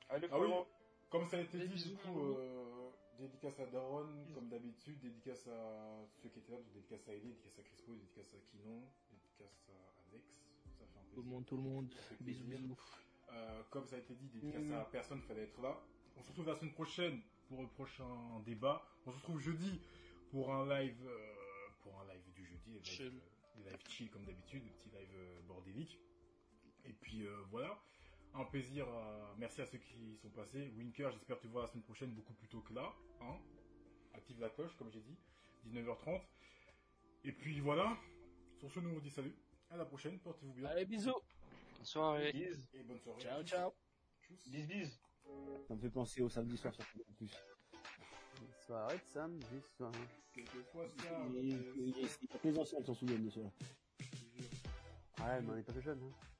E: Allez,
B: Ah oui,
E: frérot.
B: comme ça a été
A: Les
B: dit, du
A: bisous,
B: coup,
A: Margot.
B: euh, dédicace à Daron,
A: Bisous.
B: comme d'habitude, dédicace à ceux qui étaient là, donc dédicace à Ellie, dédicace à Crispo, dédicace à Kinon, dédicace à Alex, ça fait un peu
D: Tout le monde, tout le monde.
B: Ça fait
D: Bisous,
B: plaisir.
D: bisous.
B: Euh, comme ça a été dit, dédicace
E: Mm.
B: à personne, fallait être là. On se retrouve la semaine prochaine pour le prochain débat. On se retrouve jeudi pour un live, euh, pour un live du jeudi, les lives,
A: Chill.
B: euh, les lives chill comme d'habitude, le petit live euh, bordélique. Et puis euh, voilà, un plaisir. à- Merci à ceux qui sont passés. Winker, j'espère te voir la semaine prochaine beaucoup plus tôt que là. hein. Active la cloche, comme j'ai dit, 19h30. Et puis voilà. Sur ce, nous on vous dit salut. À la prochaine. Portez-vous bien
D: Allez, bisous.
C: Bonsoir.
E: Bise,
B: et bonne soirée.
D: Ciao, ciao.
B: Tchuss.
E: bise, bise.
F: Ça me fait penser au samedi soir sur Canal+. Soirée de samedi soir.
B: Quelquefois ça.
F: Il- il- il- C'est pas que les anciens qui s'en souviennent de cela. Ouais, mais on n'est pas que jeunes. Hein.